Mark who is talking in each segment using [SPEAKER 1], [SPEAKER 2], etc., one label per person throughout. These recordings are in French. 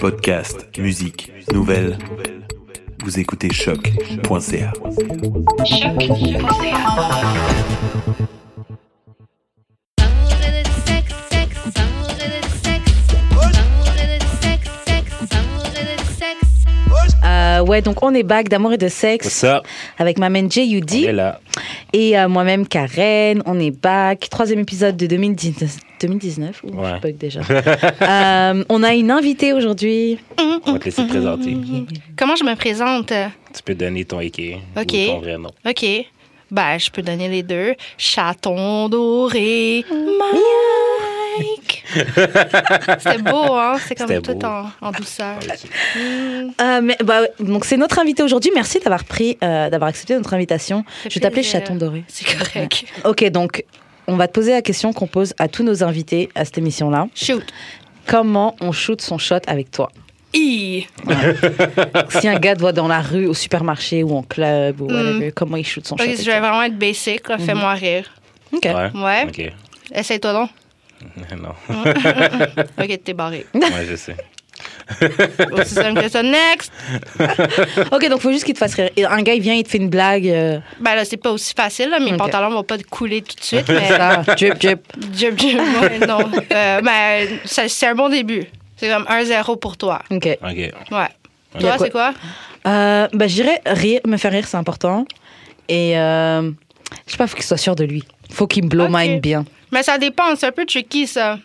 [SPEAKER 1] Podcast, musique, nouvelles. Vous écoutez choc.ca.
[SPEAKER 2] Euh, ouais, donc on est back d'amour et de sexe.
[SPEAKER 3] Ça,
[SPEAKER 2] Avec ma main
[SPEAKER 3] on
[SPEAKER 2] J.U.D.
[SPEAKER 3] est là.
[SPEAKER 2] et euh, moi-même Karen. On est back. Troisième épisode de 2019. 2019 Ouh,
[SPEAKER 3] Ouais.
[SPEAKER 2] Je bug déjà. Euh, on a une invitée aujourd'hui.
[SPEAKER 3] On va te laisser te
[SPEAKER 4] Mm,
[SPEAKER 3] présenter.
[SPEAKER 4] Comment je me présente?
[SPEAKER 3] Tu peux donner ton IK
[SPEAKER 4] mm. Ok.
[SPEAKER 3] ou ton vrai nom.
[SPEAKER 4] OK. Ben, je peux donner les deux. Chaton doré, Mike. C'était beau, hein? C'est comme
[SPEAKER 3] C'était
[SPEAKER 4] tout
[SPEAKER 3] beau.
[SPEAKER 4] en, en douceur. Mm.
[SPEAKER 2] Euh, mais, bah, donc c'est notre invitée aujourd'hui. Merci d'avoir pris, euh, d'avoir accepté notre invitation.
[SPEAKER 4] fait
[SPEAKER 2] Je vais t'appeler
[SPEAKER 4] plaisir.
[SPEAKER 2] Chaton Doré.
[SPEAKER 4] C'est correct.
[SPEAKER 2] Ok, donc on va te poser la question qu'on pose à tous nos invités à cette émission-là.
[SPEAKER 4] Shoot.
[SPEAKER 2] Comment on shoot son shot avec toi
[SPEAKER 4] I.
[SPEAKER 2] Si un gars te voit dans la rue, au supermarché ou en club ou
[SPEAKER 4] Mm.
[SPEAKER 2] whatever, comment il shoot son shot
[SPEAKER 4] Ok,
[SPEAKER 2] avec
[SPEAKER 4] je vais vraiment être basic, là. Fais-moi rire.
[SPEAKER 2] toi Ok.
[SPEAKER 3] Ouais.
[SPEAKER 4] Euh, Ouais.
[SPEAKER 3] Ok.
[SPEAKER 4] Essaye-toi donc.
[SPEAKER 3] non,
[SPEAKER 4] Ok, t'es barré.
[SPEAKER 3] moi je sais.
[SPEAKER 4] Aussi simple que ça. Next!
[SPEAKER 2] Ok, donc faut juste qu'il te fasse rire. Et Un gars, il vient, il te fait une blague. euh,
[SPEAKER 4] Ben là, c'est pas aussi facile, là. Mes
[SPEAKER 2] Ok.
[SPEAKER 4] pantalons vont pas couler tout de suite, mais.
[SPEAKER 2] ça, drip, drip.
[SPEAKER 4] Jump, jump, ouais, non. Euh, ben, ça- c'est un bon début. C'est comme 1-0 pour toi.
[SPEAKER 2] Ok.
[SPEAKER 3] Ok.
[SPEAKER 4] Ouais.
[SPEAKER 3] Ouais.
[SPEAKER 4] Toi,
[SPEAKER 2] Quoi-
[SPEAKER 4] c'est quoi?
[SPEAKER 2] Euh, bah, j'irais rire, me faire rire, c'est important. Et euh, je sais pas, faut qu'il soit sûr de lui. Faut qu'il me blow
[SPEAKER 4] Ok.
[SPEAKER 2] mine bien.
[SPEAKER 4] Mais ça dépend, c'est un peu tricky, ça.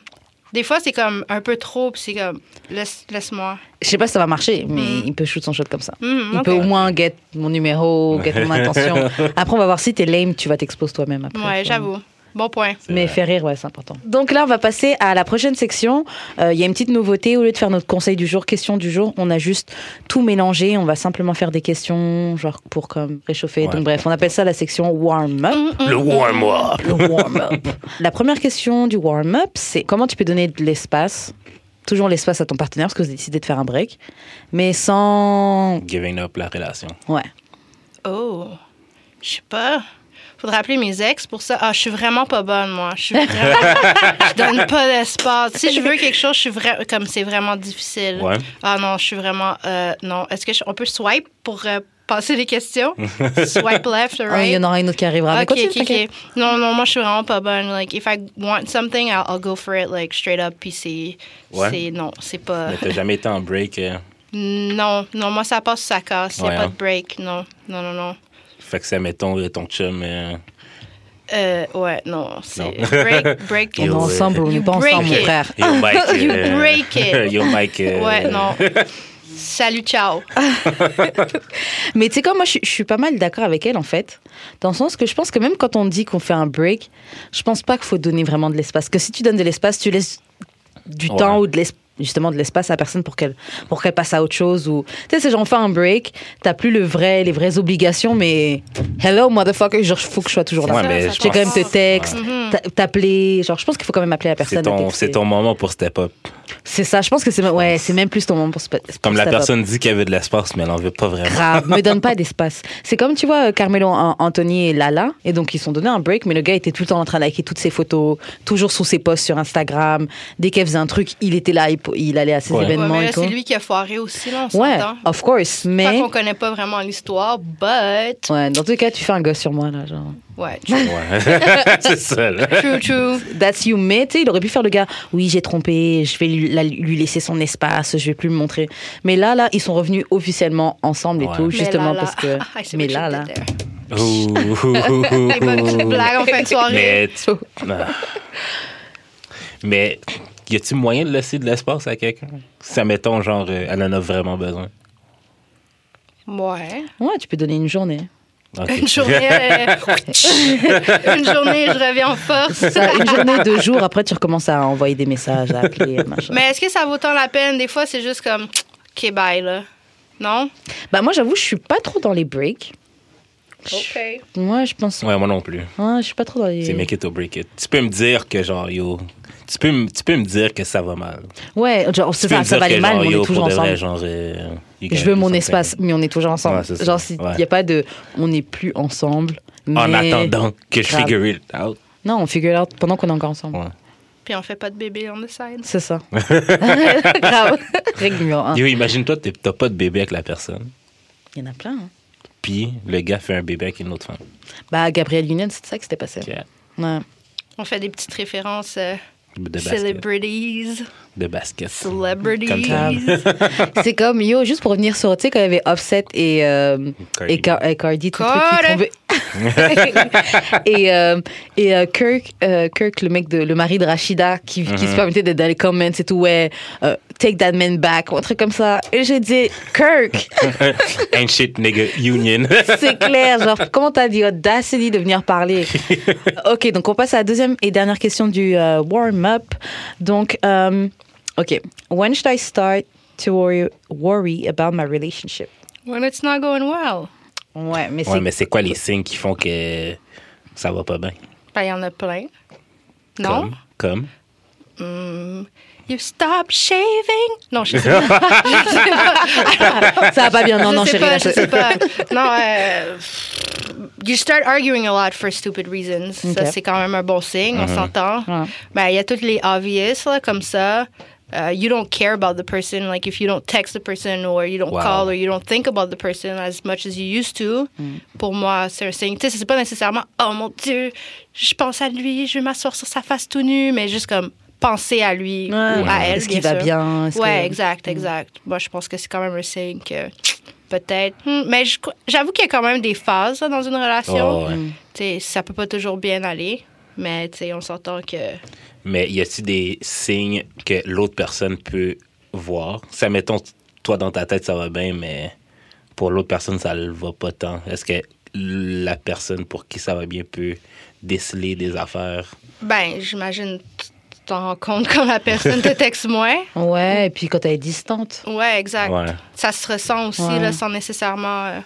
[SPEAKER 4] Des fois, c'est comme un peu trop, puis c'est comme, laisse- laisse-moi.
[SPEAKER 2] Je sais pas si ça va marcher, mais il peut shoot son shot comme ça.
[SPEAKER 4] Hmm,
[SPEAKER 2] Il
[SPEAKER 4] Mm. ok.
[SPEAKER 2] peut au moins get mon numéro, get mon intention. Après, on va voir si t'es lame, tu vas t'exposer toi-même après.
[SPEAKER 4] Ouais,
[SPEAKER 2] tu vois.
[SPEAKER 4] j'avoue. Bon point.
[SPEAKER 3] C'est
[SPEAKER 2] Mais
[SPEAKER 3] vrai.
[SPEAKER 2] faire rire, ouais, c'est important. Donc là, on va passer à la prochaine section. Euh, Il y a une petite nouveauté. Au lieu de faire notre conseil du jour, question du jour, on a juste tout mélangé. On va simplement faire des questions, genre pour comme réchauffer.
[SPEAKER 3] Ouais.
[SPEAKER 2] Donc bref, on appelle ça la section warm-up.
[SPEAKER 4] Mm.
[SPEAKER 3] Le warm-up.
[SPEAKER 2] Le warm-up. la première question du warm-up, c'est comment tu peux donner de l'espace Toujours l'espace à ton partenaire parce que vous avez décidé de faire un break, mais sans.
[SPEAKER 3] Giving up la relation.
[SPEAKER 2] Ouais.
[SPEAKER 4] Oh, je sais pas. Faudrait appeler mes ex pour ça. Ah, je suis vraiment pas bonne, moi. Je suis vraiment- je donne pas d'espace. Si je veux quelque chose, je suis vraiment... Comme c'est vraiment difficile.
[SPEAKER 3] Ouais.
[SPEAKER 4] Ah non, je suis vraiment... euh, non. Est-ce que je- on peut swipe pour euh, passer les questions? swipe left or
[SPEAKER 2] Ah, Il y
[SPEAKER 4] right?
[SPEAKER 2] en aura une autre qui arrivera. Mais
[SPEAKER 4] Ok,
[SPEAKER 2] continue,
[SPEAKER 4] ok,
[SPEAKER 2] t'inquiète.
[SPEAKER 4] ok. Non, non, moi, je suis vraiment pas bonne. Like, if I want something, I'll, I'll go for it, like, straight up. Puis c'est...
[SPEAKER 3] Ouais.
[SPEAKER 4] c'est- Non, c'est pas...
[SPEAKER 3] Mais t'as jamais été en break. euh,
[SPEAKER 4] Non, non, moi, ça passe, ça casse. Il
[SPEAKER 3] Ouais,
[SPEAKER 4] a pas
[SPEAKER 3] hein.
[SPEAKER 4] de break. Non, non, non, non.
[SPEAKER 3] Fait que ça, mettons, euh, ton chum. euh,
[SPEAKER 4] Euh, ouais, non, c'est
[SPEAKER 3] Non.
[SPEAKER 4] break, break
[SPEAKER 2] On est
[SPEAKER 4] it.
[SPEAKER 3] Yo, euh,
[SPEAKER 2] ensemble, on n'est pas
[SPEAKER 4] break
[SPEAKER 2] ensemble, mon
[SPEAKER 4] it.
[SPEAKER 2] frère.
[SPEAKER 3] Yo, Mike.
[SPEAKER 4] You
[SPEAKER 3] euh,
[SPEAKER 4] break it.
[SPEAKER 3] Yo, Mike. euh,
[SPEAKER 4] Ouais, non. Salut, ciao.
[SPEAKER 2] Ben, Mais tu sais quoi, moi, je, suis- je suis pas mal d'accord avec elle, en fait. Dans le sens que je pense que même quand on dit qu'on fait un break, je pense pas qu'il faut donner vraiment de l'espace. Que si tu donnes de l'espace, tu laisses du
[SPEAKER 3] Ouais.
[SPEAKER 2] temps ou de l'espace justement de l'espace à la personne pour qu'elle pour qu'elle passe à autre chose ou tu sais c'est genre on fait un break t'as plus le vrai les vraies obligations mais hello motherfucker genre faut que je sois toujours là
[SPEAKER 3] Ouais,
[SPEAKER 4] ça,
[SPEAKER 3] mais
[SPEAKER 4] ça
[SPEAKER 3] je
[SPEAKER 2] j'ai
[SPEAKER 3] pense-
[SPEAKER 2] quand même te texte
[SPEAKER 4] Mhm.
[SPEAKER 2] t'a- t'appeler genre je pense qu'il faut quand même appeler la
[SPEAKER 3] C'est
[SPEAKER 2] personne la
[SPEAKER 3] ton,
[SPEAKER 2] texter.
[SPEAKER 3] c'est ton moment pour step up.
[SPEAKER 2] c'est ça je pense que c'est ouais c'est même plus ton moment pour se pour
[SPEAKER 3] Comme la
[SPEAKER 2] step up.
[SPEAKER 3] personne dit qu'elle veut de l'espace, mais elle en veut pas vraiment.
[SPEAKER 2] grave, me donne pas d'espace. C'est comme, tu vois, Carmelo, An- Anthony et Lala, et donc ils se sont donné un break, mais le gars était tout le temps en train de liker toutes ses photos, toujours sous ses posts sur Instagram. Dès qu'elle faisait un truc, il était là, il, il allait à ses
[SPEAKER 3] Ouais.
[SPEAKER 4] Ouais,
[SPEAKER 2] événements
[SPEAKER 4] mais là,
[SPEAKER 2] et tout.
[SPEAKER 4] c'est lui qui a foiré aussi, là, on
[SPEAKER 2] Ouais,
[SPEAKER 4] s'entend.
[SPEAKER 2] of course,
[SPEAKER 4] Pas
[SPEAKER 2] mais.
[SPEAKER 4] qu'on connaît pas vraiment l'histoire, but...
[SPEAKER 2] Ouais, dans tous les cas, tu fais un gosse sur moi, là, genre.
[SPEAKER 4] Ouais, true,
[SPEAKER 3] Ouais. c'est ça, là.
[SPEAKER 4] true, true.
[SPEAKER 2] That's you, mais, tu sais, il aurait pu faire le gars, oui, j'ai trompé, je vais lui, la- lui laisser son espace, je vais plus me montrer. Mais là, là, ils sont revenus officiellement ensemble et
[SPEAKER 3] Ouais.
[SPEAKER 2] tout,
[SPEAKER 3] Mais
[SPEAKER 2] justement
[SPEAKER 4] Mais Ah, là,
[SPEAKER 2] parce que.
[SPEAKER 4] là. I see
[SPEAKER 2] mais
[SPEAKER 4] what you
[SPEAKER 2] là,
[SPEAKER 4] did
[SPEAKER 2] là.
[SPEAKER 4] there.
[SPEAKER 3] Ouh, ouh,
[SPEAKER 4] Des bonnes petites
[SPEAKER 3] ouh, ouh.
[SPEAKER 4] blagues en fin de soirée.
[SPEAKER 3] Mais, tu- Ah. mais y a-t-il moyen de laisser de l'espace à quelqu'un? Ça mettons, genre, euh, elle en a vraiment besoin.
[SPEAKER 4] Ouais.
[SPEAKER 2] Ouais, tu peux donner une journée.
[SPEAKER 3] Ok.
[SPEAKER 4] Une journée... euh, Une journée, je reviens en force.
[SPEAKER 2] Ça, une journée, deux jours, après tu recommences à envoyer des messages, à appeler, euh, machin.
[SPEAKER 4] Mais est-ce que ça vaut tant la peine? Des fois, c'est juste comme... OK, bye, là. Non?
[SPEAKER 2] Bah moi j'avoue, je suis pas trop dans les breaks.
[SPEAKER 4] OK.
[SPEAKER 2] Moi je pense...
[SPEAKER 3] Ouais, moi non plus.
[SPEAKER 2] Ouais, je suis pas trop dans les...
[SPEAKER 3] C'est make it or break it. Tu peux me dire que, genre, yo, tu peux, me- tu peux me dire que ça va mal.
[SPEAKER 2] Ouais, genre
[SPEAKER 3] Tu
[SPEAKER 2] c'est
[SPEAKER 3] peux
[SPEAKER 2] ça,
[SPEAKER 3] me
[SPEAKER 2] ça
[SPEAKER 3] dire
[SPEAKER 2] va aller
[SPEAKER 3] que,
[SPEAKER 2] mal,
[SPEAKER 3] genre,
[SPEAKER 2] mais on
[SPEAKER 3] yo,
[SPEAKER 2] est toujours
[SPEAKER 3] pour de vrai,
[SPEAKER 2] ensemble.
[SPEAKER 3] genre, euh, you
[SPEAKER 2] Je
[SPEAKER 3] gotta
[SPEAKER 2] veux
[SPEAKER 3] do
[SPEAKER 2] mon
[SPEAKER 3] something.
[SPEAKER 2] espace, mais on est toujours ensemble.
[SPEAKER 3] Ouais, c'est ça.
[SPEAKER 2] genre s'il
[SPEAKER 3] Ouais.
[SPEAKER 2] y a pas de... On n'est plus ensemble. Mais...
[SPEAKER 3] En attendant que je
[SPEAKER 2] Grave.
[SPEAKER 3] figure it out.
[SPEAKER 2] Non, on figure it out pendant qu'on est encore ensemble.
[SPEAKER 3] Ouais.
[SPEAKER 4] Puis puis on fait pas de bébé on the side.
[SPEAKER 2] C'est ça. Grave. Règle numéro un.
[SPEAKER 3] Yo, imagine-toi, t'es- t'as pas de bébé avec la personne,
[SPEAKER 2] Il y en a plein. hein.
[SPEAKER 3] puis le gars fait un bébé avec une autre femme.
[SPEAKER 2] Bah, Gabrielle Union, c'est de ça que c'était passé.
[SPEAKER 3] Ok.
[SPEAKER 2] Ouais.
[SPEAKER 4] On fait des petites références euh,
[SPEAKER 3] De basket.
[SPEAKER 4] celebrities,
[SPEAKER 3] De basket. Comme ça.
[SPEAKER 4] celebrities.
[SPEAKER 2] C'est comme, yo, juste pour revenir sur, tu sais, quand il y avait Offset et, euh,
[SPEAKER 3] Cardi.
[SPEAKER 2] et, Car- et Cardi, tout le
[SPEAKER 4] Cardi.
[SPEAKER 2] truc qui tombait. et euh, et euh, Kirk, euh, Kirk, le mec, de, le mari de Rachida, qui, qui se permettait d'être dans les comments et tout, ouais, euh, take that man back, ou un truc comme ça. Et j'ai dit, Kirk,
[SPEAKER 3] Ain't shit, nigga, union.
[SPEAKER 2] c'est clair, genre, comment t'as dit audacity de venir parler Ok, donc on passe à la deuxième et dernière question du euh, warm-up. Donc, euh, ok, when should I start to worry, worry about my relationship
[SPEAKER 4] When it's not going well.
[SPEAKER 2] Ouais, mais
[SPEAKER 3] ouais,
[SPEAKER 2] c'est.
[SPEAKER 3] mais c'est quoi les signes qui font que ça va pas bien?
[SPEAKER 4] Ben, il y en a plein. Non?
[SPEAKER 3] Comme?
[SPEAKER 4] Hmm. You stop shaving? Non, je sais pas.
[SPEAKER 2] Ça va pas bien, non,
[SPEAKER 4] je
[SPEAKER 2] non,
[SPEAKER 4] sais
[SPEAKER 2] chérie.
[SPEAKER 4] pas,
[SPEAKER 2] là,
[SPEAKER 4] je
[SPEAKER 2] c'est-
[SPEAKER 4] sais pas. Non, euh, you start arguing a lot for stupid reasons.
[SPEAKER 2] Ok.
[SPEAKER 4] Ça, c'est quand même un bon signe, on s'entend.
[SPEAKER 2] Ouais.
[SPEAKER 4] Ben, il y a toutes les obvious, là, comme ça. Uh, you don't care about the person, like if you don't text the person or you don't
[SPEAKER 3] Wow.
[SPEAKER 4] call or you don't think about the person as much as you used to.
[SPEAKER 2] Mm.
[SPEAKER 4] Pour moi, c'est un signe. Tu sais, c'est pas nécessairement, oh mon Dieu, je pense à lui, je vais m'asseoir sur sa face tout nu, mais juste comme penser à lui
[SPEAKER 2] Ouais.
[SPEAKER 4] ou à elle.
[SPEAKER 2] Est-ce qu'il
[SPEAKER 4] bien
[SPEAKER 2] va
[SPEAKER 4] sûr.
[SPEAKER 2] bien Est-ce
[SPEAKER 4] Ouais,
[SPEAKER 2] que-
[SPEAKER 4] exact, exact. Moi, je pense que c'est quand même un signe que peut-être. Hmm, mais je cro- j'avoue qu'il y a quand même des phases là, dans une relation.
[SPEAKER 3] Ouais, ouais. Mm.
[SPEAKER 4] Tu sais, ça peut pas toujours bien aller, mais tu sais, on s'entend que.
[SPEAKER 3] Mais y a-t-il des signes que l'autre personne peut voir? Ça, mettons, toi dans ta tête, ça va bien, mais pour l'autre personne, ça le va pas tant. Est-ce que la personne pour qui ça va bien peut déceler des affaires?
[SPEAKER 4] Ben, j'imagine tu tu t'en rends compte quand la personne te texte moins.
[SPEAKER 2] Ouais, et puis quand elle est distante.
[SPEAKER 4] Ouais, exact.
[SPEAKER 3] Ouais.
[SPEAKER 4] Ça se ressent aussi,
[SPEAKER 2] Ouais.
[SPEAKER 4] là, sans nécessairement euh,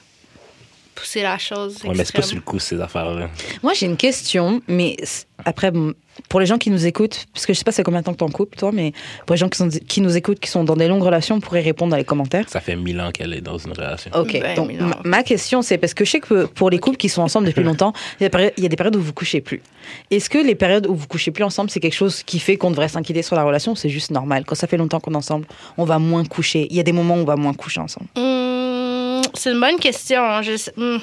[SPEAKER 4] pousser la chose.
[SPEAKER 3] Ouais, mais c'est pas sur
[SPEAKER 4] extrême.
[SPEAKER 3] le coup, ces affaires-là.
[SPEAKER 2] Moi, j'ai une question, mais c- après, m- pour les gens qui nous écoutent, parce que je sais pas c'est combien de temps que t'en coupes, toi, mais pour les gens qui, sont- qui nous écoutent, qui sont dans des longues relations, on pourrait répondre dans les commentaires.
[SPEAKER 3] Ça fait mille ans qu'elle est dans une relation.
[SPEAKER 2] Ok,
[SPEAKER 4] Ben,
[SPEAKER 2] donc
[SPEAKER 4] mais non.
[SPEAKER 2] ma, ma question c'est parce que je sais que pour les couples qui sont ensemble depuis longtemps, il y a des périodes- il y a des périodes où vous couchez plus. Est-ce que les périodes où vous couchez plus ensemble, c'est quelque chose qui fait qu'on devrait s'inquiéter sur la relation ou C'est juste normal. Quand ça fait longtemps qu'on est ensemble, on va moins coucher. Il y a des moments où on va moins coucher ensemble.
[SPEAKER 4] Hmm, c'est une bonne question. hein. Je sais- hmm.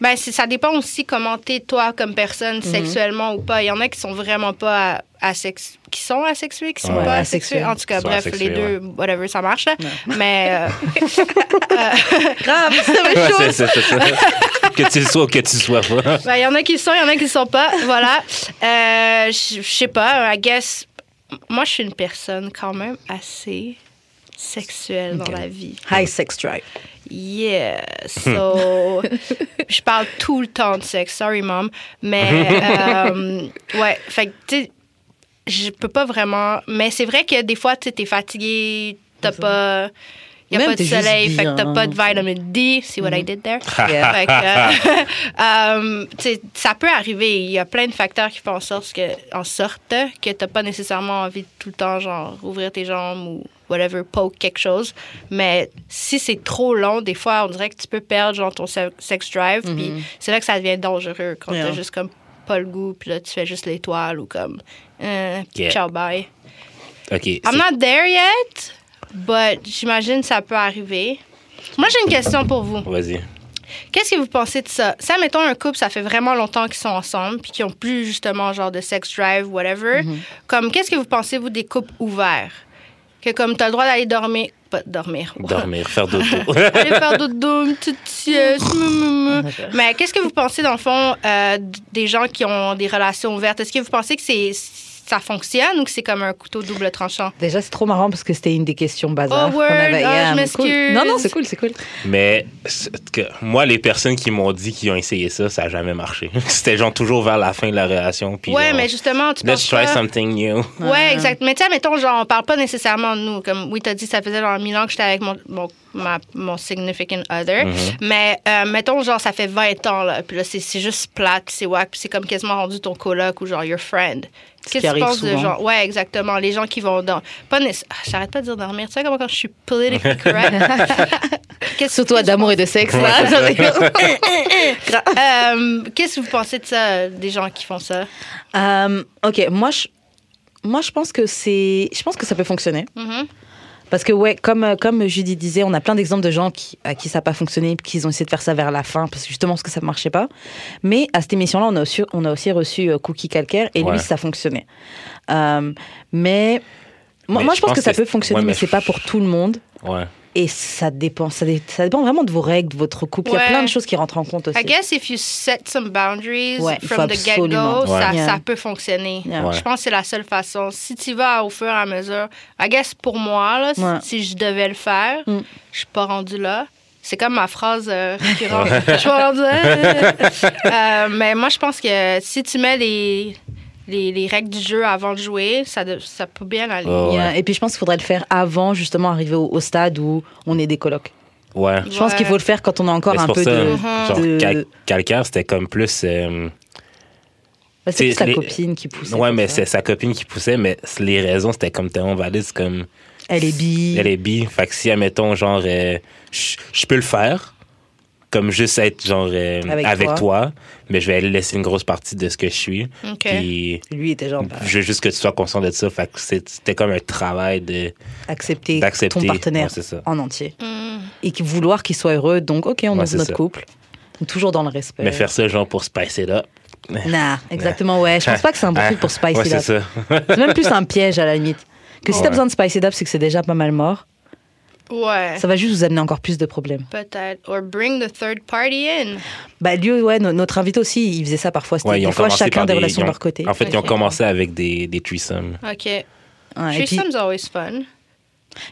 [SPEAKER 4] Ben, c'est- ça dépend aussi comment t'es toi comme personne, sexuellement ou pas. Il y en a qui sont vraiment pas à- asex- qui sont asexués, qui sont
[SPEAKER 3] Ouais.
[SPEAKER 4] pas
[SPEAKER 2] Asexués.
[SPEAKER 4] asexués. En tout cas,
[SPEAKER 3] Ils sont
[SPEAKER 4] bref,
[SPEAKER 3] asexués,
[SPEAKER 4] les deux, whatever, ça marche. là. Mais euh,
[SPEAKER 2] Grave, c'est
[SPEAKER 3] Ouais, c'est- c'est- c'est ça. que tu le sois ou que tu le sois pas.
[SPEAKER 4] ben, il y en a qui le sont, il y en a qui le sont pas. voilà. Euh, Je je sais pas, I guess. Moi, je suis une personne quand même assez sexuelle dans la vie.
[SPEAKER 2] High sex drive.
[SPEAKER 4] Yeah, so je parle tout le temps de sexe, sorry mom, mais euh, ouais, fait que tu sais, je peux pas vraiment, mais c'est vrai que des fois tu es fatigué, t'as pas y a
[SPEAKER 2] Même
[SPEAKER 4] pas de
[SPEAKER 2] t'es juste
[SPEAKER 4] soleil, fait que
[SPEAKER 2] bien. Mm-hmm.
[SPEAKER 4] t'as pas de vitamine D, see what I did there.
[SPEAKER 2] Yeah.
[SPEAKER 4] Fait que, euh, euh, tu sais, ça peut arriver, il y a plein de facteurs qui font en sorte que en sorte que t'as pas nécessairement envie de tout le temps genre ouvrir tes jambes ou whatever, poke quelque chose. Mais si c'est trop long, des fois, on dirait que tu peux perdre genre, ton se- sex drive.
[SPEAKER 3] Mm-hmm.
[SPEAKER 4] Puis c'est là que ça devient dangereux quand
[SPEAKER 2] Yeah.
[SPEAKER 4] t'as juste comme pas le goût, puis là, tu fais juste l'étoile ou comme euh,
[SPEAKER 3] Yeah.
[SPEAKER 4] ciao, bye.
[SPEAKER 3] Ok. c'est-
[SPEAKER 4] I'm not there yet, but j'imagine ça peut arriver. Moi, j'ai une question pour vous.
[SPEAKER 3] Vas-y.
[SPEAKER 4] Qu'est-ce que vous pensez de ça? Ça, mettons un couple, ça fait vraiment longtemps qu'ils sont ensemble, puis qu'ils ont plus justement genre de sex drive, whatever. Comme, qu'est-ce que vous pensez, vous, des couples ouverts? Que comme, t'as le droit d'aller dormir. Pas dormir.
[SPEAKER 3] Dormir, faire dodo.
[SPEAKER 4] Aller faire dodo, une petite sieste. mou, mou, mou. Mais qu'est-ce que vous pensez, dans le fond, euh, d- des gens qui ont des relations ouvertes? Est-ce que vous pensez que c'est ça fonctionne ou que c'est comme un couteau double tranchant?
[SPEAKER 2] Déjà, c'est trop marrant parce que c'était une des questions bazar.
[SPEAKER 4] Oh,
[SPEAKER 2] qu'on
[SPEAKER 4] word,
[SPEAKER 2] avait.
[SPEAKER 4] ah,
[SPEAKER 2] mais
[SPEAKER 4] je m'excuse.
[SPEAKER 2] cool. Non, non, c'est cool, c'est cool.
[SPEAKER 3] Mais c'est que moi, les personnes qui m'ont dit qu'ils ont essayé ça, ça n'a jamais marché. C'était genre toujours vers la fin de la relation. Puis
[SPEAKER 4] ouais,
[SPEAKER 3] genre,
[SPEAKER 4] mais justement, tu
[SPEAKER 3] Let's
[SPEAKER 4] penses
[SPEAKER 3] try
[SPEAKER 4] pas-
[SPEAKER 3] something new.
[SPEAKER 2] Euh,
[SPEAKER 4] Ouais, exact. Mais tu sais, mettons, genre, on parle pas nécessairement de nous. Comme, oui, t'as dit, ça faisait genre mille ans que j'étais avec mon, mon, ma- mon significant other.
[SPEAKER 2] Mm-hmm.
[SPEAKER 4] Mais, euh, mettons, genre, ça fait 20 ans, là. Puis là, c'est, c'est juste plate, puis c'est whack, puis c'est comme quasiment rendu ton coloc ou genre your friend.
[SPEAKER 2] qui
[SPEAKER 4] Qu'est-ce que tu
[SPEAKER 2] arrive
[SPEAKER 4] penses de
[SPEAKER 2] souvent.
[SPEAKER 4] genre. Ouais, exactement. Les gens qui vont dans. Pas nécess- Ah, J'arrête pas de dire dormir. Tu sais, comment quand je suis politically correct. Qu'est-ce
[SPEAKER 2] Surtout à
[SPEAKER 4] qu'est-ce que-
[SPEAKER 2] d'amour et de sexe. là.
[SPEAKER 4] Euh, Qu'est-ce que vous pensez de ça, des gens qui font ça?
[SPEAKER 2] Euh, ok, moi, je, Moi, je pense que c'est, je pense que ça peut fonctionner.
[SPEAKER 4] Mhm.
[SPEAKER 2] Parce que ouais, comme euh, comme Judy disait, on a plein d'exemples de gens qui, à qui ça n'a pas fonctionné, puis qu'ils ont essayé de faire ça vers la fin, parce que justement parce que ça ne marchait pas. Mais à cette émission-là, on a aussi, on a aussi reçu euh, Cookie Calcaire et
[SPEAKER 3] Ouais.
[SPEAKER 2] lui, ça fonctionnait. Euh, mais moi,
[SPEAKER 3] Mais
[SPEAKER 2] moi, je pense que, ça peut fonctionner,
[SPEAKER 3] ouais,
[SPEAKER 2] mais,
[SPEAKER 3] mais
[SPEAKER 2] c'est
[SPEAKER 3] je-
[SPEAKER 2] pas pour tout le monde.
[SPEAKER 3] Ouais.
[SPEAKER 2] Et ça dépend, ça, dé- ça dépend vraiment de vos règles, de votre couple. Il y a
[SPEAKER 4] Ouais.
[SPEAKER 2] plein de choses qui rentrent en compte aussi.
[SPEAKER 4] I guess if you set some boundaries
[SPEAKER 2] Ouais, il faut
[SPEAKER 4] from the get-go,
[SPEAKER 2] absolument.
[SPEAKER 4] ça,
[SPEAKER 2] Ouais.
[SPEAKER 4] ça peut fonctionner.
[SPEAKER 2] Yeah.
[SPEAKER 3] Ouais.
[SPEAKER 4] Je pense que c'est la seule façon. Si tu vas au fur et à mesure, I guess pour moi, là, si-
[SPEAKER 2] Ouais.
[SPEAKER 4] si je devais le faire,
[SPEAKER 2] Mm.
[SPEAKER 4] je suis pas rendue là. C'est comme ma phrase euh, récurrente. Je suis pas rendue là. Euh, mais moi, je pense que si tu mets les, les, les règles du jeu avant de jouer, ça, de- ça peut bien aller.
[SPEAKER 3] Oh,
[SPEAKER 2] Il y a-
[SPEAKER 3] ouais.
[SPEAKER 2] Et puis je pense qu'il faudrait le faire avant justement arriver au, au stade où on est des colocs.
[SPEAKER 3] Ouais.
[SPEAKER 2] Je pense
[SPEAKER 4] Ouais.
[SPEAKER 2] qu'il faut le faire quand on a encore
[SPEAKER 3] Mais
[SPEAKER 2] un
[SPEAKER 3] c'est pour
[SPEAKER 2] peu
[SPEAKER 3] ça, hein.
[SPEAKER 2] de.
[SPEAKER 4] Mhm.
[SPEAKER 3] genre,
[SPEAKER 2] de-
[SPEAKER 3] Cal- Calcaire, c'était comme plus. euh,
[SPEAKER 2] Bah, c'est
[SPEAKER 3] c'est
[SPEAKER 2] plus la
[SPEAKER 3] les-
[SPEAKER 2] copine qui pousse.
[SPEAKER 3] ouais, mais
[SPEAKER 2] c'est
[SPEAKER 3] c'est sa copine qui poussait, mais c- les raisons, c'était comme tellement valide. C'est comme.
[SPEAKER 2] Elle est bi.
[SPEAKER 3] Elle est bi. Fait que si, admettons, genre, euh, je je peux le faire, comme juste être, genre, euh,
[SPEAKER 2] Avec
[SPEAKER 3] avec,
[SPEAKER 2] toi.
[SPEAKER 3] toi. mais je vais aller laisser une grosse partie de ce que je suis.
[SPEAKER 4] OK.
[SPEAKER 3] Puis,
[SPEAKER 2] Lui était genre bah,
[SPEAKER 3] je veux juste que tu sois conscient de ça. Fait que c'est- c'était comme un travail de.
[SPEAKER 2] accepter
[SPEAKER 3] d'accepter.
[SPEAKER 2] ton partenaire Euh,
[SPEAKER 3] Ouais, c'est ça.
[SPEAKER 2] en entier
[SPEAKER 4] Mm.
[SPEAKER 2] et qui- vouloir qu'il soit heureux. Donc ok, on
[SPEAKER 3] Ouais,
[SPEAKER 2] ouvre
[SPEAKER 3] c'est
[SPEAKER 2] notre
[SPEAKER 3] ça.
[SPEAKER 2] couple, toujours dans le respect.
[SPEAKER 3] Mais faire ça, genre, pour spice it up.
[SPEAKER 2] Nah, exactement ouais. Je pense pas que c'est un bon
[SPEAKER 3] Hein?
[SPEAKER 2] truc pour spicy
[SPEAKER 3] Ouais,
[SPEAKER 2] it up.
[SPEAKER 3] c'est ça.
[SPEAKER 2] C'est même plus un piège à la limite. Que si t'as
[SPEAKER 3] Ouais.
[SPEAKER 2] besoin de spicy it up, c'est que c'est déjà pas mal mort.
[SPEAKER 4] Ouais.
[SPEAKER 2] Ça va juste vous amener encore plus de problèmes.
[SPEAKER 4] Peut-être. Or bring the third party in.
[SPEAKER 2] Bah lui, ouais, no- notre invité aussi, il faisait ça parfois. C'était
[SPEAKER 3] Ouais, ils
[SPEAKER 2] des
[SPEAKER 3] ont
[SPEAKER 2] fois
[SPEAKER 3] commencé
[SPEAKER 2] chacun
[SPEAKER 3] par
[SPEAKER 2] des
[SPEAKER 3] des-
[SPEAKER 2] relations
[SPEAKER 3] ils
[SPEAKER 2] de
[SPEAKER 3] ont-
[SPEAKER 2] leur côté.
[SPEAKER 3] En fait, ils ont
[SPEAKER 4] Ok.
[SPEAKER 3] commencé avec des, des threesomes.
[SPEAKER 4] OK.
[SPEAKER 2] Ouais, et puis,
[SPEAKER 4] Threesome's always fun.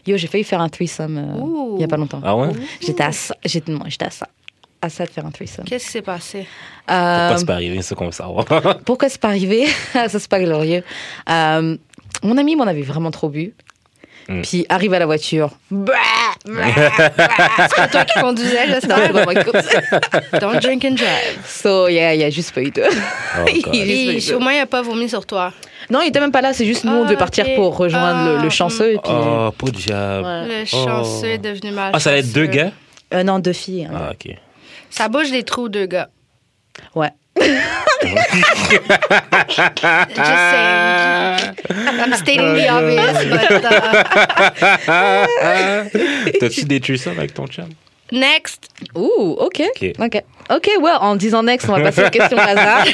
[SPEAKER 2] yo, j'ai failli faire un threesome euh,
[SPEAKER 4] Ouh.
[SPEAKER 2] il y a pas longtemps.
[SPEAKER 3] Ah ouais?
[SPEAKER 2] J'étais à ça, j'étais non, j'étais à ça, à ça de faire un threesome.
[SPEAKER 4] Qu'est-ce qui s'est passé?
[SPEAKER 2] Euh,
[SPEAKER 3] Pourquoi c'est pas arrivé, c'est ça qu'on veut savoir. ouais,
[SPEAKER 2] pourquoi c'est pas arrivé Ça c'est pas glorieux. Euh, mon ami m'en avait vraiment trop bu.
[SPEAKER 3] Mm.
[SPEAKER 2] Puis arrive à la voiture.
[SPEAKER 4] Bah, C'est toi qui conduisais,
[SPEAKER 2] Non, c'est
[SPEAKER 4] j'espère.
[SPEAKER 2] pas moi qui conduis.
[SPEAKER 4] Don't drink and drive.
[SPEAKER 2] so yeah, il y a juste pas eu de.
[SPEAKER 3] God.
[SPEAKER 2] Il est
[SPEAKER 4] Puis,
[SPEAKER 2] spécial.
[SPEAKER 4] au moins, il n'a pas vomi sur toi.
[SPEAKER 2] Non, il était même pas là. C'est juste nous, on
[SPEAKER 4] Ah,
[SPEAKER 2] devait partir
[SPEAKER 4] ok.
[SPEAKER 2] pour rejoindre le,
[SPEAKER 4] Ah, Euh,
[SPEAKER 2] le chanceux. Et puis, euh,
[SPEAKER 3] Oh, pas de job.
[SPEAKER 2] ouais.
[SPEAKER 4] Le chanceux est devenu mal.
[SPEAKER 3] Ah, ça allait être deux gars?
[SPEAKER 2] Euh, non, deux filles. hein.
[SPEAKER 3] Ah, ok.
[SPEAKER 4] Ça bouge des trous, deux gars.
[SPEAKER 2] Ouais.
[SPEAKER 4] Just
[SPEAKER 2] Ah.
[SPEAKER 4] saying. I'm stating the obvious, but uh,
[SPEAKER 3] T'as-tu des threesomes avec ton chum?
[SPEAKER 4] next.
[SPEAKER 2] Ouh, ok.
[SPEAKER 3] Ok.
[SPEAKER 2] Ok. Ok, ouais, en disant next, on va passer aux questions bazar.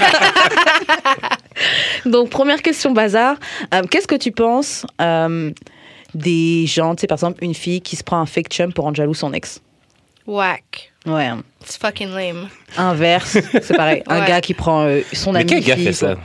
[SPEAKER 2] Donc, première question bazar. Euh, Qu'est-ce que tu penses euh, des gens, tu sais, par exemple, une fille qui se prend un fake chum pour rendre jaloux son ex
[SPEAKER 4] Whack.
[SPEAKER 2] Ouais.
[SPEAKER 4] It's fucking lame.
[SPEAKER 2] Inverse, c'est pareil. Un
[SPEAKER 4] Ouais.
[SPEAKER 2] gars qui prend euh, son
[SPEAKER 3] Mais
[SPEAKER 2] ami.
[SPEAKER 3] quel gars
[SPEAKER 2] fille
[SPEAKER 3] fait ça?
[SPEAKER 2] pour-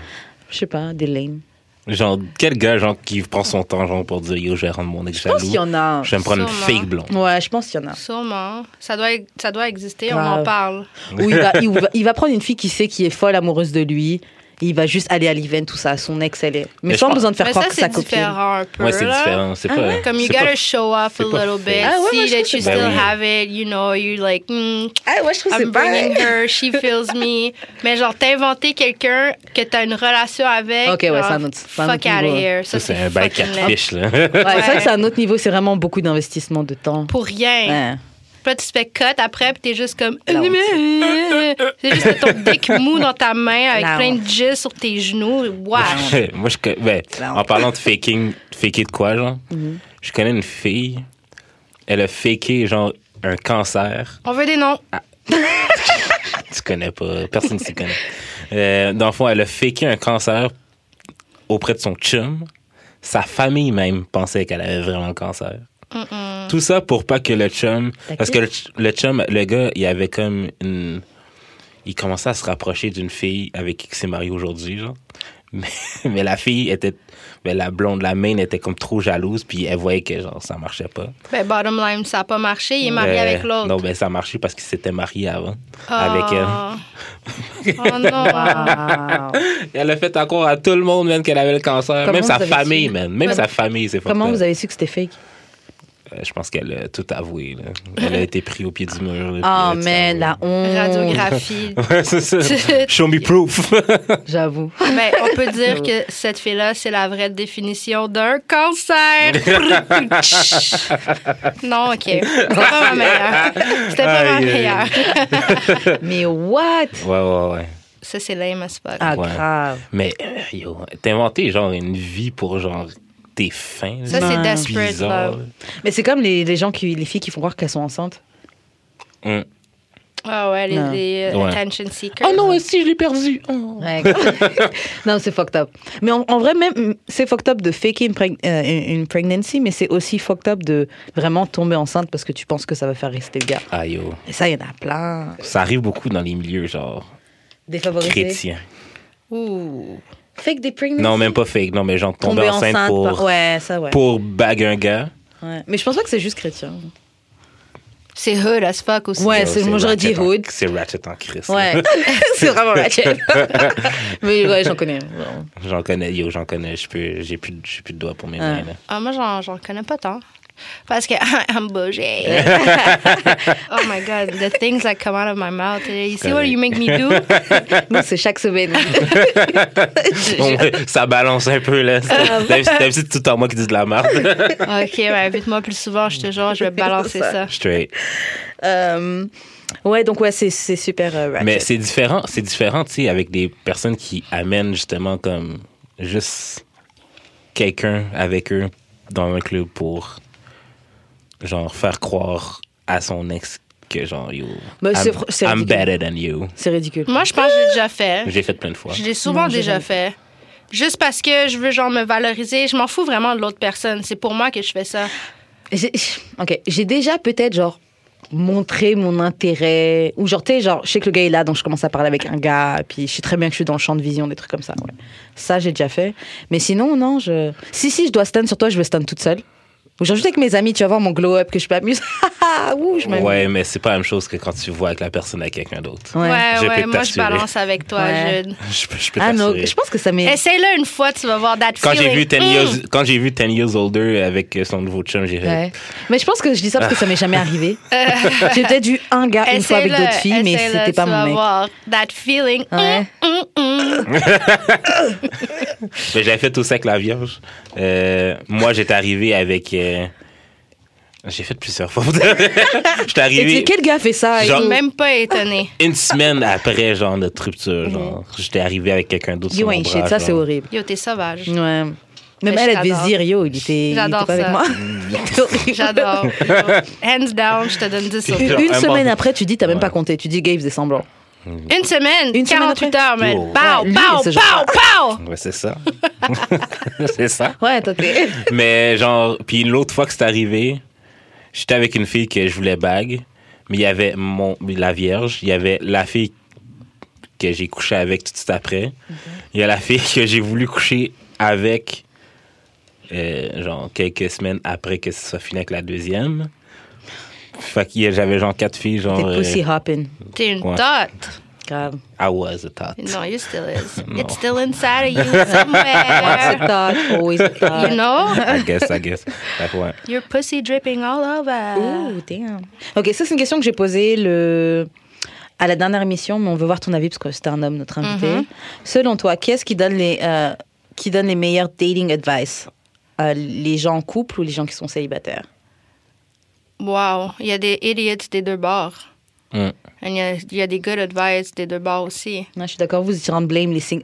[SPEAKER 2] Je sais pas, des lames.
[SPEAKER 3] Genre, quel gars, genre, qui prend son temps, genre, pour dire, yo, je vais rendre mon ex
[SPEAKER 2] Je pense qu'il y
[SPEAKER 3] jaloux.
[SPEAKER 2] en a. un.
[SPEAKER 3] Je vais me prendre une
[SPEAKER 4] Sûrement.
[SPEAKER 3] fake blonde.
[SPEAKER 2] Ouais, je pense qu'il y en a. un.
[SPEAKER 4] Sûrement. Ça doit, ça doit exister, on
[SPEAKER 2] Grave.
[SPEAKER 4] en parle.
[SPEAKER 2] Ou il va, il va- il va prendre une fille qui sait qu'il est folle amoureuse de lui. Et il va juste aller à l'event, tout ça. Son ex, elle est. Mais,
[SPEAKER 3] Mais je
[SPEAKER 2] sans
[SPEAKER 3] pense-
[SPEAKER 2] besoin de faire
[SPEAKER 4] Mais
[SPEAKER 2] croire
[SPEAKER 4] ça,
[SPEAKER 2] que sa
[SPEAKER 4] c'est
[SPEAKER 2] copine.
[SPEAKER 4] différent un peu.
[SPEAKER 3] Ouais, c'est
[SPEAKER 4] là.
[SPEAKER 3] différent. C'est pas.
[SPEAKER 4] Comme you
[SPEAKER 3] c'est pas-
[SPEAKER 4] gotta show off a
[SPEAKER 3] c'est pas
[SPEAKER 4] little
[SPEAKER 3] fake.
[SPEAKER 4] bit,
[SPEAKER 2] Ah ouais, moi,
[SPEAKER 4] see
[SPEAKER 2] je trouve
[SPEAKER 4] that you
[SPEAKER 3] que c'est-
[SPEAKER 4] still
[SPEAKER 3] Ben oui.
[SPEAKER 4] have it, you know, you like, hmm,
[SPEAKER 2] Ah ouais, je trouve
[SPEAKER 4] I'm bringing her, she feels me. Mais genre, t'inventer quelqu'un que t'as une relation avec.
[SPEAKER 2] Ok, ouais,
[SPEAKER 4] genre,
[SPEAKER 2] c'est un autre- c'est un
[SPEAKER 4] Fuck
[SPEAKER 2] autre
[SPEAKER 4] out
[SPEAKER 2] niveau,
[SPEAKER 4] of
[SPEAKER 2] hein.
[SPEAKER 4] here.
[SPEAKER 3] Ça,
[SPEAKER 4] Ça,
[SPEAKER 3] c'est un bail
[SPEAKER 4] fucking laid.
[SPEAKER 3] catfish, là.
[SPEAKER 2] Ouais, C'est vrai
[SPEAKER 4] Ouais.
[SPEAKER 2] que c'est un autre niveau, c'est vraiment beaucoup d'investissement de temps.
[SPEAKER 4] Pour rien.
[SPEAKER 2] Ouais.
[SPEAKER 4] Puis là, tu te fais cut après, puis t'es juste comme. euh,
[SPEAKER 2] La honte.
[SPEAKER 4] C'est juste ton dick mou dans ta main avec
[SPEAKER 2] La
[SPEAKER 4] plein
[SPEAKER 2] honte.
[SPEAKER 4] de jizz sur tes genoux.
[SPEAKER 3] Ah.
[SPEAKER 4] Wesh.
[SPEAKER 3] Moi, je, co- ben,
[SPEAKER 2] La honte.
[SPEAKER 3] en parlant de faking, faker de quoi, genre, je connais une fille, elle a faké, genre, un cancer.
[SPEAKER 4] On veut des noms.
[SPEAKER 2] Ah.
[SPEAKER 3] Tu connais pas, personne ne s'y connaît. Euh, dans le fond, elle a faké un cancer auprès de son chum. Sa famille même pensait qu'elle avait vraiment le cancer. Tout ça pour pas que le chum. Parce que le, ch- le chum, le gars, il avait comme une. Il commençait à se rapprocher d'une fille avec qui il s'est marié aujourd'hui, genre. Mais, mais la fille était. Mais la blonde, la main était comme trop jalouse, puis elle voyait que, genre, ça marchait pas.
[SPEAKER 4] Ben, bottom line, ça a pas marché. Il est marié
[SPEAKER 3] Euh,
[SPEAKER 4] avec l'autre.
[SPEAKER 3] Non, ben ça marchait parce qu'il s'était marié avant. Avec elle.
[SPEAKER 4] Ah. Oh non.
[SPEAKER 2] Ah. Wow.
[SPEAKER 3] Elle a fait encore à tout le monde, man, qu'elle avait le cancer.
[SPEAKER 2] Comment
[SPEAKER 3] même sa
[SPEAKER 2] vous avez
[SPEAKER 3] famille,
[SPEAKER 2] su?
[SPEAKER 3] man. Même sa famille, c'est
[SPEAKER 2] Comment
[SPEAKER 3] fucked
[SPEAKER 2] vous
[SPEAKER 3] up.
[SPEAKER 2] avez su que c'était fake
[SPEAKER 3] Euh, Je pense qu'elle a tout avoué, là. Elle a été prise au pied du mur. là,
[SPEAKER 2] Oh
[SPEAKER 3] puis elle
[SPEAKER 2] man,
[SPEAKER 3] a
[SPEAKER 2] la
[SPEAKER 3] tout
[SPEAKER 2] honte.
[SPEAKER 4] Radiographie.
[SPEAKER 3] avoué. Ouais, c'est ça. Show me proof.
[SPEAKER 2] J'avoue.
[SPEAKER 4] Ben, on peut dire que cette fille-là, c'est la vraie définition d'un cancer. non, OK. C'était pas ma meilleure. C'était pas ma
[SPEAKER 3] Aïe, aïe,
[SPEAKER 4] meilleure.
[SPEAKER 3] aïe.
[SPEAKER 2] Mais what
[SPEAKER 3] ouais, ouais, ouais.
[SPEAKER 4] Ça, c'est lame as fuck.
[SPEAKER 2] Ah,
[SPEAKER 3] Ouais.
[SPEAKER 2] grave.
[SPEAKER 3] Mais euh, yo, t'inventer genre une vie pour genre tes fins.
[SPEAKER 4] ça,
[SPEAKER 3] là,
[SPEAKER 4] c'est
[SPEAKER 2] non.
[SPEAKER 4] desperate
[SPEAKER 3] bizarre.
[SPEAKER 4] love.
[SPEAKER 2] Mais c'est comme les, les gens qui, les filles qui font croire qu'elles sont enceintes.
[SPEAKER 3] Hum.
[SPEAKER 4] Ah ouais, les,
[SPEAKER 2] Non.
[SPEAKER 4] les, euh,
[SPEAKER 3] Ouais.
[SPEAKER 4] attention seekers.
[SPEAKER 3] Oh non, si je l'ai perdu. Oh.
[SPEAKER 2] Ouais. non, c'est fucked up. Mais en, en vrai, même, c'est fucked up de faker une, preg- euh, une- une pregnancy, mais c'est aussi fucked up de vraiment tomber enceinte parce que tu penses que ça va faire rester le gars.
[SPEAKER 3] Ah yo,
[SPEAKER 2] Et ça, il y en a plein.
[SPEAKER 3] ça arrive beaucoup dans les milieux genre
[SPEAKER 2] Défavorisés.
[SPEAKER 3] chrétiens.
[SPEAKER 4] Ouh.
[SPEAKER 2] Fake des pregnancy.
[SPEAKER 3] Non, même pas fake. Non, mais genre tomber,
[SPEAKER 2] Tomber
[SPEAKER 3] enceinte,
[SPEAKER 2] enceinte.
[SPEAKER 3] pour
[SPEAKER 2] par- Ouais, ça, ouais.
[SPEAKER 3] pour bag un gars.
[SPEAKER 2] Ouais. Mais je pense pas que c'est juste chrétien.
[SPEAKER 4] C'est hood as fuck aussi.
[SPEAKER 2] Ouais,
[SPEAKER 3] Yo,
[SPEAKER 2] c'est- moi, j'aurais
[SPEAKER 3] ratchet
[SPEAKER 2] dit
[SPEAKER 3] en-
[SPEAKER 2] hood.
[SPEAKER 3] C'est ratchet en Christ.
[SPEAKER 2] Ouais. c'est vraiment ratchet. mais ouais, j'en connais.
[SPEAKER 3] J'en connais, yo, j'en connais. Je peux, j'ai plus, de- j'ai plus de doigts pour mes
[SPEAKER 2] Ah.
[SPEAKER 3] mains. là.
[SPEAKER 4] Ah, moi, j'en, j'en connais pas tant. Parce que I'm bougie. oh my God, the things that come out of my mouth. You see what you make me do?
[SPEAKER 2] Nous, c'est chaque semaine.
[SPEAKER 3] Au moins, ça balance un peu là. D'habitude, d'habitude, c'est tout en moi qui dis de la merde.
[SPEAKER 4] Ok, ouais, invite-moi plus souvent, je te jure, je vais balancer ça.
[SPEAKER 3] Straight.
[SPEAKER 2] Euh, ouais, donc ouais, c'est c'est super euh, ratchet.
[SPEAKER 3] Mais c'est différent, c'est différent, tu sais, avec des personnes qui amènent justement comme juste quelqu'un avec eux dans un club pour genre faire croire à son ex que genre yo,
[SPEAKER 2] Mais Bah, c'est
[SPEAKER 3] I'm,
[SPEAKER 2] fr- c'est
[SPEAKER 3] I'm
[SPEAKER 2] ridicule.
[SPEAKER 3] better than you.
[SPEAKER 2] C'est ridicule.
[SPEAKER 4] Moi, je pense que j'ai déjà fait.
[SPEAKER 3] J'ai fait plein de fois.
[SPEAKER 4] Je l'ai souvent
[SPEAKER 2] Non, j'ai
[SPEAKER 4] déjà
[SPEAKER 2] jamais
[SPEAKER 4] fait. Juste parce que je veux genre me valoriser, je m'en fous vraiment de l'autre personne. C'est pour moi que je fais ça.
[SPEAKER 2] J'ai- Ok, j'ai déjà peut-être genre montré mon intérêt ou genre tu sais genre je sais que le gars est là donc je commence à parler avec un gars puis je sais très bien que je suis dans le champ de vision des trucs comme ça ouais. ça j'ai déjà fait mais sinon non je si si je dois stun sur toi je vais stun toute seule ou genre juste avec mes amis tu vas voir mon glow up que je m'amuse ouh je m'amuse
[SPEAKER 3] Ouais, mais c'est pas la même chose que quand tu vois avec la personne à quelqu'un d'autre.
[SPEAKER 4] Ouais,
[SPEAKER 2] Ouais.
[SPEAKER 3] Je
[SPEAKER 4] ouais,
[SPEAKER 3] peux
[SPEAKER 4] moi, je
[SPEAKER 3] t'assurer.
[SPEAKER 4] balance avec toi,
[SPEAKER 2] Ouais.
[SPEAKER 4] Jude.
[SPEAKER 3] Je, peux- je peux
[SPEAKER 2] ah non
[SPEAKER 3] t'assurer.
[SPEAKER 2] je pense que ça m'est
[SPEAKER 4] Essaye-le une fois, tu vas voir that
[SPEAKER 3] Quand j'ai
[SPEAKER 4] feeling.
[SPEAKER 3] vu 10
[SPEAKER 4] Mm.
[SPEAKER 3] years, quand j'ai vu 10 years older avec son nouveau chum, j'ai fait
[SPEAKER 2] Ouais. mais je pense que je dis ça parce que ça m'est
[SPEAKER 3] Ah.
[SPEAKER 2] jamais arrivé j'ai peut-être eu un gars une fois avec
[SPEAKER 4] Euh. Essaye-le,
[SPEAKER 2] d'autres filles mais
[SPEAKER 4] essaye-le,
[SPEAKER 2] c'était pas
[SPEAKER 4] tu
[SPEAKER 2] mon
[SPEAKER 4] vas
[SPEAKER 2] mec
[SPEAKER 4] voir that feeling.
[SPEAKER 2] Ouais.
[SPEAKER 4] Mm, mm, mm.
[SPEAKER 3] Mais ben, j'avais fait aussi avec la Vierge. Euh, moi, j'étais arrivé avec. euh, J'ai fait plusieurs fois. j'étais
[SPEAKER 2] et tu sais,
[SPEAKER 3] arrivé
[SPEAKER 2] quel gars fait ça et
[SPEAKER 3] Genre-
[SPEAKER 2] tout
[SPEAKER 4] Même pas étonné.
[SPEAKER 3] une semaine après, genre, notre rupture. Genre, j'étais arrivé avec quelqu'un d'autre. sur
[SPEAKER 2] Mhm. you
[SPEAKER 3] mon
[SPEAKER 2] ain't shit
[SPEAKER 3] bras,
[SPEAKER 2] ça
[SPEAKER 3] genre.
[SPEAKER 2] c'est horrible
[SPEAKER 4] Yo, t'es sauvage.
[SPEAKER 2] Ouais. Même
[SPEAKER 4] Mais
[SPEAKER 2] elle, elle
[SPEAKER 4] je
[SPEAKER 2] devait
[SPEAKER 4] l'adore.
[SPEAKER 2] se dire, yo, il était, il était
[SPEAKER 4] J'adore
[SPEAKER 2] pas avec
[SPEAKER 4] ça.
[SPEAKER 2] moi.
[SPEAKER 4] J'adore. Hands down, je te donne 10 sur 10.
[SPEAKER 3] Genre,
[SPEAKER 2] Une
[SPEAKER 3] un
[SPEAKER 2] semaine
[SPEAKER 3] bon-
[SPEAKER 2] après, tu dis, t'as même
[SPEAKER 3] Ouais.
[SPEAKER 2] pas compté. Tu dis, gars, il faisait semblant.
[SPEAKER 4] Une semaine,
[SPEAKER 2] Une semaine
[SPEAKER 4] 48
[SPEAKER 2] après.
[SPEAKER 4] heures, man.
[SPEAKER 3] Yo.
[SPEAKER 4] Pow,
[SPEAKER 2] Ouais, lui,
[SPEAKER 4] pow,
[SPEAKER 2] c'est ce
[SPEAKER 4] pow, pow!
[SPEAKER 3] Ouais, c'est ça. c'est ça.
[SPEAKER 2] Ouais, toi, t'es.
[SPEAKER 3] Mais genre, puis l'autre fois que c'est arrivé, j'étais avec une fille que je voulais bague, mais il y avait mon la vierge, il y avait la fille que j'ai couché avec tout de suite après. Il y a la fille que j'ai voulu coucher avec euh, genre quelques semaines après que ça soit fini avec la deuxième. Fait que j'avais genre quatre filles genre
[SPEAKER 2] T'es pussy
[SPEAKER 3] euh,
[SPEAKER 2] hopping.
[SPEAKER 4] T'es une
[SPEAKER 3] Ouais.
[SPEAKER 4] dot.
[SPEAKER 2] Grave.
[SPEAKER 3] I was a tot.
[SPEAKER 4] No, you still is.
[SPEAKER 3] Non.
[SPEAKER 4] It's still inside of you
[SPEAKER 3] Ah.
[SPEAKER 4] somewhere.
[SPEAKER 2] Thought, always thought.
[SPEAKER 4] you know?
[SPEAKER 3] I guess, I guess. Fait que ouais.
[SPEAKER 4] Your pussy dripping all over.
[SPEAKER 2] Ooh, damn. Ok, ça, c'est une question que j'ai posée le... à la dernière émission, mais on veut voir ton avis parce que c'était un homme, notre invité.
[SPEAKER 4] Mhm.
[SPEAKER 2] Selon toi, qui est-ce qui donne les, euh, qui donne les meilleurs dating advice Euh, Les gens en couple ou les gens qui sont célibataires
[SPEAKER 4] Wow. Il y a des idiots des deux bords.
[SPEAKER 3] Mm.
[SPEAKER 4] And Il y, a- il y a des good advice des deux bords aussi.
[SPEAKER 2] Non, je suis d'accord, vous, ils rendent blame les sing...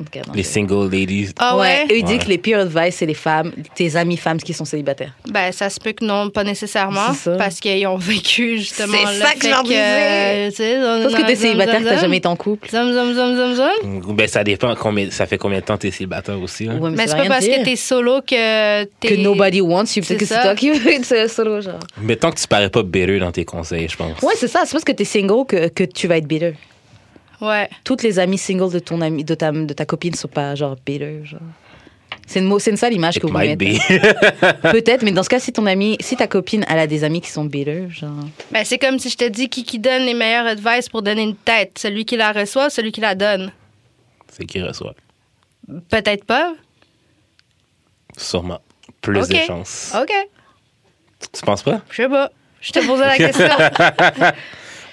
[SPEAKER 2] Ok, non,
[SPEAKER 3] Les
[SPEAKER 2] c'est-
[SPEAKER 3] single ladies.
[SPEAKER 4] Ah ouais?
[SPEAKER 2] ouais. Eux, ils disent
[SPEAKER 3] Ouais.
[SPEAKER 2] que les pires advice, c'est les femmes, tes amies femmes qui sont célibataires.
[SPEAKER 4] Ben, ça se peut que non, pas nécessairement.
[SPEAKER 2] C'est ça.
[SPEAKER 4] Parce qu'ils ont vécu justement.
[SPEAKER 2] C'est
[SPEAKER 4] le
[SPEAKER 2] ça que
[SPEAKER 4] fait
[SPEAKER 2] je leur
[SPEAKER 4] que,
[SPEAKER 2] disais.
[SPEAKER 4] tu sais,
[SPEAKER 2] Sauf que t'es
[SPEAKER 4] zom,
[SPEAKER 2] célibataire,
[SPEAKER 4] zom,
[SPEAKER 2] t'as
[SPEAKER 4] zom.
[SPEAKER 2] jamais été en couple.
[SPEAKER 4] Zom, zom, zom, zom, zom.
[SPEAKER 3] Ben ça dépend combien ça fait combien de temps t'es célibataire aussi hein? là.
[SPEAKER 2] Ouais,
[SPEAKER 4] Mais
[SPEAKER 2] ça
[SPEAKER 4] c'est
[SPEAKER 2] veut
[SPEAKER 4] pas
[SPEAKER 2] rien
[SPEAKER 4] parce
[SPEAKER 2] dire.
[SPEAKER 4] que t'es solo que t'es.
[SPEAKER 2] Que nobody wants you,
[SPEAKER 4] C'est
[SPEAKER 2] peut-être que
[SPEAKER 4] ça.
[SPEAKER 2] c'est toi qui veux être solo, genre.
[SPEAKER 3] Mais tant que tu parais pas bitter dans tes conseils, je pense.
[SPEAKER 2] Ouais, c'est ça, c'est parce que t'es single que, que tu vas être bitter.
[SPEAKER 4] Ouais.
[SPEAKER 2] Toutes les amies singles de ton ami, de ta, de ta copine sont pas, genre, bitter, genre. C'est une, mo- c'est une sale image
[SPEAKER 3] It
[SPEAKER 2] que vous
[SPEAKER 3] might
[SPEAKER 2] mettez.
[SPEAKER 3] be.
[SPEAKER 2] Peut-être, mais dans ce cas, si ton ami, si ta copine, elle a des amis qui sont bitter, genre.
[SPEAKER 4] Ben, c'est comme si je te dis qui, qui donne les meilleurs advice pour donner une tête. Celui qui la reçoit ou celui qui la donne.
[SPEAKER 3] C'est qui reçoit.
[SPEAKER 4] Peut-être pas.
[SPEAKER 3] Sûrement. Plus
[SPEAKER 4] Ok. Oh.
[SPEAKER 3] de chances.
[SPEAKER 4] OK.
[SPEAKER 3] Tu penses pas?
[SPEAKER 4] Je sais pas. Je te posais la question.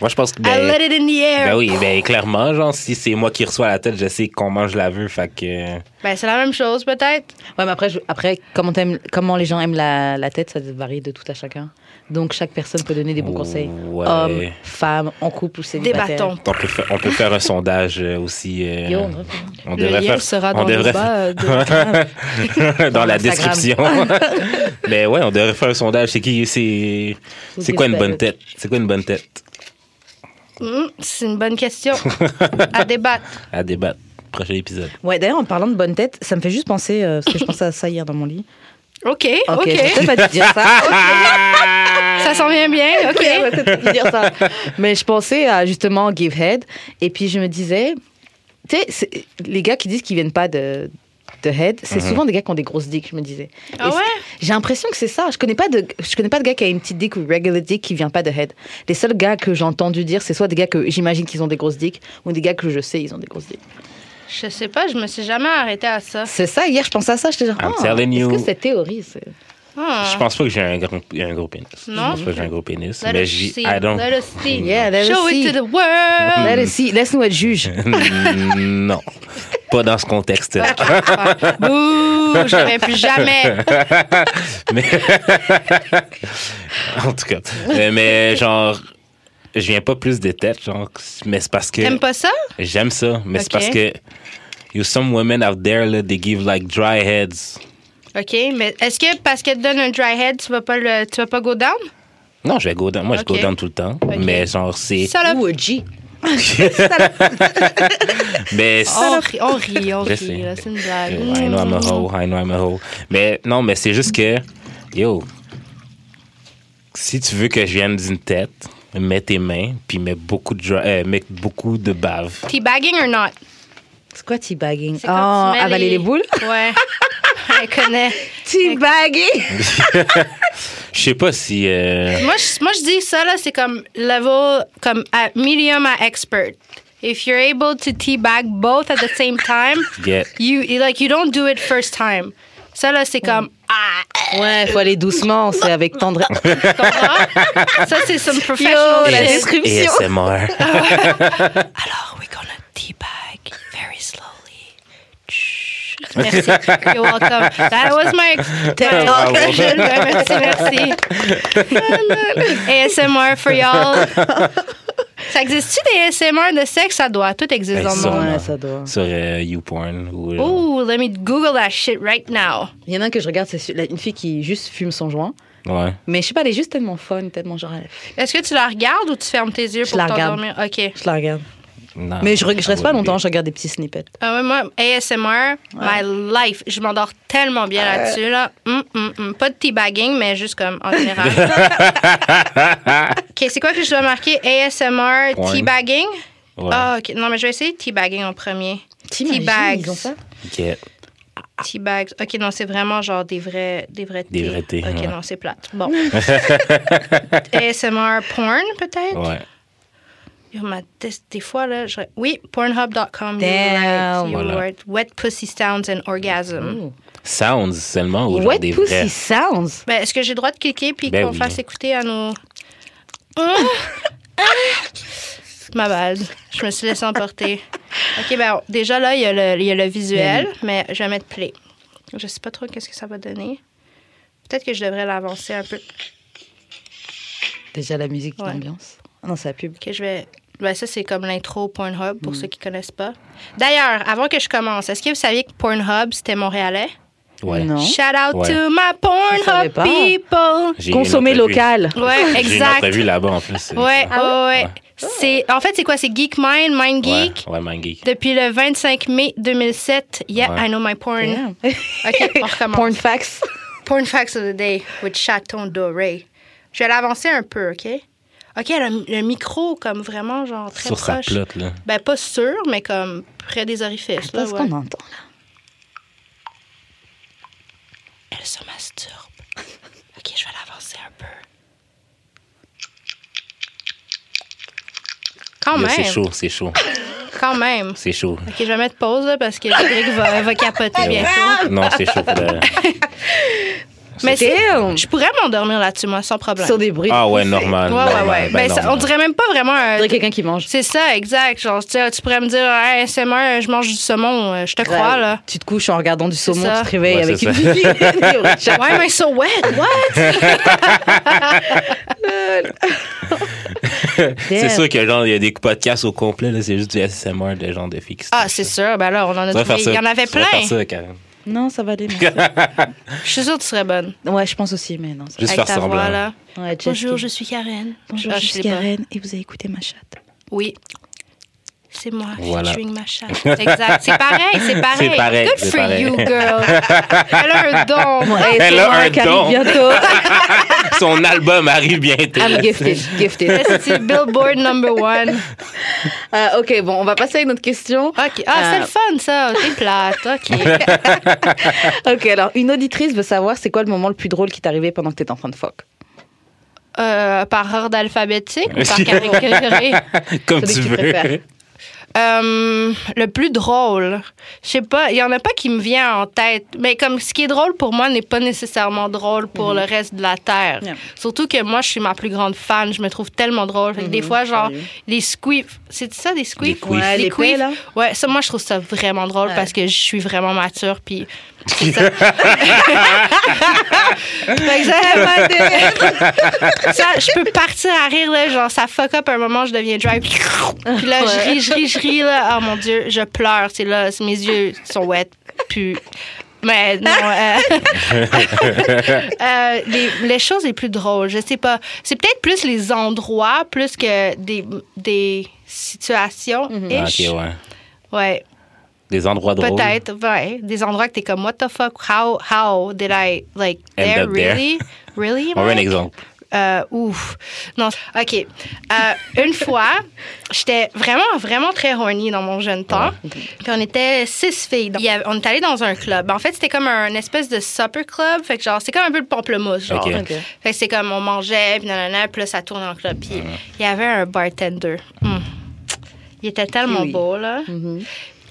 [SPEAKER 3] Moi, je pense que.
[SPEAKER 4] I let
[SPEAKER 3] Ben,
[SPEAKER 4] it in the air.
[SPEAKER 3] ben oui, ben clairement, genre, si c'est moi qui reçois la tête, je sais comment je la veux. Fait que.
[SPEAKER 4] Ben, c'est la même chose, peut-être.
[SPEAKER 2] Ouais, mais après, je- après comment, t'aimes- comment les gens aiment la, la tête, ça varie de tout à chacun. Donc, chaque personne peut donner des bons conseils.
[SPEAKER 3] Ouais.
[SPEAKER 2] Hommes, femmes, en couple ou
[SPEAKER 4] Des
[SPEAKER 2] célibataire.
[SPEAKER 4] bâtons.
[SPEAKER 3] On peut, fa- on peut faire un sondage euh, aussi. euh,
[SPEAKER 2] Yo, on
[SPEAKER 3] on
[SPEAKER 5] Le
[SPEAKER 3] devrait
[SPEAKER 5] lien
[SPEAKER 3] faire.
[SPEAKER 5] sera
[SPEAKER 3] on
[SPEAKER 5] dans le
[SPEAKER 3] devrait
[SPEAKER 5] bas euh, de-
[SPEAKER 3] dans,
[SPEAKER 2] Dans
[SPEAKER 3] la
[SPEAKER 2] Instagram.
[SPEAKER 3] description. Mais ouais, on devrait faire un sondage. C'est qui C'est c'est quoi une bonne tête C'est quoi une bonne tête
[SPEAKER 4] Hum, c'est une bonne question. à débattre.
[SPEAKER 3] À débattre. Prochain épisode.
[SPEAKER 2] Ouais, d'ailleurs, en parlant de bonne tête, ça me fait juste penser, euh, parce que je pensais à ça hier dans mon lit.
[SPEAKER 4] OK,
[SPEAKER 2] Ok,
[SPEAKER 4] OK.
[SPEAKER 2] j'aurais peut-être pas dû dire ça.
[SPEAKER 4] Ça s'en vient bien, OK.
[SPEAKER 2] Ok, on va peut-être lui dire ça. Mais je pensais à justement Give Head. Et puis je me disais, tu sais, c'est- les gars qui disent qu'ils viennent pas de, de Head, c'est souvent des gars qui ont des grosses dicks, je me disais.
[SPEAKER 4] Mhm. Ah
[SPEAKER 2] Et
[SPEAKER 4] ouais?
[SPEAKER 2] c'est- J'ai l'impression que c'est ça. Je connais pas de, je connais pas de gars qui a une petite dick ou regular dick qui vient pas de Head. Les seuls gars que j'ai entendu dire, c'est soit des gars que j'imagine qu'ils ont des grosses dicks ou des gars que je sais ils ont des grosses dicks.
[SPEAKER 4] Je sais pas, je me suis jamais arrêtée à ça.
[SPEAKER 2] C'est ça. Hier, je pensais à ça. J'étais genre,
[SPEAKER 3] I'm
[SPEAKER 2] oh,
[SPEAKER 3] telling
[SPEAKER 2] est-ce
[SPEAKER 3] you.
[SPEAKER 2] que cette théorie, c'est
[SPEAKER 4] Ah.
[SPEAKER 3] Je pense pas que j'ai un gros, un gros pénis. Je
[SPEAKER 4] Non?
[SPEAKER 3] pense pas que j'ai un gros pénis.
[SPEAKER 4] Let
[SPEAKER 3] mais
[SPEAKER 4] us
[SPEAKER 3] j'y.
[SPEAKER 4] see.
[SPEAKER 3] I don't.
[SPEAKER 4] Let us see.
[SPEAKER 2] Yeah, let us
[SPEAKER 4] Show
[SPEAKER 2] see.
[SPEAKER 4] it to the world.
[SPEAKER 2] Let us see. Laisse-nous être juge.
[SPEAKER 3] non. Pas dans ce contexte-là.
[SPEAKER 4] Bah. Ah, Bouh, je reviens plus jamais.
[SPEAKER 3] mais. en tout cas. Euh, Mais genre. Je viens pas plus des têtes, genre. Mais c'est parce que.
[SPEAKER 4] T'aimes pas ça?
[SPEAKER 3] J'aime ça, mais c'est
[SPEAKER 4] Ok.
[SPEAKER 3] parce que you some women out there là, they give like dry heads.
[SPEAKER 4] OK, mais est-ce que parce qu'elle te donne un dry head, tu vas pas le tu vas pas go down?
[SPEAKER 3] Non, je vais go down. Moi,
[SPEAKER 4] Ok.
[SPEAKER 3] je go down tout le temps. Mais genre, c'est.
[SPEAKER 4] Salope.
[SPEAKER 2] Ou a G.
[SPEAKER 3] Mais
[SPEAKER 4] On rit, on rit, on
[SPEAKER 3] Je sais.
[SPEAKER 4] rit. là, C'est une blague.
[SPEAKER 3] Yo, Oh. Eh, I know I'm a
[SPEAKER 4] Mm.
[SPEAKER 3] hoe, I know I'm a hoe. Mais non, mais c'est juste que, yo, si tu veux que je vienne d'une tête, mets tes mains, puis mets beaucoup de, dra- euh, mets beaucoup de bave.
[SPEAKER 4] Teabagging or not?
[SPEAKER 2] C'est quoi teabagging?
[SPEAKER 4] C'est
[SPEAKER 2] Oh,
[SPEAKER 4] quand tu mets
[SPEAKER 2] avaler les boules?
[SPEAKER 4] Ouais. Elle connaît.
[SPEAKER 2] Teabagging!
[SPEAKER 3] Je sais pas si. euh,
[SPEAKER 4] Moi je, moi, je dis ça, là, c'est comme level, comme à medium à expert. If you're able to teabag both at the same time,
[SPEAKER 3] Yeah.
[SPEAKER 4] you, you- like, you don't do it first time. Ça, là, c'est comme, ah,
[SPEAKER 2] Ouais, faut aller doucement, c'est avec tendresse.
[SPEAKER 4] tu comprends? ça, c'est some
[SPEAKER 2] Yo,
[SPEAKER 4] professional
[SPEAKER 2] la
[SPEAKER 4] shit.
[SPEAKER 2] description. Ah,
[SPEAKER 3] ASMR.
[SPEAKER 4] Alors, we're gonna teabag very slowly. Chut. Merci. You're welcome. That was my
[SPEAKER 2] Ted
[SPEAKER 4] my
[SPEAKER 2] Talk.
[SPEAKER 4] impression. Ben, merci, merci. ASMR for y'all. Ça existe-tu des ASMR de sexe? Ça doit. Tout existe
[SPEAKER 3] Ben,
[SPEAKER 4] dans le
[SPEAKER 3] sûrement.
[SPEAKER 4] monde.
[SPEAKER 2] Ouais, Oh. ça doit.
[SPEAKER 3] Sur euh, YouPorn. Ou, euh,
[SPEAKER 4] Ooh, let me Google that shit right now.
[SPEAKER 2] Il y en a un que je regarde, c'est su- la- une fille qui juste fume son joint.
[SPEAKER 3] Ouais.
[SPEAKER 2] Mais je sais pas, elle est juste tellement fun, tellement genre. elle-
[SPEAKER 4] Est-ce que tu la regardes ou tu fermes tes yeux
[SPEAKER 2] Je
[SPEAKER 4] pour
[SPEAKER 2] la regarde.
[SPEAKER 4] t'endormir? OK.
[SPEAKER 2] Je la regarde.
[SPEAKER 3] Non,
[SPEAKER 2] Mais je, re- je
[SPEAKER 3] I
[SPEAKER 2] reste pas
[SPEAKER 3] wouldn't
[SPEAKER 2] longtemps,
[SPEAKER 3] be.
[SPEAKER 2] je regarde des petits snippets.
[SPEAKER 4] Ah ouais, moi, ASMR, my life. Je m'endors tellement bien
[SPEAKER 3] Euh.
[SPEAKER 4] là-dessus. Là. Hum, hum, hum. Pas de teabagging, mais juste comme en général. OK, c'est quoi que je dois marquer? ASMR,
[SPEAKER 3] Point.
[SPEAKER 4] teabagging?
[SPEAKER 3] Ouais.
[SPEAKER 4] Ah, OK. Non, mais je vais essayer teabagging en premier.
[SPEAKER 2] T'imagines,
[SPEAKER 4] Teabags.
[SPEAKER 2] ils ont ça?
[SPEAKER 3] Yeah.
[SPEAKER 4] Teabags. OK, non, c'est vraiment genre des vrais des vrais
[SPEAKER 3] Des
[SPEAKER 4] thés.
[SPEAKER 3] vrais thés,
[SPEAKER 4] OK,
[SPEAKER 3] ouais.
[SPEAKER 4] non, c'est plate. Bon. ASMR porn, peut-être?
[SPEAKER 3] Ouais.
[SPEAKER 4] Yo, ma test, des fois, là, je... Oui,
[SPEAKER 2] Damn.
[SPEAKER 4] pornhub.com. you're right, you're
[SPEAKER 3] Voilà. Mm-hmm.
[SPEAKER 4] right. Wet pussy sounds and orgasm.
[SPEAKER 3] Sounds seulement Mmh. ou genre
[SPEAKER 2] Wet
[SPEAKER 3] des
[SPEAKER 2] Pussy
[SPEAKER 3] vrais.
[SPEAKER 2] Sounds?
[SPEAKER 4] Ben, est-ce que j'ai le droit de cliquer puis
[SPEAKER 3] Ben
[SPEAKER 4] qu'on
[SPEAKER 3] oui.
[SPEAKER 4] fasse écouter à nos. Ah! Ma base. Je me suis laissée emporter. OK, ben, déjà là, il y, a le- il y a le visuel,
[SPEAKER 3] Ben
[SPEAKER 4] mais je vais mettre play. Je sais pas trop qu'est-ce que ça va donner. Peut-être que je devrais l'avancer un peu.
[SPEAKER 2] Déjà la musique,
[SPEAKER 4] Ouais.
[SPEAKER 2] l'ambiance. Ah Non, c'est la pub.
[SPEAKER 4] OK, je vais. Ben, ça, c'est comme l'intro Pornhub
[SPEAKER 3] Mm.
[SPEAKER 4] pour ceux qui connaissent pas. D'ailleurs, avant que je commence, est-ce que vous saviez que Pornhub, c'était montréalais?
[SPEAKER 3] Ouais.
[SPEAKER 2] Non.
[SPEAKER 4] Shout out
[SPEAKER 3] Ouais.
[SPEAKER 4] to my
[SPEAKER 2] Je savais
[SPEAKER 4] Pornhub
[SPEAKER 2] pas.
[SPEAKER 4] people!
[SPEAKER 3] J'ai
[SPEAKER 2] Consommer
[SPEAKER 3] une entrevue.
[SPEAKER 2] local.
[SPEAKER 4] Ouais,
[SPEAKER 3] J'ai une
[SPEAKER 4] exact.
[SPEAKER 3] entrevue là-bas en plus.
[SPEAKER 4] Ouais, ouais, ouais.
[SPEAKER 3] Ouais.
[SPEAKER 4] C'est, en fait, c'est quoi? C'est Geek Mind, Mind
[SPEAKER 3] Ouais,
[SPEAKER 4] Geek.
[SPEAKER 3] ouais, man geek.
[SPEAKER 4] Depuis le 25 mai 2007, yeah,
[SPEAKER 3] Ouais.
[SPEAKER 4] I know my porn.
[SPEAKER 2] Damn.
[SPEAKER 4] OK, on recommence.
[SPEAKER 2] Porn
[SPEAKER 4] Porn.
[SPEAKER 2] facts.
[SPEAKER 4] facts of the day with Chaton Doré. Je vais l'avancer un peu, OK? OK, elle a m- le micro comme vraiment genre très
[SPEAKER 3] Sur sa
[SPEAKER 4] proche.
[SPEAKER 3] plot, là.
[SPEAKER 4] ben, pas sûr, mais comme près des orifices. Là,
[SPEAKER 2] Qu'est-ce
[SPEAKER 4] ouais.
[SPEAKER 2] qu'on entend là?
[SPEAKER 4] Elle se masturbe. OK, je vais l'avancer un peu.
[SPEAKER 2] Oh,
[SPEAKER 4] Quand
[SPEAKER 3] Yo, C'est
[SPEAKER 4] même,
[SPEAKER 3] chaud, c'est chaud,
[SPEAKER 4] quand même.
[SPEAKER 3] c'est chaud.
[SPEAKER 4] Ok, je vais mettre
[SPEAKER 2] Ah,
[SPEAKER 4] pause là, parce que Cédric va, va capoter bientôt.
[SPEAKER 3] Non, c'est chaud. pour le-
[SPEAKER 4] Mais c'est-
[SPEAKER 2] Damn.
[SPEAKER 4] je pourrais m'endormir là-dessus, moi, sans problème.
[SPEAKER 2] Sur des bruits.
[SPEAKER 3] Ah ouais, normal.
[SPEAKER 4] Ouais, ouais,
[SPEAKER 3] normal,
[SPEAKER 4] ouais.
[SPEAKER 3] ben
[SPEAKER 4] Ben, ça-
[SPEAKER 3] normal.
[SPEAKER 4] on dirait même pas vraiment un-
[SPEAKER 2] On dirait quelqu'un qui mange.
[SPEAKER 4] C'est ça, exact. Genre, tu sais, tu pourrais me dire, hey, c'est moi, je mange du saumon, euh, je te crois, là.
[SPEAKER 2] Tu te couches en regardant du saumon,
[SPEAKER 4] ça.
[SPEAKER 2] tu te réveilles
[SPEAKER 3] Ouais,
[SPEAKER 2] avec
[SPEAKER 3] c'est
[SPEAKER 2] une
[SPEAKER 3] ça.
[SPEAKER 2] bouillie.
[SPEAKER 4] Why am I so wet? What?
[SPEAKER 3] C'est sûr que genre, il y a des podcasts au complet, là, c'est juste du SMR de gens de fixe.
[SPEAKER 4] Ah, c'est sûr. Ben là, on en a trouvé. Il y en avait plein.
[SPEAKER 3] Faire ça, Karen.
[SPEAKER 2] Non, ça va aller. merci.
[SPEAKER 4] Je suis sûre que tu serais bonne.
[SPEAKER 2] ouais, je pense aussi, mais non. ça-
[SPEAKER 3] Juste
[SPEAKER 4] avec
[SPEAKER 3] faire
[SPEAKER 4] ta voix,
[SPEAKER 3] semblant.
[SPEAKER 4] là.
[SPEAKER 2] Ouais, Jess
[SPEAKER 4] Bonjour,
[SPEAKER 2] qui-
[SPEAKER 4] je suis Karen.
[SPEAKER 2] Bonjour,
[SPEAKER 4] Ah,
[SPEAKER 2] je suis
[SPEAKER 4] sais pas.
[SPEAKER 2] Karen et vous avez écouté ma chatte.
[SPEAKER 4] Oui. C'est moi,
[SPEAKER 3] Voilà.
[SPEAKER 4] featuring ma chatte. Exact. C'est pareil, c'est pareil.
[SPEAKER 3] C'est pareil,
[SPEAKER 4] Good
[SPEAKER 3] c'est
[SPEAKER 4] for
[SPEAKER 3] pareil.
[SPEAKER 4] you, girl. Elle a un don.
[SPEAKER 2] Ouais,
[SPEAKER 3] Elle
[SPEAKER 2] c'est
[SPEAKER 3] a
[SPEAKER 2] moi
[SPEAKER 3] un
[SPEAKER 2] qui arrive
[SPEAKER 3] don.
[SPEAKER 2] bientôt. Ah,
[SPEAKER 3] Son album arrive bientôt.
[SPEAKER 2] I'm gifted, gifted.
[SPEAKER 4] C'est Billboard number one.
[SPEAKER 2] Euh, ok, bon, on va passer à une autre question.
[SPEAKER 4] OK. Ah, c'est
[SPEAKER 2] Euh,
[SPEAKER 4] le fun, ça. T'es plate. OK.
[SPEAKER 2] Ok, alors une auditrice veut savoir c'est quoi le moment le plus drôle qui t'est arrivé pendant que t'étais en train de fuck.
[SPEAKER 4] Euh, par ordre alphabétique ou par catégorie?
[SPEAKER 3] Comme
[SPEAKER 2] Celui
[SPEAKER 3] tu
[SPEAKER 2] que tu
[SPEAKER 3] veux.
[SPEAKER 2] préfères.
[SPEAKER 4] Euh, le plus drôle. Je sais pas, il y en a pas qui me vient en tête. Mais comme ce qui est drôle pour moi n'est pas nécessairement drôle pour le reste de la Terre.
[SPEAKER 2] Mhm. Yeah.
[SPEAKER 4] Surtout que moi, je suis ma plus grande fan. Je me trouve tellement drôle. Fait que des fois, genre, les squiffs. C'est ça, des squiffs?
[SPEAKER 3] Les quiffs.
[SPEAKER 2] Mhm. Ouais, les
[SPEAKER 4] quiffs.
[SPEAKER 2] quiffs, là.
[SPEAKER 4] Ouais, ça, moi, je trouve ça vraiment drôle
[SPEAKER 2] Ouais.
[SPEAKER 4] parce que je suis vraiment mature. Puis. c'est ça. Fait que ça- ça, je peux partir à rire, là, genre, ça fuck up un moment, je deviens dry. Puis là, je ris, je ris, je ris, là. Oh mon Dieu, je pleure, c'est là, c'est- mes yeux sont wet, puis. Mais non, euh, euh, les, les choses les plus drôles, je sais pas. C'est peut-être plus les endroits, plus que des, des situations.
[SPEAKER 3] Ah,
[SPEAKER 4] ish.
[SPEAKER 3] ok, ouais.
[SPEAKER 4] Ouais,
[SPEAKER 3] Des endroits drôles.
[SPEAKER 4] peut-être, ouais. Des endroits que t'es comme, what the fuck, how, how did I, like,
[SPEAKER 3] End
[SPEAKER 4] there,
[SPEAKER 3] up there.
[SPEAKER 4] really? Really?
[SPEAKER 3] On veut un
[SPEAKER 4] Mike?
[SPEAKER 3] exemple.
[SPEAKER 4] Euh, ouf. Non, OK. Euh, une fois, j'étais vraiment, vraiment très horny dans mon jeune temps. Puis on était six filles. Donc, il y avait- on est allé dans un club. En fait, c'était comme un espèce de supper club. Fait que genre, c'est comme un peu le pamplemousse, genre.
[SPEAKER 3] Ok.
[SPEAKER 2] Ok.
[SPEAKER 4] Fait que c'est comme on mangeait, puis nanana, puis là, ça tourne en club. Puis il y avait un bartender. Hmm. Il était tellement
[SPEAKER 2] Kiwi.
[SPEAKER 4] beau, là.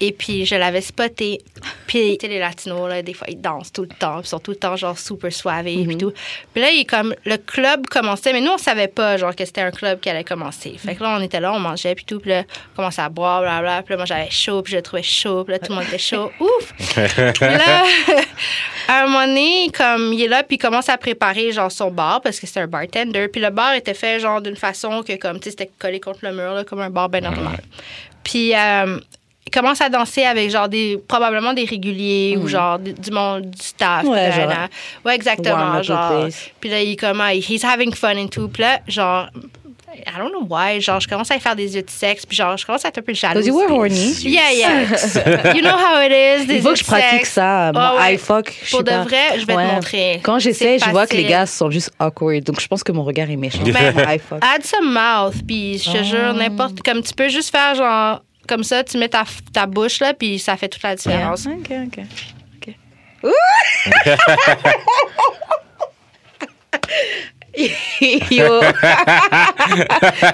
[SPEAKER 4] Et puis, je l'avais spoté. Puis, tu sais, les latinos, là, des fois, ils dansent tout le temps. Ils sont tout le temps, genre, super suave et puis tout. Puis là, il est comme, le club commençait, mais nous, on savait pas, genre, que c'était un club qui allait commencer. Fait que là, on était là, on mangeait, puis tout. Puis là, on commençait à boire, blablabla. Puis là, moi, j'avais chaud, puis je le trouvais chaud. Puis là, tout le monde était chaud. Ouf! Puis là, à un moment donné, comme il est là, puis il commence à préparer genre son bar parce que c'est un bartender. Puis le bar était fait genre d'une façon que comme tu sais c'était collé contre le mur là, comme un bar ben normal. Puis euh, il commence à danser avec genre des probablement des réguliers ou genre du du monde du staff.
[SPEAKER 2] Mm. Ouais,
[SPEAKER 4] puis là,
[SPEAKER 2] genre,
[SPEAKER 4] là. ouais
[SPEAKER 2] warm
[SPEAKER 4] exactement
[SPEAKER 2] up the
[SPEAKER 4] genre.
[SPEAKER 2] place.
[SPEAKER 4] Puis là il comme ah, he's having fun and tout. Puis là genre I don't know why genre je commence à lui faire des yeux de sexe puis genre je commence à être un peu jalouse.
[SPEAKER 2] Because you were horny.
[SPEAKER 4] Yeah yeah. you know how it is. des
[SPEAKER 2] Il faut
[SPEAKER 4] yeux
[SPEAKER 2] que je
[SPEAKER 4] de
[SPEAKER 2] pratique
[SPEAKER 4] sexe.
[SPEAKER 2] ça. Mon
[SPEAKER 4] Ah ouais.
[SPEAKER 2] I fuck. je
[SPEAKER 4] Pour
[SPEAKER 2] sais
[SPEAKER 4] de
[SPEAKER 2] pas.
[SPEAKER 4] vrai, je vais te montrer.
[SPEAKER 2] Quand j'essaie,
[SPEAKER 4] C'est
[SPEAKER 2] je vois que les
[SPEAKER 4] facile.
[SPEAKER 2] gars sont juste awkward. Donc je pense que mon regard est méchant.
[SPEAKER 4] Mais-
[SPEAKER 2] Mon I fuck.
[SPEAKER 4] Add some mouth, puis je te
[SPEAKER 2] Ah.
[SPEAKER 4] jure, n'importe. Comme tu peux juste faire genre. Comme ça, tu mets ta, ta bouche là, puis ça fait toute la différence.
[SPEAKER 2] Ok,
[SPEAKER 4] hein,
[SPEAKER 2] ok. ok. Ouh! Yo.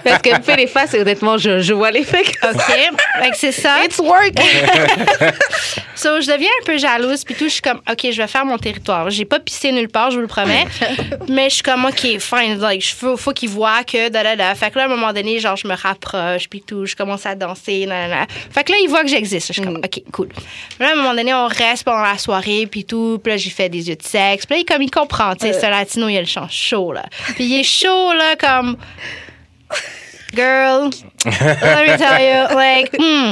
[SPEAKER 2] Parce qu'elle me fait les faces et honnêtement, je, je vois les faits.
[SPEAKER 4] OK? fait que c'est ça.
[SPEAKER 2] It's working.
[SPEAKER 4] So, je deviens un peu jalouse, puis tout. Je suis comme, OK, je vais faire mon territoire. J'ai pas pissé nulle part, je vous le promets. mais je suis comme, OK, fine. Like, je- faut, faut qu'ils voient que, da, da, da. Fait que là, à un moment donné, genre, je me rapproche, puis tout. Je commence à danser, da, da, da. Fait que là, ils voient que j'existe. Je suis
[SPEAKER 2] Mm.
[SPEAKER 4] comme, OK, cool. Là, à un moment donné, on reste pendant la soirée, puis tout. Puis là, j'ai fait des yeux de sexe. Puis là, il- comme, il comprend, tu sais, c'est un latino, il a le chant chaud, là. Puis il est chaud, là, comme... Girl, let me tell you, like, hmm.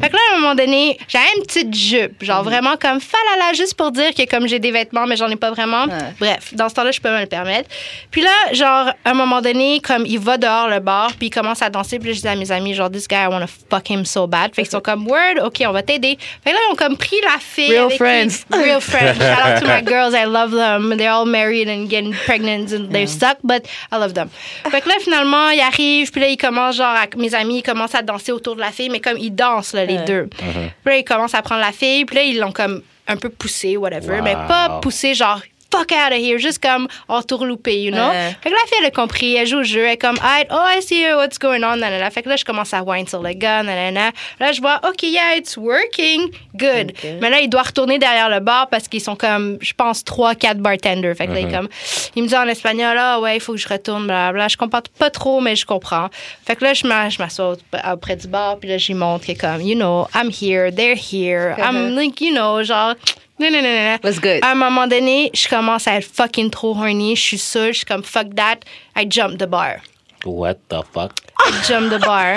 [SPEAKER 4] Fait que là, à un moment donné, j'avais une petite jupe, genre
[SPEAKER 2] Mhm.
[SPEAKER 4] vraiment comme falala, juste pour dire que comme j'ai des vêtements, mais j'en ai pas vraiment. Bref, dans ce temps-là, je peux me le permettre. Puis là, genre, à un moment donné, comme il va dehors le bar, puis il commence à danser, puis là, je dis à mes amis, genre, this guy, I wanna fuck him so bad. Fait qu'ils sont comme, word, OK, on va t'aider. Fait que là, ils ont comme pris la fille.
[SPEAKER 2] Real
[SPEAKER 4] avec qui-
[SPEAKER 2] friends.
[SPEAKER 4] real friends. Shout out to my girls. I love them. They're all married and getting pregnant and they're stuck, but I love them. Fait que là, finalement, ils arrivent, puis là, ils commencent, genre, à- mes amis, ils commencent à danser autour de la fille, mais comme ils dansent, là, les deux. Puis là, ils commencent à prendre la fille, puis là, ils l'ont comme un peu poussée, whatever,
[SPEAKER 3] Wow.
[SPEAKER 4] mais pas poussée, genre, fuck out of here, juste comme entourloupée, you know?
[SPEAKER 2] Ouais.
[SPEAKER 4] Fait que la fille, elle a compris, elle joue au jeu, elle est comme, Alright, oh, I see you, what's going on, nanana. Fait que là, je commence à whine sur le gars, nanana. Là, je vois, OK, yeah, it's working, good.
[SPEAKER 2] Ok.
[SPEAKER 4] Mais là, il doit retourner derrière le bar parce qu'ils sont comme, je pense, trois, quatre bartenders. Fait que là, il est comme, il me dit en espagnol, ah ouais, il faut que je retourne, blablabla. Je comprends pas trop, mais je comprends. Fait que là, je m'a- je m'assois au- auprès du bar, puis là, j'y montre, qui est comme, you know, I'm here, they're here, I'm like, you know, genre, non, non, non, non, non.
[SPEAKER 2] What's good?
[SPEAKER 4] À un moment donné, je commence à être fucking trop horny, je suis sûre, je suis comme, fuck that, I jump the bar.
[SPEAKER 3] What the fuck?
[SPEAKER 4] I jump the bar.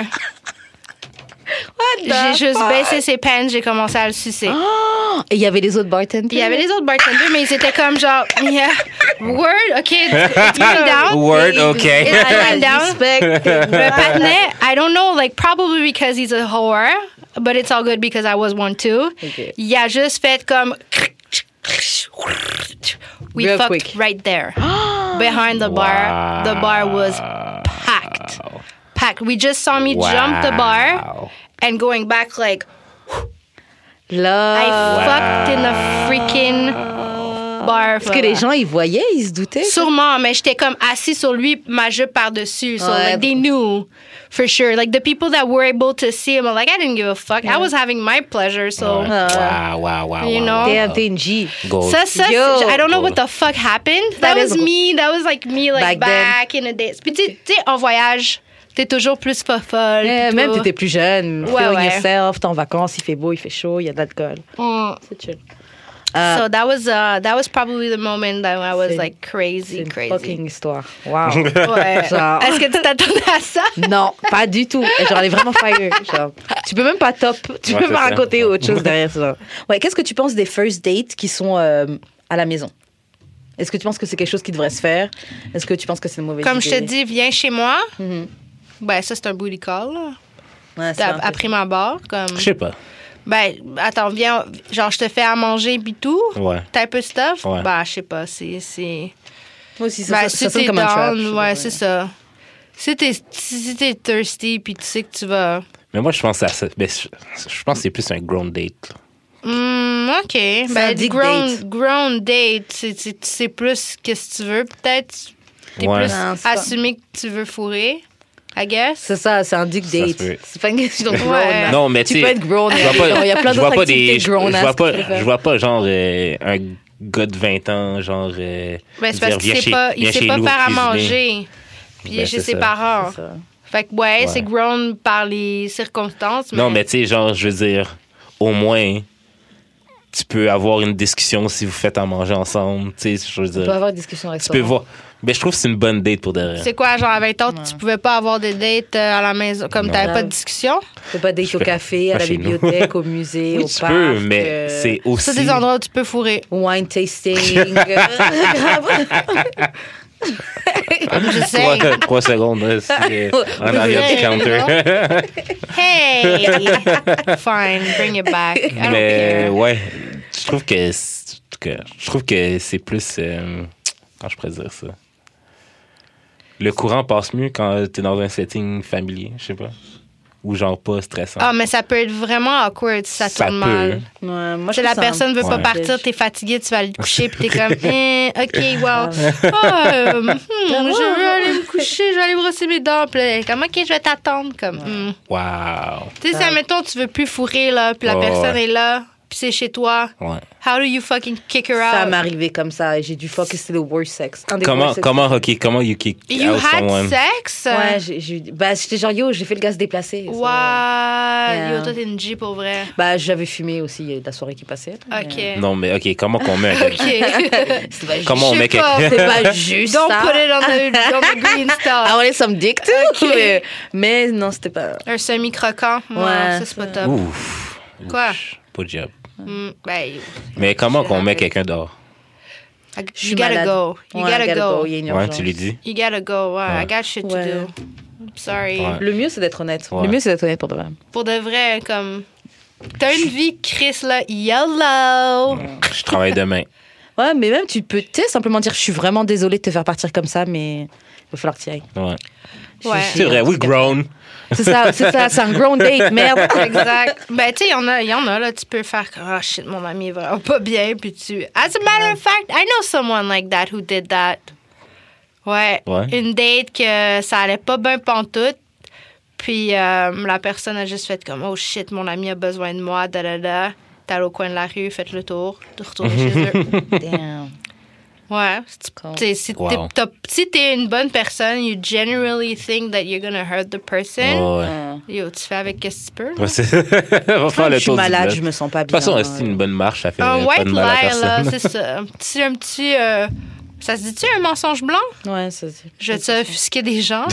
[SPEAKER 4] J'ai juste baissé ses pants, j'ai commencé à le sucer.
[SPEAKER 2] Et il y avait les autres bartenders.
[SPEAKER 4] Il y avait les autres bartenders, mais ils étaient comme genre, yeah, word, OK, it's going down.
[SPEAKER 3] Word, okay.
[SPEAKER 4] It's going down. Le
[SPEAKER 2] down.
[SPEAKER 4] patinet, I don't know, like probably because he's a whore, but it's all good because I was one too.
[SPEAKER 2] Okay.
[SPEAKER 4] Il a juste fait comme. We
[SPEAKER 2] Real
[SPEAKER 4] fucked
[SPEAKER 2] quick.
[SPEAKER 4] right there. Behind the bar, the bar was packed. Packed. We just saw me jump the bar
[SPEAKER 3] Wow.
[SPEAKER 4] and going back like I
[SPEAKER 2] Là.
[SPEAKER 4] fucked in the freaking bar.
[SPEAKER 2] Est-ce que les gens, ils voyaient, ils se doutaient?
[SPEAKER 4] Sûrement, mais j'étais comme assis sur lui, ma jupe par-dessus. So,
[SPEAKER 2] Ouais.
[SPEAKER 4] like, they knew, for sure. Like, the people that were able to see him, like, I didn't give a fuck. I was having my pleasure, so...
[SPEAKER 3] Wow, wow, wow.
[SPEAKER 4] Ah. You
[SPEAKER 3] wow,
[SPEAKER 4] know?
[SPEAKER 3] wow.
[SPEAKER 2] T'es un- t'es une G.
[SPEAKER 3] Gold.
[SPEAKER 4] Ça, ça,
[SPEAKER 2] Yo.
[SPEAKER 4] c'est- I don't know what the fuck happened. That,
[SPEAKER 2] That
[SPEAKER 4] was
[SPEAKER 2] is-
[SPEAKER 4] me. That was like me, like
[SPEAKER 2] Back then.
[SPEAKER 4] back, in the days. Puis tu tu sais, en voyage, t'es toujours plus fo- folle.
[SPEAKER 2] Eh,
[SPEAKER 4] puis
[SPEAKER 2] même
[SPEAKER 4] tout.
[SPEAKER 2] t'étais plus jeune,
[SPEAKER 4] Ouais,
[SPEAKER 2] feeling
[SPEAKER 4] ouais.
[SPEAKER 2] yourself, t'es en vacances, il fait beau, il fait chaud, il y a de l'alcool.
[SPEAKER 4] Mm.
[SPEAKER 2] C'est chill. Euh,
[SPEAKER 4] so that was uh, that was probably the moment that I was
[SPEAKER 2] C'est-
[SPEAKER 4] like
[SPEAKER 2] c'est
[SPEAKER 4] crazy,
[SPEAKER 2] une
[SPEAKER 4] crazy.
[SPEAKER 2] fucking histoire. Wow.
[SPEAKER 4] Ouais.
[SPEAKER 2] Genre-
[SPEAKER 4] Est-ce que tu t'attendais à ça?
[SPEAKER 2] non, pas du tout. Et Genre, elle est vraiment fire. Genre, tu peux même pas top. Tu
[SPEAKER 3] Ouais,
[SPEAKER 2] peux
[SPEAKER 3] c'est
[SPEAKER 2] pas
[SPEAKER 3] ça.
[SPEAKER 2] raconter autre chose derrière ça. Ouais, qu'est-ce que tu penses des first dates qui sont euh, à la maison? Est-ce que tu penses que c'est quelque chose qui devrait se faire? Est-ce que tu penses que c'est une mauvaise
[SPEAKER 4] Comme je
[SPEAKER 2] idée?
[SPEAKER 4] te dis, viens chez moi.
[SPEAKER 2] Mhm.
[SPEAKER 4] Ben, ça, c'est un booty call. là.
[SPEAKER 2] Ouais, c'est un
[SPEAKER 4] T'as
[SPEAKER 2] peu-
[SPEAKER 4] appris ma barre. Comme,
[SPEAKER 3] Je sais pas.
[SPEAKER 4] ben, attends, viens, genre, je te fais à manger, puis tout.
[SPEAKER 3] Ouais.
[SPEAKER 4] T'as un peu de stuff.
[SPEAKER 3] Ouais.
[SPEAKER 4] Ben, je sais pas, c'est. c'est...
[SPEAKER 2] Moi aussi, ça,
[SPEAKER 4] Ben,
[SPEAKER 2] ça-
[SPEAKER 4] si
[SPEAKER 2] ça sonne
[SPEAKER 4] t'es
[SPEAKER 2] comme un trap.
[SPEAKER 4] down,
[SPEAKER 2] je sais
[SPEAKER 4] ouais,
[SPEAKER 2] pas,
[SPEAKER 4] c'est ça. Si t'es, si t'es thirsty, puis tu sais que tu vas.
[SPEAKER 3] Mais moi, je pense à ça. mais je, je pense que c'est plus un grown date. là.
[SPEAKER 4] Hmm, OK.
[SPEAKER 2] un
[SPEAKER 4] Ben,
[SPEAKER 2] dick
[SPEAKER 4] grown
[SPEAKER 2] date.
[SPEAKER 4] grown date, c'est, c'est- tu sais plus qu'est-ce que tu veux, peut-être. T'es
[SPEAKER 3] Ouais.
[SPEAKER 4] plus
[SPEAKER 2] Non, c'est pas-
[SPEAKER 4] assumé que tu veux fourrer, I guess.
[SPEAKER 2] C'est ça, c'est un dick
[SPEAKER 3] Ça se
[SPEAKER 2] date.
[SPEAKER 3] peut.
[SPEAKER 2] C'est pas une question de grown.
[SPEAKER 4] Ouais.
[SPEAKER 3] Non, mais
[SPEAKER 2] tu
[SPEAKER 3] tu sais,
[SPEAKER 2] peux être grown.
[SPEAKER 3] Je vois
[SPEAKER 2] Il y a
[SPEAKER 3] pas,
[SPEAKER 2] plein
[SPEAKER 3] je vois
[SPEAKER 2] d'autres
[SPEAKER 3] pas des.
[SPEAKER 2] activités
[SPEAKER 3] Je,
[SPEAKER 2] grown
[SPEAKER 3] je
[SPEAKER 2] ass
[SPEAKER 3] vois
[SPEAKER 2] que
[SPEAKER 3] pas,
[SPEAKER 2] tu peux faire.
[SPEAKER 3] je vois pas, genre, euh, un gars de 20 ans, genre. Euh,
[SPEAKER 4] Ben, c'est parce
[SPEAKER 3] dire,
[SPEAKER 4] qu'il
[SPEAKER 3] viens
[SPEAKER 4] sait
[SPEAKER 3] chez-
[SPEAKER 4] pas, il
[SPEAKER 3] viens
[SPEAKER 4] sait
[SPEAKER 3] chez
[SPEAKER 4] pas
[SPEAKER 3] nous
[SPEAKER 4] faire à
[SPEAKER 3] cuisiner.
[SPEAKER 4] manger. Puis
[SPEAKER 3] Ben,
[SPEAKER 4] chez
[SPEAKER 3] c'est
[SPEAKER 4] ses
[SPEAKER 3] ça.
[SPEAKER 4] parents.
[SPEAKER 2] C'est ça.
[SPEAKER 4] Fait que, ouais,
[SPEAKER 3] Ouais.
[SPEAKER 4] c'est grown par les circonstances.
[SPEAKER 3] Non, mais tu sais, genre, je veux dire, au moins, tu peux avoir une discussion si vous faites à manger ensemble. Tu sais, je veux
[SPEAKER 2] Tu peux
[SPEAKER 3] dire,
[SPEAKER 2] avoir une discussion avec
[SPEAKER 3] tu peux voir. Mais je trouve que c'est une bonne date pour derrière.
[SPEAKER 4] Bah, C'est quoi, genre, à 20 ans, tu pouvais pas avoir de date euh, à la maison, comme
[SPEAKER 3] Non.
[SPEAKER 4] t'avais pas de discussion?
[SPEAKER 2] Tu peux pas date au café, à
[SPEAKER 3] pas
[SPEAKER 2] la
[SPEAKER 3] chez nous.
[SPEAKER 2] bibliothèque, au musée,
[SPEAKER 3] Oui,
[SPEAKER 2] au
[SPEAKER 3] tu
[SPEAKER 2] parc.
[SPEAKER 3] peux, mais
[SPEAKER 2] euh,
[SPEAKER 3] c'est aussi.
[SPEAKER 4] Ça, c'est des endroits où tu peux fourrer.
[SPEAKER 2] Wine tasting. euh, grave.
[SPEAKER 4] Je
[SPEAKER 3] Trois,
[SPEAKER 4] sais.
[SPEAKER 3] trois secondes, là, c'est euh, en arrière du
[SPEAKER 4] Ouais.
[SPEAKER 3] counter.
[SPEAKER 4] Hey! Fine, bring it back. I don't
[SPEAKER 3] Mais
[SPEAKER 4] care.
[SPEAKER 3] ouais, je trouve que c'est- que- je trouve que c'est plus euh, comment je pourrais dire ça. Le courant passe mieux quand t'es dans un setting familier, je sais pas, ou genre pas stressant.
[SPEAKER 4] Ah, mais ça peut être vraiment awkward si ça, tourne mal.
[SPEAKER 2] Ouais, moi, je
[SPEAKER 4] Si
[SPEAKER 2] trouve
[SPEAKER 4] la
[SPEAKER 2] ça
[SPEAKER 4] personne
[SPEAKER 2] un-
[SPEAKER 4] veut pas
[SPEAKER 3] Ouais.
[SPEAKER 4] partir, t'es fatigué, tu vas aller te coucher, puis t'es comme, eh, ok, well, oh, euh, hmm, je veux aller me coucher, je vais aller brosser mes dents, puis là, elle est comme, ok, je vais t'attendre, comme, hmm.
[SPEAKER 3] Wow.
[SPEAKER 4] tu sais, si admettons tu veux plus fourrer là, puis la
[SPEAKER 3] Ouais,
[SPEAKER 4] personne
[SPEAKER 3] ouais.
[SPEAKER 4] est là, puis c'est chez toi,
[SPEAKER 3] Ouais.
[SPEAKER 4] how do you fucking kick her
[SPEAKER 2] Ça
[SPEAKER 4] out?
[SPEAKER 2] m'est arrivé comme ça. et J'ai dû fuck. et C'était le worst sex. Un des
[SPEAKER 3] Comment
[SPEAKER 2] worst sex.
[SPEAKER 3] comment ok comment you kick
[SPEAKER 4] You
[SPEAKER 3] out
[SPEAKER 4] had
[SPEAKER 3] someone?
[SPEAKER 4] sex?
[SPEAKER 2] Ouais, j'ai- j'ai- bah, j'étais genre yo, j'ai fait le gars se déplacer. Ça-
[SPEAKER 4] Wow!
[SPEAKER 2] Yeah.
[SPEAKER 4] Yo, toi, t'es une G pour vrai.
[SPEAKER 2] Bah, j'avais fumé aussi euh, la soirée qui passait. là,
[SPEAKER 4] OK.
[SPEAKER 2] mais-
[SPEAKER 3] Non mais ok comment qu'on met un gars-
[SPEAKER 4] OK.
[SPEAKER 2] C'est pas
[SPEAKER 3] comment on
[SPEAKER 4] Je sais
[SPEAKER 3] met
[SPEAKER 4] pas.
[SPEAKER 3] quelqu'un
[SPEAKER 2] C'est pas juste
[SPEAKER 4] Don't
[SPEAKER 2] ça. Ah
[SPEAKER 4] put it on the, on the green
[SPEAKER 2] I
[SPEAKER 4] star.
[SPEAKER 2] wanted some dick too. Mais, mais non, c'était pas.
[SPEAKER 4] Un semi-croquant. Non,
[SPEAKER 2] Ouais,
[SPEAKER 4] ça, c'est pas top.
[SPEAKER 3] Ouf.
[SPEAKER 4] Quoi?
[SPEAKER 3] Ouch. Pas de job.
[SPEAKER 4] Mm, ben,
[SPEAKER 3] Mais comment qu'on met
[SPEAKER 4] rappelle.
[SPEAKER 3] quelqu'un dehors?
[SPEAKER 4] I-
[SPEAKER 2] Je
[SPEAKER 4] you
[SPEAKER 2] suis
[SPEAKER 4] gotta
[SPEAKER 2] malade.
[SPEAKER 4] go. You
[SPEAKER 2] Ouais,
[SPEAKER 4] gotta, go.
[SPEAKER 2] Il y a une
[SPEAKER 3] Ouais,
[SPEAKER 2] urgence.
[SPEAKER 3] tu lui dis.
[SPEAKER 4] You gotta go. Ouais, I
[SPEAKER 3] Ouais.
[SPEAKER 4] got shit
[SPEAKER 2] Ouais.
[SPEAKER 4] to do. I'm sorry.
[SPEAKER 3] Ouais.
[SPEAKER 2] Le mieux, c'est d'être honnête.
[SPEAKER 3] Ouais.
[SPEAKER 2] Le mieux, c'est d'être honnête pour de vrai.
[SPEAKER 4] Pour de vrai, comme... T'as une vie, Chris, là. YOLO!
[SPEAKER 3] Je travaille demain.
[SPEAKER 2] Ouais, mais même tu peux tu sais, simplement dire je suis vraiment désolée de te faire partir comme ça, mais va falloir que tu y ailles.
[SPEAKER 3] Ouais.
[SPEAKER 4] Ouais.
[SPEAKER 3] C'est vrai, we grown.
[SPEAKER 2] C'est ça, c'est ça, c'est un grown date, merde.
[SPEAKER 4] exact. Ben, tu sais, il y, en a- il y en a, là, tu peux faire comme, oh shit, mon ami est vraiment pas bien, puis tu. As a matter of fact, I know someone like that who did that. Ouais.
[SPEAKER 3] Ouais.
[SPEAKER 4] Une date que ça allait pas bien pantoute, puis euh, la personne a juste fait comme, oh shit, mon ami a besoin de moi, da da da. T'es allé au coin de la rue, faites le tour, de retourner chez eux.
[SPEAKER 2] Damn.
[SPEAKER 4] Ouais. Si tu-
[SPEAKER 2] Cool.
[SPEAKER 4] t'sais, Si
[SPEAKER 3] Wow.
[SPEAKER 4] t'es t'as- si t'es une bonne personne, you generally think that you're gonna hurt the person.
[SPEAKER 3] Ouais.
[SPEAKER 2] Euh,
[SPEAKER 4] Yo, tu fais avec qu'est-ce que tu peux. là.
[SPEAKER 3] Ouais, c'est- On va
[SPEAKER 2] Ah, je
[SPEAKER 3] faire le
[SPEAKER 2] suis
[SPEAKER 3] tour du
[SPEAKER 2] malade,
[SPEAKER 3] bled.
[SPEAKER 2] je me sens pas
[SPEAKER 3] De
[SPEAKER 2] bien.
[SPEAKER 3] toute façon, c'est une bonne marche, ça fait
[SPEAKER 4] euh, Un
[SPEAKER 3] pas
[SPEAKER 4] white
[SPEAKER 3] de
[SPEAKER 4] lie,
[SPEAKER 3] mal à
[SPEAKER 4] là,
[SPEAKER 3] personne.
[SPEAKER 4] c'est ça. Un petit. Un petit euh, ça se dit-tu un mensonge blanc?
[SPEAKER 2] euh. Ouais, ça, c'est-
[SPEAKER 4] Je vais te offusquer des gens?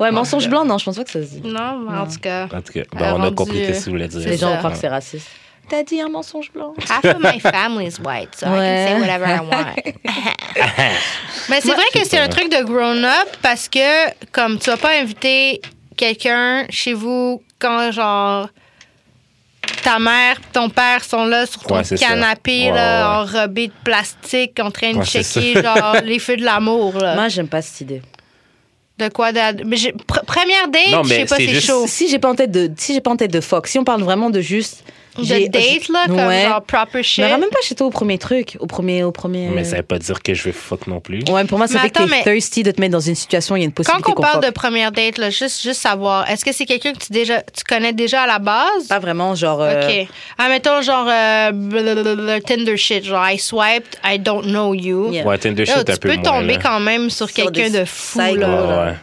[SPEAKER 2] Ouais, mensonge blanc, non, je pense pas que ça se dit.
[SPEAKER 4] non, mais en tout cas.
[SPEAKER 3] En tout cas, bon,
[SPEAKER 4] Alors,
[SPEAKER 3] on a
[SPEAKER 4] rendu,
[SPEAKER 3] compris
[SPEAKER 4] euh,
[SPEAKER 3] qu'est-ce que tu voulais dire.
[SPEAKER 2] Les gens vont
[SPEAKER 4] ça.
[SPEAKER 2] croire que c'est raciste. T'as dit un mensonge blanc.
[SPEAKER 4] Half of my family is white, so I
[SPEAKER 2] Ouais.
[SPEAKER 4] can say whatever I want. Mais c'est vrai que c'est un truc de grown-up parce que, comme tu vas pas inviter quelqu'un chez vous quand, genre, ta mère pis ton père sont là sur ton
[SPEAKER 3] Ouais, c'est ça.
[SPEAKER 4] canapé,
[SPEAKER 3] Ouais,
[SPEAKER 4] là,
[SPEAKER 3] ouais,
[SPEAKER 4] enrobé de plastique, en train de
[SPEAKER 3] Ouais, c'est
[SPEAKER 4] checker, genre, les feux de l'amour, là.
[SPEAKER 2] Moi, j'aime pas cette idée.
[SPEAKER 4] De quoi de- mais j'ai- pr- première date,
[SPEAKER 3] Non,
[SPEAKER 4] je
[SPEAKER 3] mais
[SPEAKER 4] sais pas,
[SPEAKER 3] c'est
[SPEAKER 4] c'est
[SPEAKER 3] juste-
[SPEAKER 4] chaud.
[SPEAKER 2] Si j'ai pas en tête de, si j'ai pas en tête de fuck, si on parle vraiment de juste,
[SPEAKER 4] De
[SPEAKER 2] j'ai-
[SPEAKER 4] date, là, comme
[SPEAKER 2] Ouais.
[SPEAKER 4] genre proper
[SPEAKER 2] Je
[SPEAKER 4] shit.
[SPEAKER 2] me rends même pas chez toi au premier truc, au premier, au
[SPEAKER 4] euh,
[SPEAKER 2] premier.
[SPEAKER 3] Mais ça veut pas dire que je vais fuck non plus.
[SPEAKER 2] Ouais, pour moi, ça
[SPEAKER 4] Mais
[SPEAKER 2] fait que
[SPEAKER 4] attends,
[SPEAKER 2] t'es
[SPEAKER 4] mais-
[SPEAKER 2] thirsty de te mettre dans une situation où il y a une
[SPEAKER 4] Quand
[SPEAKER 2] possibilité
[SPEAKER 4] on
[SPEAKER 2] qu'on
[SPEAKER 4] parle de
[SPEAKER 2] fuck.
[SPEAKER 4] première date, là, juste, juste savoir, est-ce que c'est quelqu'un que tu, déjà, tu connais déjà à la base?
[SPEAKER 2] Pas vraiment, genre. euh,
[SPEAKER 4] OK. Ah, mettons, genre, euh, blablabla, Tinder shit, genre, I swiped, I don't know you.
[SPEAKER 2] Yeah.
[SPEAKER 3] Ouais, Tinder
[SPEAKER 4] Là,
[SPEAKER 3] shit un
[SPEAKER 4] tu
[SPEAKER 3] peu
[SPEAKER 4] peux
[SPEAKER 3] moins,
[SPEAKER 4] tomber
[SPEAKER 3] là.
[SPEAKER 4] quand même sur,
[SPEAKER 2] Sur
[SPEAKER 4] quelqu'un
[SPEAKER 2] des
[SPEAKER 4] de fou,
[SPEAKER 2] psychos,
[SPEAKER 4] là.
[SPEAKER 2] là.
[SPEAKER 3] Ouais, ouais.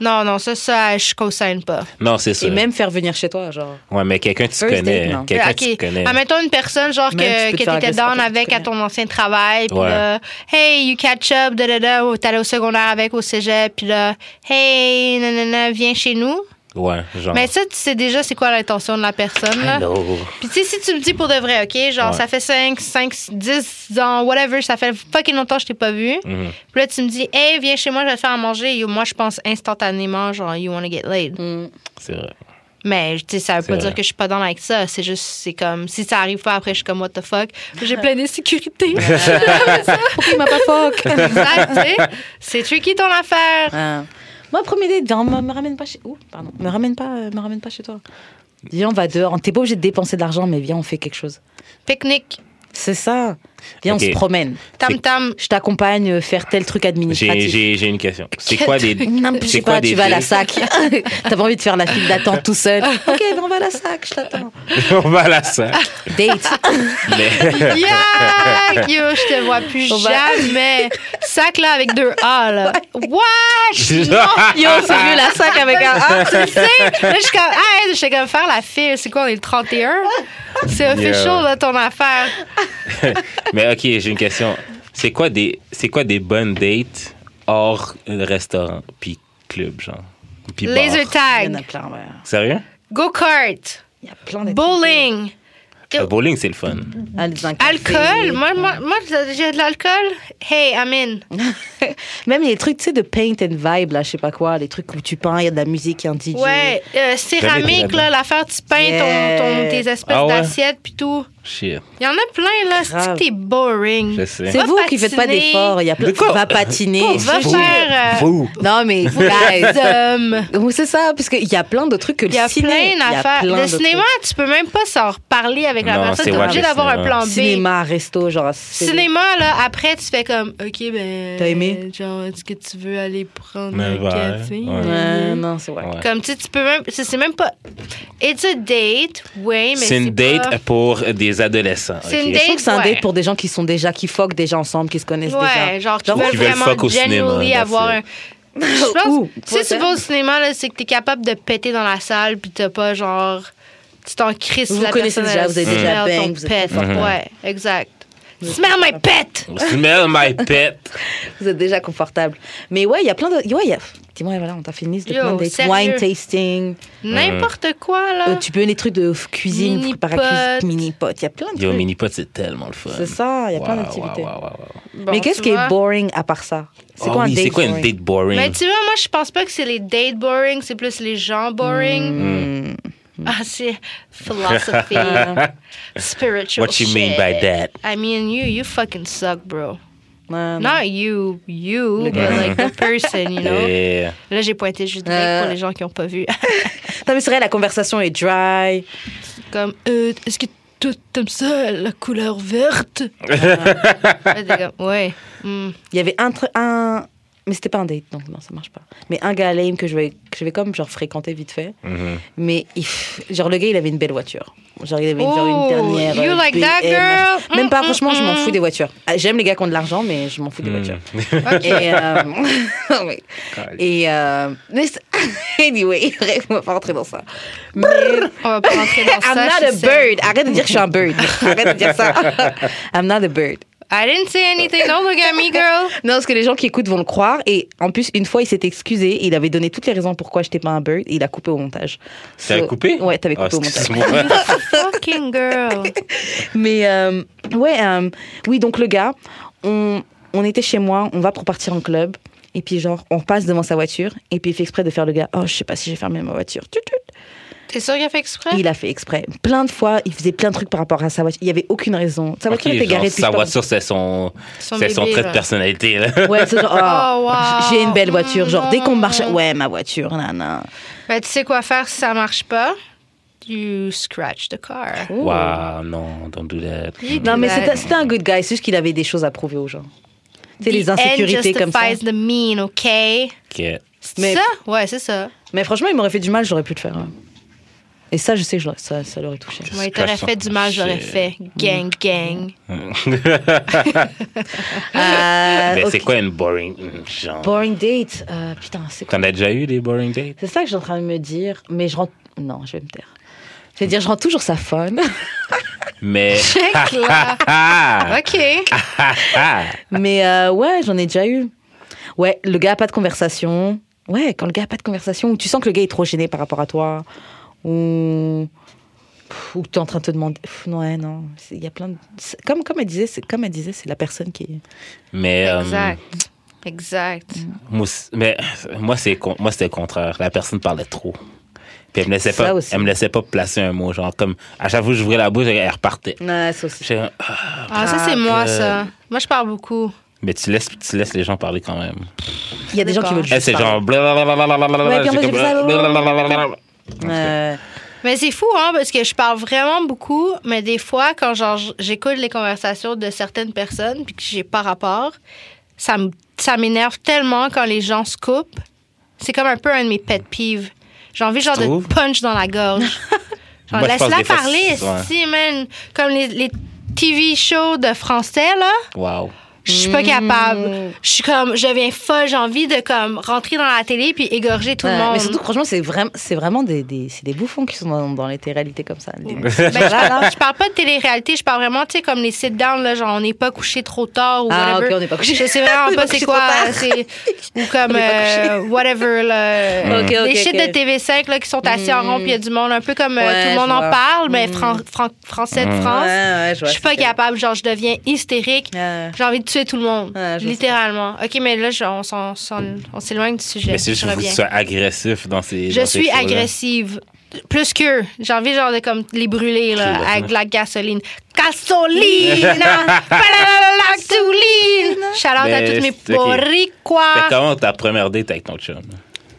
[SPEAKER 4] Non, non, ça, ça, je consigne pas.
[SPEAKER 3] Non, c'est ça.
[SPEAKER 2] Et même faire venir chez toi, genre.
[SPEAKER 3] Ouais, mais quelqu'un que tu
[SPEAKER 2] First
[SPEAKER 3] connais.
[SPEAKER 2] date, non.
[SPEAKER 3] Quelqu'un
[SPEAKER 4] OK.
[SPEAKER 3] que tu connais.
[SPEAKER 4] Ah, mettons une personne, genre,
[SPEAKER 2] Même tu
[SPEAKER 4] que,
[SPEAKER 2] peux te
[SPEAKER 4] que
[SPEAKER 2] faire
[SPEAKER 4] t'étais
[SPEAKER 2] agresser par
[SPEAKER 4] down
[SPEAKER 2] quelqu'un que tu
[SPEAKER 4] avec à ton ancien travail, puis
[SPEAKER 3] Ouais.
[SPEAKER 4] là, hey, you catch up, da da da, ou t'allais au secondaire avec, au cégep, puis là, hey, nanana, viens chez nous.
[SPEAKER 3] Ouais, genre.
[SPEAKER 4] Mais ça, tu sais déjà c'est quoi l'intention de la personne, là.
[SPEAKER 3] Hello.
[SPEAKER 4] Puis tu sais, si tu me dis pour de vrai, OK, genre
[SPEAKER 3] Ouais.
[SPEAKER 4] ça fait 5, 5, 10 ans, whatever, ça fait fucking longtemps que je t'ai pas vu.
[SPEAKER 3] Mhm.
[SPEAKER 4] Puis là, tu me dis, hey, viens chez moi, je vais te faire à manger. Yo, moi, je pense instantanément, genre, you wanna get laid.
[SPEAKER 2] Mm.
[SPEAKER 3] C'est vrai.
[SPEAKER 4] Mais tu sais, ça veut
[SPEAKER 3] C'est
[SPEAKER 4] pas
[SPEAKER 3] vrai.
[SPEAKER 4] dire que je suis pas dans avec ça. C'est juste, c'est comme, si ça arrive pas après, je suis comme, what the fuck. J'ai plein d'insécurité.
[SPEAKER 2] Pourquoi il m'a pas fuck
[SPEAKER 4] Exact, tu sais. c'est tricky ton affaire.
[SPEAKER 2] Ouais. Moi, premier date, viens, me, me ramène pas chez. Ouh, pardon. Me ramène pas, euh, me ramène pas chez toi. Viens, on va dehors. T'es pas obligé de dépenser de l'argent, mais viens, on fait quelque chose.
[SPEAKER 4] Pique-nique,
[SPEAKER 2] C'est ça. Viens,
[SPEAKER 3] Ok.
[SPEAKER 2] on se promène.
[SPEAKER 4] tam-tam.
[SPEAKER 2] Je t'accompagne euh, faire tel truc
[SPEAKER 3] J'ai-
[SPEAKER 2] administratif.
[SPEAKER 3] J'ai j'ai une question. C'est quoi des.
[SPEAKER 2] Non, je
[SPEAKER 3] C'est
[SPEAKER 2] sais
[SPEAKER 3] quoi
[SPEAKER 2] pas,
[SPEAKER 3] des
[SPEAKER 2] tu vas à la
[SPEAKER 3] dates?
[SPEAKER 2] sac. T'as pas envie de faire la file d'attente tout seul. Ok, ben on va à la sac, je t'attends.
[SPEAKER 3] On va à la salle.
[SPEAKER 2] Date.
[SPEAKER 3] Mais.
[SPEAKER 4] Yak, yo, je te vois plus
[SPEAKER 2] On va-
[SPEAKER 4] jamais. Sac là avec deux A là. Wesh!
[SPEAKER 2] Yo, c'est mieux la sac avec un A.
[SPEAKER 4] Tu sais, là, je suis comme, ah, je suis comme faire la file. C'est quoi, on est le 31? C'est
[SPEAKER 3] Yeah.
[SPEAKER 4] official, là, ton affaire.
[SPEAKER 3] Mais ok, j'ai une question. C'est quoi des c'est quoi des bonnes dates hors restaurant puis club genre puis bar?
[SPEAKER 4] Laser
[SPEAKER 2] Il y en a
[SPEAKER 4] tag,
[SPEAKER 2] plein, ouais.
[SPEAKER 3] Sérieux
[SPEAKER 4] go-kart,
[SPEAKER 2] Il y a plein Ah, d'activités.
[SPEAKER 4] bowling,
[SPEAKER 3] Le bowling c'est le fun.
[SPEAKER 2] Aller dans un café.
[SPEAKER 4] alcool. Moi, moi, moi, j'ai de l'alcool. Hey, I'm in.
[SPEAKER 2] Même les trucs, tu sais, de paint and vibe, là, je sais pas quoi, les trucs où tu peins, il y a de la musique, il y a un DJ.
[SPEAKER 4] Ouais, euh,
[SPEAKER 3] Jamais
[SPEAKER 4] céramique,
[SPEAKER 3] été
[SPEAKER 4] là, l'affaire, tu peins
[SPEAKER 2] Yeah.
[SPEAKER 4] ton, ton- tes espèces
[SPEAKER 3] Ah ouais?
[SPEAKER 4] d'assiettes puis tout.
[SPEAKER 3] Shit.
[SPEAKER 4] Il y en a plein, là. C'est
[SPEAKER 2] Grave.
[SPEAKER 4] que t'es boring.
[SPEAKER 3] Je sais.
[SPEAKER 2] Mm. C'est
[SPEAKER 4] Va
[SPEAKER 2] vous qui faites pas
[SPEAKER 4] patiner.
[SPEAKER 2] d'efforts. Il y a plein
[SPEAKER 3] De quoi
[SPEAKER 2] Va patiner.
[SPEAKER 4] On va
[SPEAKER 3] Vous.
[SPEAKER 4] faire. euh,
[SPEAKER 3] Vous.
[SPEAKER 2] Non, mais guys.
[SPEAKER 4] Dom.
[SPEAKER 2] euh, C'est ça, parce qu'il y a plein de trucs que le
[SPEAKER 4] Il y a
[SPEAKER 2] ciné.
[SPEAKER 4] plein
[SPEAKER 2] il y a
[SPEAKER 4] d'affaires.
[SPEAKER 2] plein
[SPEAKER 4] Le
[SPEAKER 2] de trucs.
[SPEAKER 4] cinéma, tu peux même pas s'en reparler avec la
[SPEAKER 3] Non, c'est
[SPEAKER 4] personne. T'es
[SPEAKER 2] wack,
[SPEAKER 4] obligé
[SPEAKER 2] le
[SPEAKER 4] d'avoir un
[SPEAKER 3] cinéma.
[SPEAKER 4] plan B.
[SPEAKER 2] Cinéma, resto, genre. c'est-
[SPEAKER 4] Cinéma, là, après, tu fais comme, OK, ben.
[SPEAKER 2] T'as aimé?
[SPEAKER 4] Genre, est-ce que tu veux aller prendre
[SPEAKER 3] Mais
[SPEAKER 4] un
[SPEAKER 3] ouais,
[SPEAKER 4] café?
[SPEAKER 3] ouais.
[SPEAKER 4] Mm-hmm.
[SPEAKER 2] Ouais, non, c'est vrai.
[SPEAKER 3] Ouais.
[SPEAKER 4] Comme, tu sais, tu peux même. C'est c'est même pas. It's a date, oui, mais.
[SPEAKER 3] C'est une date
[SPEAKER 4] pas-
[SPEAKER 3] pour des adolescents.
[SPEAKER 4] C'est
[SPEAKER 3] ok?
[SPEAKER 4] une
[SPEAKER 2] Je trouve que c'est un
[SPEAKER 4] Ouais.
[SPEAKER 2] date pour des gens qui sont déjà, qui fuck déjà ensemble, qui se connaissent
[SPEAKER 4] Ouais,
[SPEAKER 2] déjà.
[SPEAKER 4] genre, tu
[SPEAKER 2] Genre,
[SPEAKER 4] veux
[SPEAKER 3] qui veulent
[SPEAKER 4] vraiment
[SPEAKER 3] fuck au cinéma,
[SPEAKER 4] genuinely
[SPEAKER 3] that's
[SPEAKER 4] avoir un.
[SPEAKER 3] it.
[SPEAKER 4] Je pense.
[SPEAKER 2] Ouh,
[SPEAKER 4] si tu
[SPEAKER 2] poison.
[SPEAKER 4] vas au cinéma, là, c'est que t'es capable de péter dans la salle, puis t'as pas genre. Tu t'en crisses
[SPEAKER 2] Vous
[SPEAKER 4] la
[SPEAKER 2] connaissez
[SPEAKER 4] personne,
[SPEAKER 2] déjà,
[SPEAKER 4] elle
[SPEAKER 2] vous êtes déjà
[SPEAKER 4] smell ton
[SPEAKER 2] bang, vous êtes
[SPEAKER 4] pet.
[SPEAKER 2] confortable.
[SPEAKER 4] Ouais, exact. Smell my pet!
[SPEAKER 3] Smell my pet.
[SPEAKER 2] Vous êtes déjà confortable. Mais ouais, il y a plein de. Ouais, il y a... Dis-moi, voilà, on t'a fait une liste de
[SPEAKER 4] Yo,
[SPEAKER 2] plein de dates.
[SPEAKER 4] sérieux.
[SPEAKER 2] Wine tasting.
[SPEAKER 4] N'importe quoi, là.
[SPEAKER 2] euh, tu peux les trucs de f- cuisine,
[SPEAKER 4] Mini
[SPEAKER 2] préparer la cuisine,
[SPEAKER 4] pot.
[SPEAKER 2] mini pot. Il y a plein de
[SPEAKER 3] Yo,
[SPEAKER 2] trucs.
[SPEAKER 3] mini pot c'est tellement le fun.
[SPEAKER 2] C'est ça, il y a plein
[SPEAKER 3] Wow,
[SPEAKER 2] d'activités.
[SPEAKER 3] wow, wow, wow, wow.
[SPEAKER 4] Bon,
[SPEAKER 2] Mais qu'est-ce
[SPEAKER 4] tu
[SPEAKER 2] qui est
[SPEAKER 4] vois.
[SPEAKER 2] boring à part ça C'est
[SPEAKER 3] Ah
[SPEAKER 2] quoi,
[SPEAKER 3] oui,
[SPEAKER 2] un date
[SPEAKER 3] C'est quoi une
[SPEAKER 2] boring
[SPEAKER 3] date boring
[SPEAKER 4] Mais tu vois, moi, je pense pas que c'est les dates boring, c'est plus les gens boring.
[SPEAKER 3] Hmm.
[SPEAKER 2] Hmm.
[SPEAKER 4] Ah, c'est philosophy, spiritual
[SPEAKER 3] What you mean
[SPEAKER 4] shit.
[SPEAKER 3] by that
[SPEAKER 4] I mean, you, you fucking suck, bro.
[SPEAKER 2] Non, non.
[SPEAKER 4] Not you, you,
[SPEAKER 2] Le
[SPEAKER 4] but
[SPEAKER 2] gars.
[SPEAKER 4] like the person, you know.
[SPEAKER 3] Et
[SPEAKER 4] Là, j'ai pointé juste direct
[SPEAKER 2] Euh.
[SPEAKER 4] pour les gens qui n'ont pas vu.
[SPEAKER 2] Non, mais c'est vrai, la conversation est dry.
[SPEAKER 4] comme, Euh, est-ce que toi, t'aimes ça, la couleur verte? Là, t'es comme, ouais. hmm.
[SPEAKER 2] Il y avait un. tru- un... Mais c'était pas un date, donc non, ça marche pas. Mais un gars à Lame que je vais, que je vais comme genre fréquenter vite fait.
[SPEAKER 3] Mhm.
[SPEAKER 2] Mais il f- genre le gars, il avait une belle voiture. Genre il avait genre, une
[SPEAKER 4] Oh,
[SPEAKER 2] dernière.
[SPEAKER 4] you
[SPEAKER 2] euh,
[SPEAKER 4] like that
[SPEAKER 2] BM.
[SPEAKER 4] girl?
[SPEAKER 2] Même pas,
[SPEAKER 4] Mm,
[SPEAKER 2] franchement, je m'en
[SPEAKER 4] mm,
[SPEAKER 2] fous des voitures. Ah, J'aime les gars qui ont de l'argent, mais je m'en fous des
[SPEAKER 3] Mm.
[SPEAKER 2] voitures. Et, euh, oui. Et euh, mais c'est- anyway, bref, on va pas rentrer dans ça. Mais
[SPEAKER 4] On va pas rentrer dans
[SPEAKER 2] I'm
[SPEAKER 4] ça.
[SPEAKER 2] not
[SPEAKER 4] je
[SPEAKER 2] a
[SPEAKER 4] sais.
[SPEAKER 2] bird. Arrête de dire que je suis un bird. Arrête de dire ça. I'm not a bird.
[SPEAKER 4] I didn't say anything. Don't look at me, girl.
[SPEAKER 2] Non, parce que les gens qui écoutent vont le croire. Et en plus, une fois, il s'est excusé. Et il avait donné toutes les raisons pourquoi j'étais pas un bird. Et il a coupé au montage.
[SPEAKER 3] T'avais
[SPEAKER 2] So-
[SPEAKER 3] coupé?
[SPEAKER 2] Ouais, t'avais coupé
[SPEAKER 3] Ah,
[SPEAKER 2] au montage.
[SPEAKER 3] excuse-moi.
[SPEAKER 4] Fucking girl.
[SPEAKER 2] Mais euh, ouais, euh, oui, donc le gars, on, on était chez moi, on va pour partir en club. Et puis, genre, on passe devant sa voiture. Et puis, il fait exprès de faire le gars. Oh, je sais pas si j'ai fermé ma voiture. Tut, tut.
[SPEAKER 4] T'es sûr qu'il a fait exprès?
[SPEAKER 2] Et Il a fait exprès. Plein de fois, il faisait plein de trucs par rapport à sa voiture. Il y avait aucune raison. Sa voiture
[SPEAKER 3] Ok,
[SPEAKER 2] était garée
[SPEAKER 3] genre,
[SPEAKER 2] depuis
[SPEAKER 3] Sa
[SPEAKER 2] pas-
[SPEAKER 3] voiture, c'est son,
[SPEAKER 4] Son
[SPEAKER 3] c'est son
[SPEAKER 4] bébé,
[SPEAKER 3] trait de
[SPEAKER 4] là.
[SPEAKER 3] personnalité. Là.
[SPEAKER 2] Ouais, c'est genre, oh,
[SPEAKER 4] Oh, wow.
[SPEAKER 2] j'ai une belle voiture. Genre, dès qu'on marche,
[SPEAKER 4] Non.
[SPEAKER 2] ouais, ma voiture, nan, nan.
[SPEAKER 4] Ben, tu sais quoi faire si ça marche pas? You scratch the car.
[SPEAKER 2] Oh.
[SPEAKER 3] Wow, non, don't do that.
[SPEAKER 2] Non, mais
[SPEAKER 4] Ouais.
[SPEAKER 2] c'était c'était un good guy, c'est juste qu'il avait des choses à prouver aux gens. Tu sais, les insécurités comme ça.
[SPEAKER 4] The end justifies the mean, OK?
[SPEAKER 3] Ok.
[SPEAKER 4] C'est
[SPEAKER 2] Mais-
[SPEAKER 4] ça? Ouais, c'est ça.
[SPEAKER 2] Mais franchement, il m'aurait fait du mal, j'aurais pu le faire. ouais. Et ça, je sais, je l'aurais- ça, ça l'aurait touché.
[SPEAKER 4] Moi, il
[SPEAKER 3] Scratch
[SPEAKER 4] t'aurait
[SPEAKER 3] son-
[SPEAKER 4] fait du mal, j'aurais
[SPEAKER 3] Shit.
[SPEAKER 4] fait.
[SPEAKER 2] Mm.
[SPEAKER 4] Gang, gang. Ah.
[SPEAKER 2] Euh,
[SPEAKER 3] Mais
[SPEAKER 2] ok.
[SPEAKER 3] c'est quoi une boring. Genre.
[SPEAKER 2] Boring date. Euh, putain, c'est quoi
[SPEAKER 3] T'en as déjà eu des boring dates?
[SPEAKER 2] C'est ça que je suis en train de me dire. Mais je rends. Non, je vais me taire. Je vais dire, je rends toujours ça fun.
[SPEAKER 3] Mais.
[SPEAKER 4] Check là.
[SPEAKER 3] Ah!
[SPEAKER 4] OK.
[SPEAKER 3] Ah!
[SPEAKER 2] mais euh, ouais, j'en ai déjà eu. Ouais, le gars a pas de conversation. Ouais, quand le gars a pas de conversation, ou tu sens que le gars est trop gêné par rapport à toi, ou pff, ou que t'es en train de te demander. Pff, ouais, non, c'est- il y a plein de. c'est- Comme comme elle disait, c'est comme elle disait, c'est la personne qui.
[SPEAKER 3] Mais. euh,
[SPEAKER 4] Exact. Exact.
[SPEAKER 3] moi, c'est- mais, moi, c'est con- moi, c'était le contraire. La personne parlait trop. Puis elle me laissait
[SPEAKER 2] Ça
[SPEAKER 3] pas,
[SPEAKER 2] aussi.
[SPEAKER 3] elle me laissait pas placer un mot. Genre, comme, à chaque fois que j'ouvrais la bouche, elle repartait.
[SPEAKER 2] Ouais, ça aussi.
[SPEAKER 3] J'étais comme,
[SPEAKER 4] Ah, ça, c'est
[SPEAKER 3] Ah,
[SPEAKER 4] moi,
[SPEAKER 3] que-
[SPEAKER 4] ça. Moi, je parle beaucoup.
[SPEAKER 3] Mais tu laisses, tu laisses les gens parler quand même.
[SPEAKER 2] Il y a des gens qui
[SPEAKER 4] D'accord.
[SPEAKER 2] veulent
[SPEAKER 3] Elle,
[SPEAKER 2] juste
[SPEAKER 3] c'est
[SPEAKER 2] parler.
[SPEAKER 3] genre. blablabla,
[SPEAKER 2] Ouais, puis en
[SPEAKER 3] j'ai
[SPEAKER 2] fait,
[SPEAKER 3] comme-
[SPEAKER 2] j'ai fait ça,
[SPEAKER 3] blablabla.
[SPEAKER 2] Euh,
[SPEAKER 4] Mais c'est fou, hein, parce que je parle vraiment beaucoup, mais des fois, quand genre, j'écoute les conversations de certaines personnes, puis que j'ai pas rapport, ça me- ça m'énerve tellement quand les gens se coupent. C'est comme un peu un de mes pet peeves. J'ai envie genre
[SPEAKER 3] trouves?
[SPEAKER 4] de punch dans la gorge.
[SPEAKER 3] Moi,
[SPEAKER 4] Genre,
[SPEAKER 3] je pense
[SPEAKER 4] laisse-la
[SPEAKER 3] des fois,
[SPEAKER 4] parler,
[SPEAKER 3] c'est- ouais.
[SPEAKER 4] si, man. Comme les, les TV shows de français, là.
[SPEAKER 3] Wow.
[SPEAKER 4] Je suis
[SPEAKER 3] Mm.
[SPEAKER 4] pas capable. Je suis comme, je deviens folle. J'ai envie de comme rentrer dans la télé puis égorger tout
[SPEAKER 2] ouais,
[SPEAKER 4] le monde.
[SPEAKER 2] Mais surtout, franchement, c'est vraiment, c'est vraiment des, des, c'est des bouffons qui sont dans, dans les réalités comme ça. Les-
[SPEAKER 4] Ben, je,
[SPEAKER 2] Voilà, là.
[SPEAKER 4] parle, je parle pas de télé-réalité, je parle vraiment, tu sais, comme les sit-down, là, genre on n'est pas couché trop tard ou
[SPEAKER 2] Ah,
[SPEAKER 4] whatever.
[SPEAKER 2] ok, on n'est pas couché.
[SPEAKER 4] Je sais
[SPEAKER 2] On
[SPEAKER 4] vraiment
[SPEAKER 2] n'est
[SPEAKER 4] pas
[SPEAKER 2] pas
[SPEAKER 4] c'est
[SPEAKER 2] couché
[SPEAKER 4] quoi,
[SPEAKER 2] trop tard.
[SPEAKER 4] c'est- ou comme
[SPEAKER 2] On n'est pas
[SPEAKER 4] euh, whatever, là.
[SPEAKER 2] Ok, ok,
[SPEAKER 4] les shit
[SPEAKER 2] ok.
[SPEAKER 4] de TV5 là, qui sont assis en rond, puis il y a du monde, un peu comme euh,
[SPEAKER 2] Ouais,
[SPEAKER 4] tout
[SPEAKER 2] je
[SPEAKER 4] le monde
[SPEAKER 2] vois. Hmm.
[SPEAKER 4] en parle, mais Fran- Fran- français de France.
[SPEAKER 2] Ouais, ouais, je
[SPEAKER 4] je
[SPEAKER 2] vois
[SPEAKER 4] suis
[SPEAKER 2] ce
[SPEAKER 4] pas
[SPEAKER 2] que-
[SPEAKER 4] capable, genre je deviens hystérique.
[SPEAKER 2] Ouais.
[SPEAKER 4] J'ai envie de tuer tout le monde,
[SPEAKER 2] Ouais, je vois
[SPEAKER 4] littéralement. Ok, mais là, genre, on s'en- s'en- on s'éloigne du sujet.
[SPEAKER 3] Mais c'est juste
[SPEAKER 4] je
[SPEAKER 3] que vous
[SPEAKER 4] reviens.
[SPEAKER 3] soyez agressif dans ces.
[SPEAKER 4] Je
[SPEAKER 3] dans ces
[SPEAKER 4] suis
[SPEAKER 3] shows-là.
[SPEAKER 4] agressive. Plus que j'ai envie genre de comme les brûler là,
[SPEAKER 3] Brûler.
[SPEAKER 4] avec de la gasoline. Gasoline! Gasoline! Shout out à
[SPEAKER 3] Mais
[SPEAKER 4] tous mes
[SPEAKER 3] c'est- ok. Fait
[SPEAKER 4] Boricois.
[SPEAKER 3] comment ta première date avec ton chum?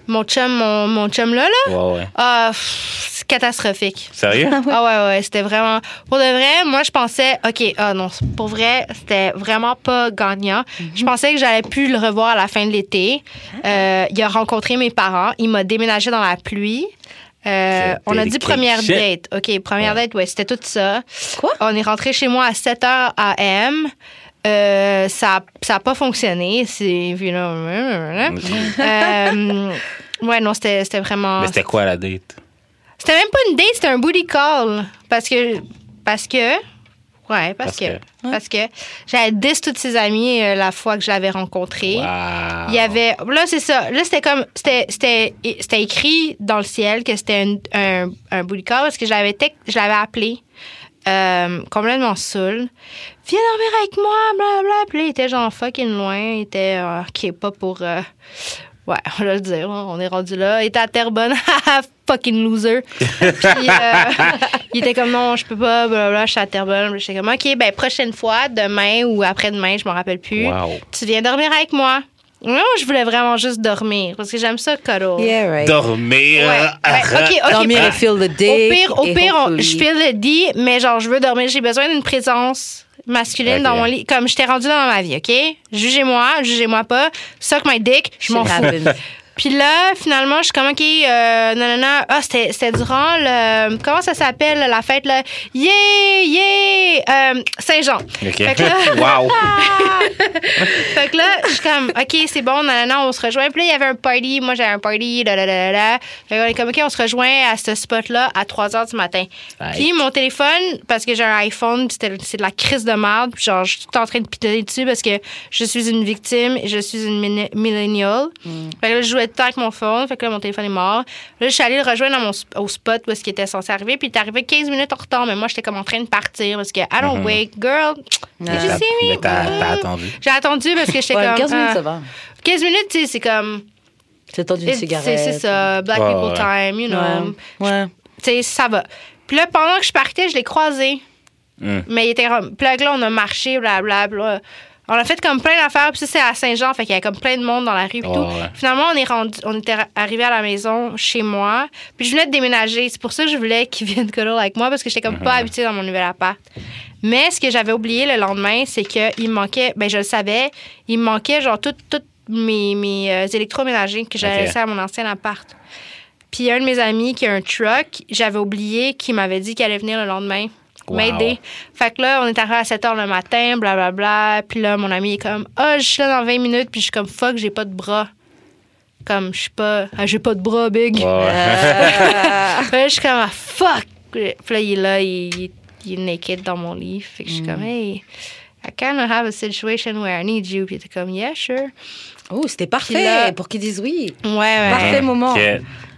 [SPEAKER 4] Mon chum, mon, mon chum là, là,
[SPEAKER 3] Ouais, ouais.
[SPEAKER 4] ah, pff, c'est catastrophique.
[SPEAKER 3] Sérieux?
[SPEAKER 4] Ah ouais, ouais, c'était vraiment. Pour de vrai, moi, je pensais, OK, ah non, pour vrai, c'était vraiment pas gagnant. Je pensais que j'allais plus le revoir à la fin de l'été. Euh, il a rencontré mes parents. Il m'a déménagé dans la pluie. Euh,
[SPEAKER 3] C'est
[SPEAKER 4] on a dit
[SPEAKER 3] delicate
[SPEAKER 4] première
[SPEAKER 3] shit.
[SPEAKER 4] date. OK, première date, ouais, c'était tout ça.
[SPEAKER 2] Quoi?
[SPEAKER 4] On est rentré chez moi à 7 h AM. Euh, ça n'a pas fonctionné. C'est. you know, euh, ouais, non, c'était c'était vraiment.
[SPEAKER 3] Mais c'était quoi la date?
[SPEAKER 4] C'était même pas une date, c'était un booty call. Parce que. Parce que. Ouais, parce,
[SPEAKER 3] Parce
[SPEAKER 4] que.
[SPEAKER 3] que.
[SPEAKER 4] Parce que j'avais 10 toutes ses amies euh, la fois que je l'avais rencontré.
[SPEAKER 3] Wow.
[SPEAKER 4] Il y avait. Là, c'est ça. Là, c'était comme. C'était c'était- c'était écrit dans le ciel que c'était un, un, un booty call parce que je l'avais tec- je l'avais appelé. euh, complètement saoul. Viens dormir avec moi, blablabla. Puis là, il était genre fucking loin. Il était. euh, ok, pas pour. euh, Ouais, on va le dire, hein, on est rendu là. Il était à Terrebonne. fucking loser. Puis, euh, il était comme non, je peux pas, blablabla, je suis à Terrebonne. J'étais comme ok, ben prochaine fois, demain ou après-demain, je m'en rappelle plus.
[SPEAKER 3] Wow.
[SPEAKER 4] Tu viens dormir avec moi. Non, je voulais vraiment juste dormir parce que j'aime ça, cuddle.
[SPEAKER 2] Yeah, right.
[SPEAKER 3] Dormir.
[SPEAKER 4] Ouais.
[SPEAKER 3] ah,
[SPEAKER 4] Ben, ok, ok.
[SPEAKER 2] Dormir
[SPEAKER 4] ben,
[SPEAKER 2] et feel the
[SPEAKER 4] Au
[SPEAKER 2] day.
[SPEAKER 4] pire, au
[SPEAKER 2] et
[SPEAKER 4] pire, on-
[SPEAKER 2] hopefully-
[SPEAKER 4] je file le dit, mais genre, je veux dormir. J'ai besoin d'une présence masculine
[SPEAKER 3] Ok.
[SPEAKER 4] dans mon lit, comme je t'ai rendu dans ma vie, OK? Jugez-moi, jugez-moi pas. Suck my dick, je m'en
[SPEAKER 2] Shit
[SPEAKER 4] fous.
[SPEAKER 2] happens.
[SPEAKER 4] Puis là, finalement, je suis comme, OK, euh, non, non, non. Ah, c'était c'était durant le. Comment ça s'appelle, la fête, là? Yeah, yeah! euh, Saint-Jean.
[SPEAKER 3] Ok.
[SPEAKER 4] Fait que là-
[SPEAKER 3] wow.
[SPEAKER 4] Fait que là, je suis comme, OK, c'est bon, non, non, non, on se rejoint. Puis là, il y avait un party, moi j'avais un party, là, là, là, là, là. Fait qu'on est comme, OK, on se rejoint à ce spot-là à 3 h du matin.
[SPEAKER 3] Aïe.
[SPEAKER 4] Puis mon téléphone, parce que j'ai un iPhone, puis c'était- c'est de la crise de merde, puis genre, je suis tout en train de pitonner dessus parce que je suis une victime, et je suis une mini- millennial.
[SPEAKER 3] Mm.
[SPEAKER 4] Fait que là, je jouais tout le temps avec mon phone, fait que là, mon téléphone est mort. Là, je suis allée le rejoindre dans mon, sp- au spot où est-ce qu'il était censé arriver, puis il est arrivé 15 minutes en retard, mais moi, j'étais comme en train de partir parce que, I don't wait,
[SPEAKER 2] Ah.
[SPEAKER 4] girl, did you
[SPEAKER 3] T'as-
[SPEAKER 4] see me?
[SPEAKER 3] Mm-hmm. mais t'as t'as attendu.
[SPEAKER 4] J'ai attendu parce que j'étais
[SPEAKER 2] Ouais,
[SPEAKER 4] comme.
[SPEAKER 2] 15 minutes,
[SPEAKER 4] ah,
[SPEAKER 2] ça va.
[SPEAKER 4] 15 minutes, tu sais, c'est comme.
[SPEAKER 2] C'est le temps d'une
[SPEAKER 4] it's-
[SPEAKER 2] cigarette.
[SPEAKER 4] C'est c'est ça, Black
[SPEAKER 3] Ouais,
[SPEAKER 4] People
[SPEAKER 3] ouais.
[SPEAKER 4] Time, you know.
[SPEAKER 2] Ouais. ouais.
[SPEAKER 4] Tu sais, ça va. Puis là, pendant que je partais, je l'ai croisé.
[SPEAKER 3] Hmm.
[SPEAKER 4] Mais il était. comme- Puis là, là, on a marché, blablabla. On a fait comme plein d'affaires, puis ça, c'est à Saint-Jean, fait qu'il y a comme plein de monde dans la rue et
[SPEAKER 3] Ouais,
[SPEAKER 4] tout.
[SPEAKER 3] ouais.
[SPEAKER 4] Finalement, on est rendu, on était arrivé à la maison chez moi, puis je venais de déménager. C'est pour ça que je voulais qu'ils viennent coller avec moi, parce que j'étais comme pas habituée dans mon nouvel appart. Mais ce que j'avais oublié le lendemain, c'est qu'il me manquait, ben je le savais, il me manquait genre toutes toutes mes, mes euh, électroménagers que j'avais
[SPEAKER 3] Ok.
[SPEAKER 4] laissés à mon ancien appart. Puis un de mes amis qui a un truck, j'avais oublié qu'il m'avait dit qu'il allait venir le lendemain
[SPEAKER 3] Wow.
[SPEAKER 4] m'aider. Fait que là, on est arrivé à 7 h le matin, blablabla. Puis là, mon ami est comme, ah, je suis là dans 20 minutes, puis je suis comme, fuck, j'ai pas de bras. Comme, je suis pas, ah, j'ai pas de bras, big.
[SPEAKER 3] Ouais, ouais.
[SPEAKER 4] Fait là, je suis comme, ah, fuck. Puis là, il est là, il, il est naked dans mon lit. Fait que je suis comme, hey, I kind of have a situation where I need you. Puis il était comme, yeah, sure.
[SPEAKER 2] Oh, c'était
[SPEAKER 4] Puis
[SPEAKER 2] parfait
[SPEAKER 4] là-
[SPEAKER 2] pour qu'ils disent oui.
[SPEAKER 4] Ouais, ouais.
[SPEAKER 2] Parfait moment.
[SPEAKER 3] Ok.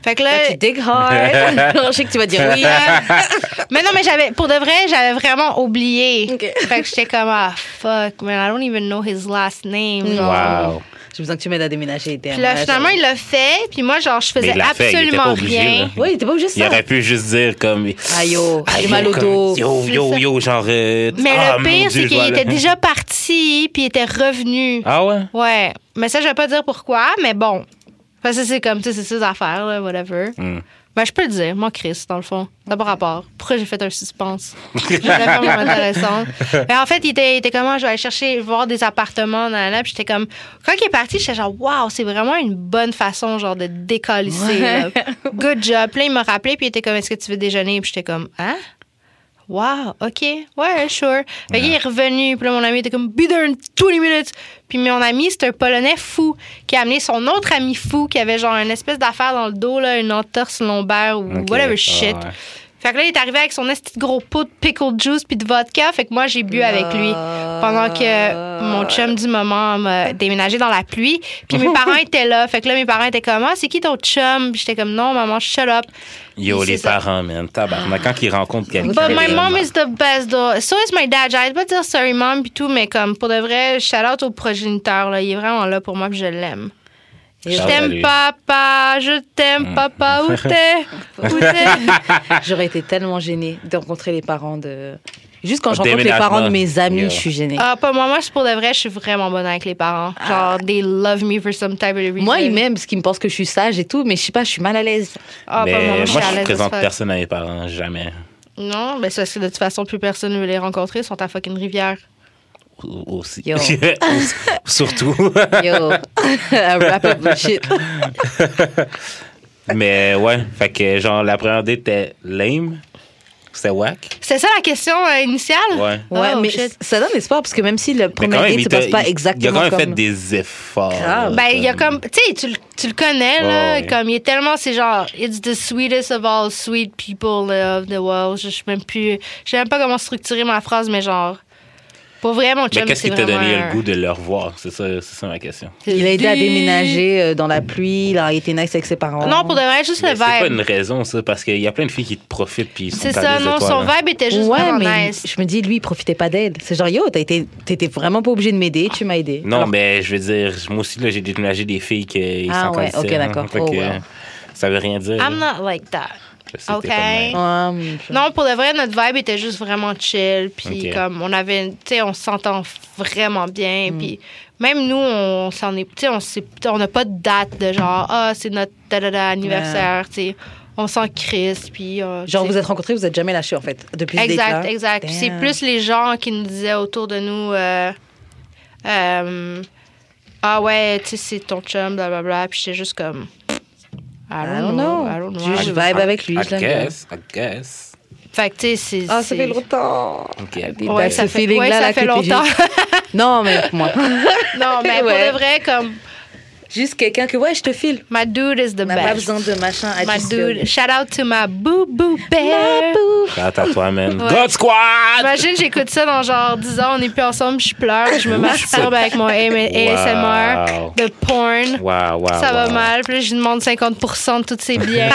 [SPEAKER 4] Fait que là,
[SPEAKER 2] Là, tu dig hard. Non, je sais que tu vas dire oui.
[SPEAKER 4] hein. mais non, mais j'avais, pour de vrai, j'avais vraiment oublié.
[SPEAKER 2] Ok.
[SPEAKER 4] Fait que j'étais comme, ah, fuck, man, I don't even know his last name. genre.
[SPEAKER 3] Wow.
[SPEAKER 2] J'ai besoin que tu m'aides à déménager. t'es un
[SPEAKER 4] Puis là,
[SPEAKER 2] malade.
[SPEAKER 4] finalement, il l'a fait, puis moi, genre, je
[SPEAKER 3] Mais
[SPEAKER 4] faisais
[SPEAKER 3] il l'a fait, il était pas
[SPEAKER 4] absolument
[SPEAKER 3] obligé,
[SPEAKER 4] rien.
[SPEAKER 3] là.
[SPEAKER 2] Oui, t'es pas obligé de
[SPEAKER 3] Il
[SPEAKER 2] ça.
[SPEAKER 3] aurait pu juste dire comme.
[SPEAKER 2] Aïe, yo,
[SPEAKER 3] Aïe,
[SPEAKER 2] j'ai mal au
[SPEAKER 3] comme-
[SPEAKER 2] dos.
[SPEAKER 3] Yo, yo, yo, genre. euh,
[SPEAKER 4] Mais
[SPEAKER 3] ah,
[SPEAKER 4] le
[SPEAKER 3] mon
[SPEAKER 4] pire,
[SPEAKER 3] Dieu,
[SPEAKER 4] c'est
[SPEAKER 3] je
[SPEAKER 4] qu'il
[SPEAKER 3] dois
[SPEAKER 4] était
[SPEAKER 3] aller-
[SPEAKER 4] déjà parti, puis il était revenu.
[SPEAKER 3] Ah ouais?
[SPEAKER 4] Ouais. Mais ça, je vais pas dire pourquoi, mais bon. Parce que c'est comme, tu sais, c'est ses affaires, là, whatever.
[SPEAKER 3] Hmm.
[SPEAKER 4] Ben, je peux le dire, moi, Chris, dans le fond. D'abord, rapport. Pourquoi j'ai fait un suspense? Je voulais faire mon intéressante. Mais Ben, en fait, il était, il était comme, Ah, je vais aller chercher, voir des appartements, nan, nan, nan. Puis j'étais comme, quand il est parti, j'étais genre, waouh, c'est vraiment une bonne façon, genre, de décalisser. là. Good job. Puis là, il m'a rappelé, puis il était comme, est-ce que tu veux déjeuner? Puis j'étais comme, hein? Wow, OK, ouais, sure. Fait qu'il est revenu, puis là, mon ami était comme, be there in 20 minutes. Puis mon ami, c'est un Polonais fou qui a amené son autre ami fou qui avait genre une espèce d'affaire dans le dos, là, une entorse lombaire ou
[SPEAKER 3] Ok.
[SPEAKER 4] whatever shit.
[SPEAKER 3] Ah ouais.
[SPEAKER 4] Fait que là, il est arrivé avec son esti de gros pot de pickle juice puis de vodka. Fait que moi, j'ai bu avec lui pendant que mon chum du moment m'a déménagé dans la pluie. Puis mes parents étaient là. Fait que là, mes parents étaient comme, ah, c'est qui ton chum? Puis j'étais comme, non, maman, shut up.
[SPEAKER 3] Yo,
[SPEAKER 4] Puis
[SPEAKER 3] les
[SPEAKER 4] c'est ça. Ah.
[SPEAKER 3] parents, man. Tabarnak, quand ils rencontrent quelqu'un.
[SPEAKER 4] But my
[SPEAKER 3] vraiment.
[SPEAKER 4] mom is the best, though. So is my dad. J'arrête pas de dire sorry, mom, pis tout, mais comme, pour de vrai, shout out au progéniteur, là. Il est vraiment là pour moi, pis je l'aime.
[SPEAKER 2] Et
[SPEAKER 4] Je
[SPEAKER 3] Ah,
[SPEAKER 4] t'aime,
[SPEAKER 3] salut.
[SPEAKER 4] papa. Je t'aime, papa. Où t'es? Où t'es?
[SPEAKER 2] J'aurais été tellement gênée de rencontrer les parents de. Juste quand je rencontre les
[SPEAKER 3] Déménagement.
[SPEAKER 2] parents de mes amis,
[SPEAKER 3] Yeah.
[SPEAKER 2] je suis gênée.
[SPEAKER 4] Ah, pas moi. Moi, je- pour de vrai, je suis vraiment bonne avec les parents. Genre, they love me for some type of reason.
[SPEAKER 2] Ah. Moi, ils m'aiment parce qu'ils me pensent que je suis sage et tout, mais je sais pas, je suis mal à l'aise.
[SPEAKER 4] Ah, pas
[SPEAKER 3] Mais
[SPEAKER 4] moi.
[SPEAKER 3] moi,
[SPEAKER 4] Moi, je suis à
[SPEAKER 3] je
[SPEAKER 4] l'aise.
[SPEAKER 3] présente
[SPEAKER 4] as fuck.
[SPEAKER 3] personne à mes parents, jamais.
[SPEAKER 4] Non, mais c'est parce que de toute façon, plus personne ne veut les rencontrer. Ils sont à fucking rivière.
[SPEAKER 3] Ou- Aussi.
[SPEAKER 2] Yo.
[SPEAKER 3] Surtout.
[SPEAKER 2] Yo, I wrap up the shit.
[SPEAKER 3] Mais ouais, fait que genre, la première date était lame. C'était whack.
[SPEAKER 4] C'est ça la question euh, initiale?
[SPEAKER 3] Ouais.
[SPEAKER 2] Ouais,
[SPEAKER 4] Oh,
[SPEAKER 2] mais
[SPEAKER 4] shit.
[SPEAKER 2] ça donne espoir parce que même si le
[SPEAKER 3] Mais
[SPEAKER 2] premier date se
[SPEAKER 3] t'a-
[SPEAKER 2] passe pas
[SPEAKER 3] il a quand
[SPEAKER 2] exactement
[SPEAKER 3] même
[SPEAKER 2] comme.
[SPEAKER 3] fait des efforts.
[SPEAKER 2] Grave.
[SPEAKER 3] là,
[SPEAKER 4] Ben, il y a comme. Tu sais, tu, le- tu le connais, là.
[SPEAKER 3] Ah, Ouais, ouais.
[SPEAKER 4] Comme, il est tellement. C'est genre. It's the sweetest of all sweet people là, of the world. Je sais même plus. Je sais même pas comment structurer ma phrase, mais genre. Pour vrai, mon chum,
[SPEAKER 3] Mais qu'est-ce
[SPEAKER 4] c'est
[SPEAKER 3] qui t'a
[SPEAKER 4] vraiment euh,
[SPEAKER 3] donné
[SPEAKER 4] un-
[SPEAKER 3] le goût de le revoir? C'est ça, c'est ça ma question.
[SPEAKER 2] Il a aidé à déménager euh, dans la pluie, il a été nice avec ses parents.
[SPEAKER 4] Non, pour de vrai, juste
[SPEAKER 3] Mais
[SPEAKER 4] le
[SPEAKER 3] C'est pas une
[SPEAKER 4] vibe.
[SPEAKER 3] raison, ça, parce qu'il y a plein de filles qui te profitent puis ils sont
[SPEAKER 4] C'est
[SPEAKER 3] à
[SPEAKER 4] ça,
[SPEAKER 3] des
[SPEAKER 4] non.
[SPEAKER 3] étoiles,
[SPEAKER 4] Son
[SPEAKER 3] hein.
[SPEAKER 4] vibe était juste
[SPEAKER 2] ouais,
[SPEAKER 4] vraiment
[SPEAKER 2] mais
[SPEAKER 4] nice.
[SPEAKER 2] je me dis, lui, il profitait pas d'aide. C'est genre, yo, t'as été- t'étais vraiment pas obligé de m'aider, tu m'as aidé.
[SPEAKER 3] Non,
[SPEAKER 2] Alors,
[SPEAKER 3] mais je veux dire, moi aussi, là, j'ai déménagé des filles qui
[SPEAKER 2] Ah
[SPEAKER 3] s'en
[SPEAKER 2] ouais,
[SPEAKER 3] connaissaient,
[SPEAKER 2] ok,
[SPEAKER 3] hein.
[SPEAKER 2] d'accord.
[SPEAKER 3] Fait
[SPEAKER 2] Oh,
[SPEAKER 3] que-
[SPEAKER 2] wow.
[SPEAKER 3] Ça veut rien dire.
[SPEAKER 4] I'm
[SPEAKER 3] là.
[SPEAKER 4] not like that.
[SPEAKER 3] Je sais que t'es
[SPEAKER 4] okay.
[SPEAKER 3] pas de même.
[SPEAKER 2] Ouais, mais je-
[SPEAKER 4] Non, pour de vrai, notre vibe était juste vraiment chill. Puis
[SPEAKER 3] Ok.
[SPEAKER 4] comme on avait, tu sais, on s'entend vraiment bien.
[SPEAKER 2] Mm.
[SPEAKER 4] Puis même nous, on s'en est, tu sais, on s'est- on n'a pas de date de genre, ah, c'est notre da, da, da anniversaire, tu sais. On s'en crisse, puis... euh,
[SPEAKER 2] Genre,
[SPEAKER 4] tu sais.
[SPEAKER 2] vous êtes rencontrés, vous êtes jamais lâchés, en fait, depuis ce
[SPEAKER 4] Exact,
[SPEAKER 2] date-là.
[SPEAKER 4] exact. Puis C'est
[SPEAKER 2] Damn.
[SPEAKER 4] plus les gens qui nous disaient autour de nous euh, euh, Ah ouais, tu sais, c'est ton chum, blablabla. Puis j'étais juste comme I
[SPEAKER 2] I
[SPEAKER 4] don't know. I don't know.
[SPEAKER 2] Juste, Je vibe avec lui,
[SPEAKER 3] I
[SPEAKER 2] je l'aime
[SPEAKER 3] guess, I guess.
[SPEAKER 4] Fait que tu sais, c'est.
[SPEAKER 2] Ah, ça
[SPEAKER 4] c'est-
[SPEAKER 2] fait longtemps.
[SPEAKER 3] Ok.
[SPEAKER 2] Puis
[SPEAKER 4] Ouais,
[SPEAKER 2] back
[SPEAKER 4] ça
[SPEAKER 2] ce
[SPEAKER 4] fait,
[SPEAKER 2] feeling-là,
[SPEAKER 4] ouais,
[SPEAKER 2] là,
[SPEAKER 4] ça
[SPEAKER 2] que
[SPEAKER 4] fait
[SPEAKER 2] t'es
[SPEAKER 4] longtemps.
[SPEAKER 2] juste- Non, mais pour moi.
[SPEAKER 4] non, mais
[SPEAKER 2] Ouais.
[SPEAKER 4] pour de vrai, comme
[SPEAKER 2] Juste quelqu'un que, ouais, je te file.
[SPEAKER 4] My dude is the
[SPEAKER 2] On n'a pas
[SPEAKER 4] best.
[SPEAKER 2] besoin de machin. I
[SPEAKER 4] My
[SPEAKER 2] just feel
[SPEAKER 4] dude.
[SPEAKER 2] it.
[SPEAKER 4] Shout out to my boo boo bear.
[SPEAKER 3] Shout out à ben, toi, man.
[SPEAKER 4] Ouais.
[SPEAKER 3] God Squad!
[SPEAKER 4] Imagine, j'écoute ça dans genre 10 ans, on n'est plus ensemble, je pleure, je me masturbe avec mon ASMR de porn.
[SPEAKER 3] Wow, wow.
[SPEAKER 4] ça va
[SPEAKER 3] wow.
[SPEAKER 4] mal. Puis là, je lui demande 50 de tous ses biens.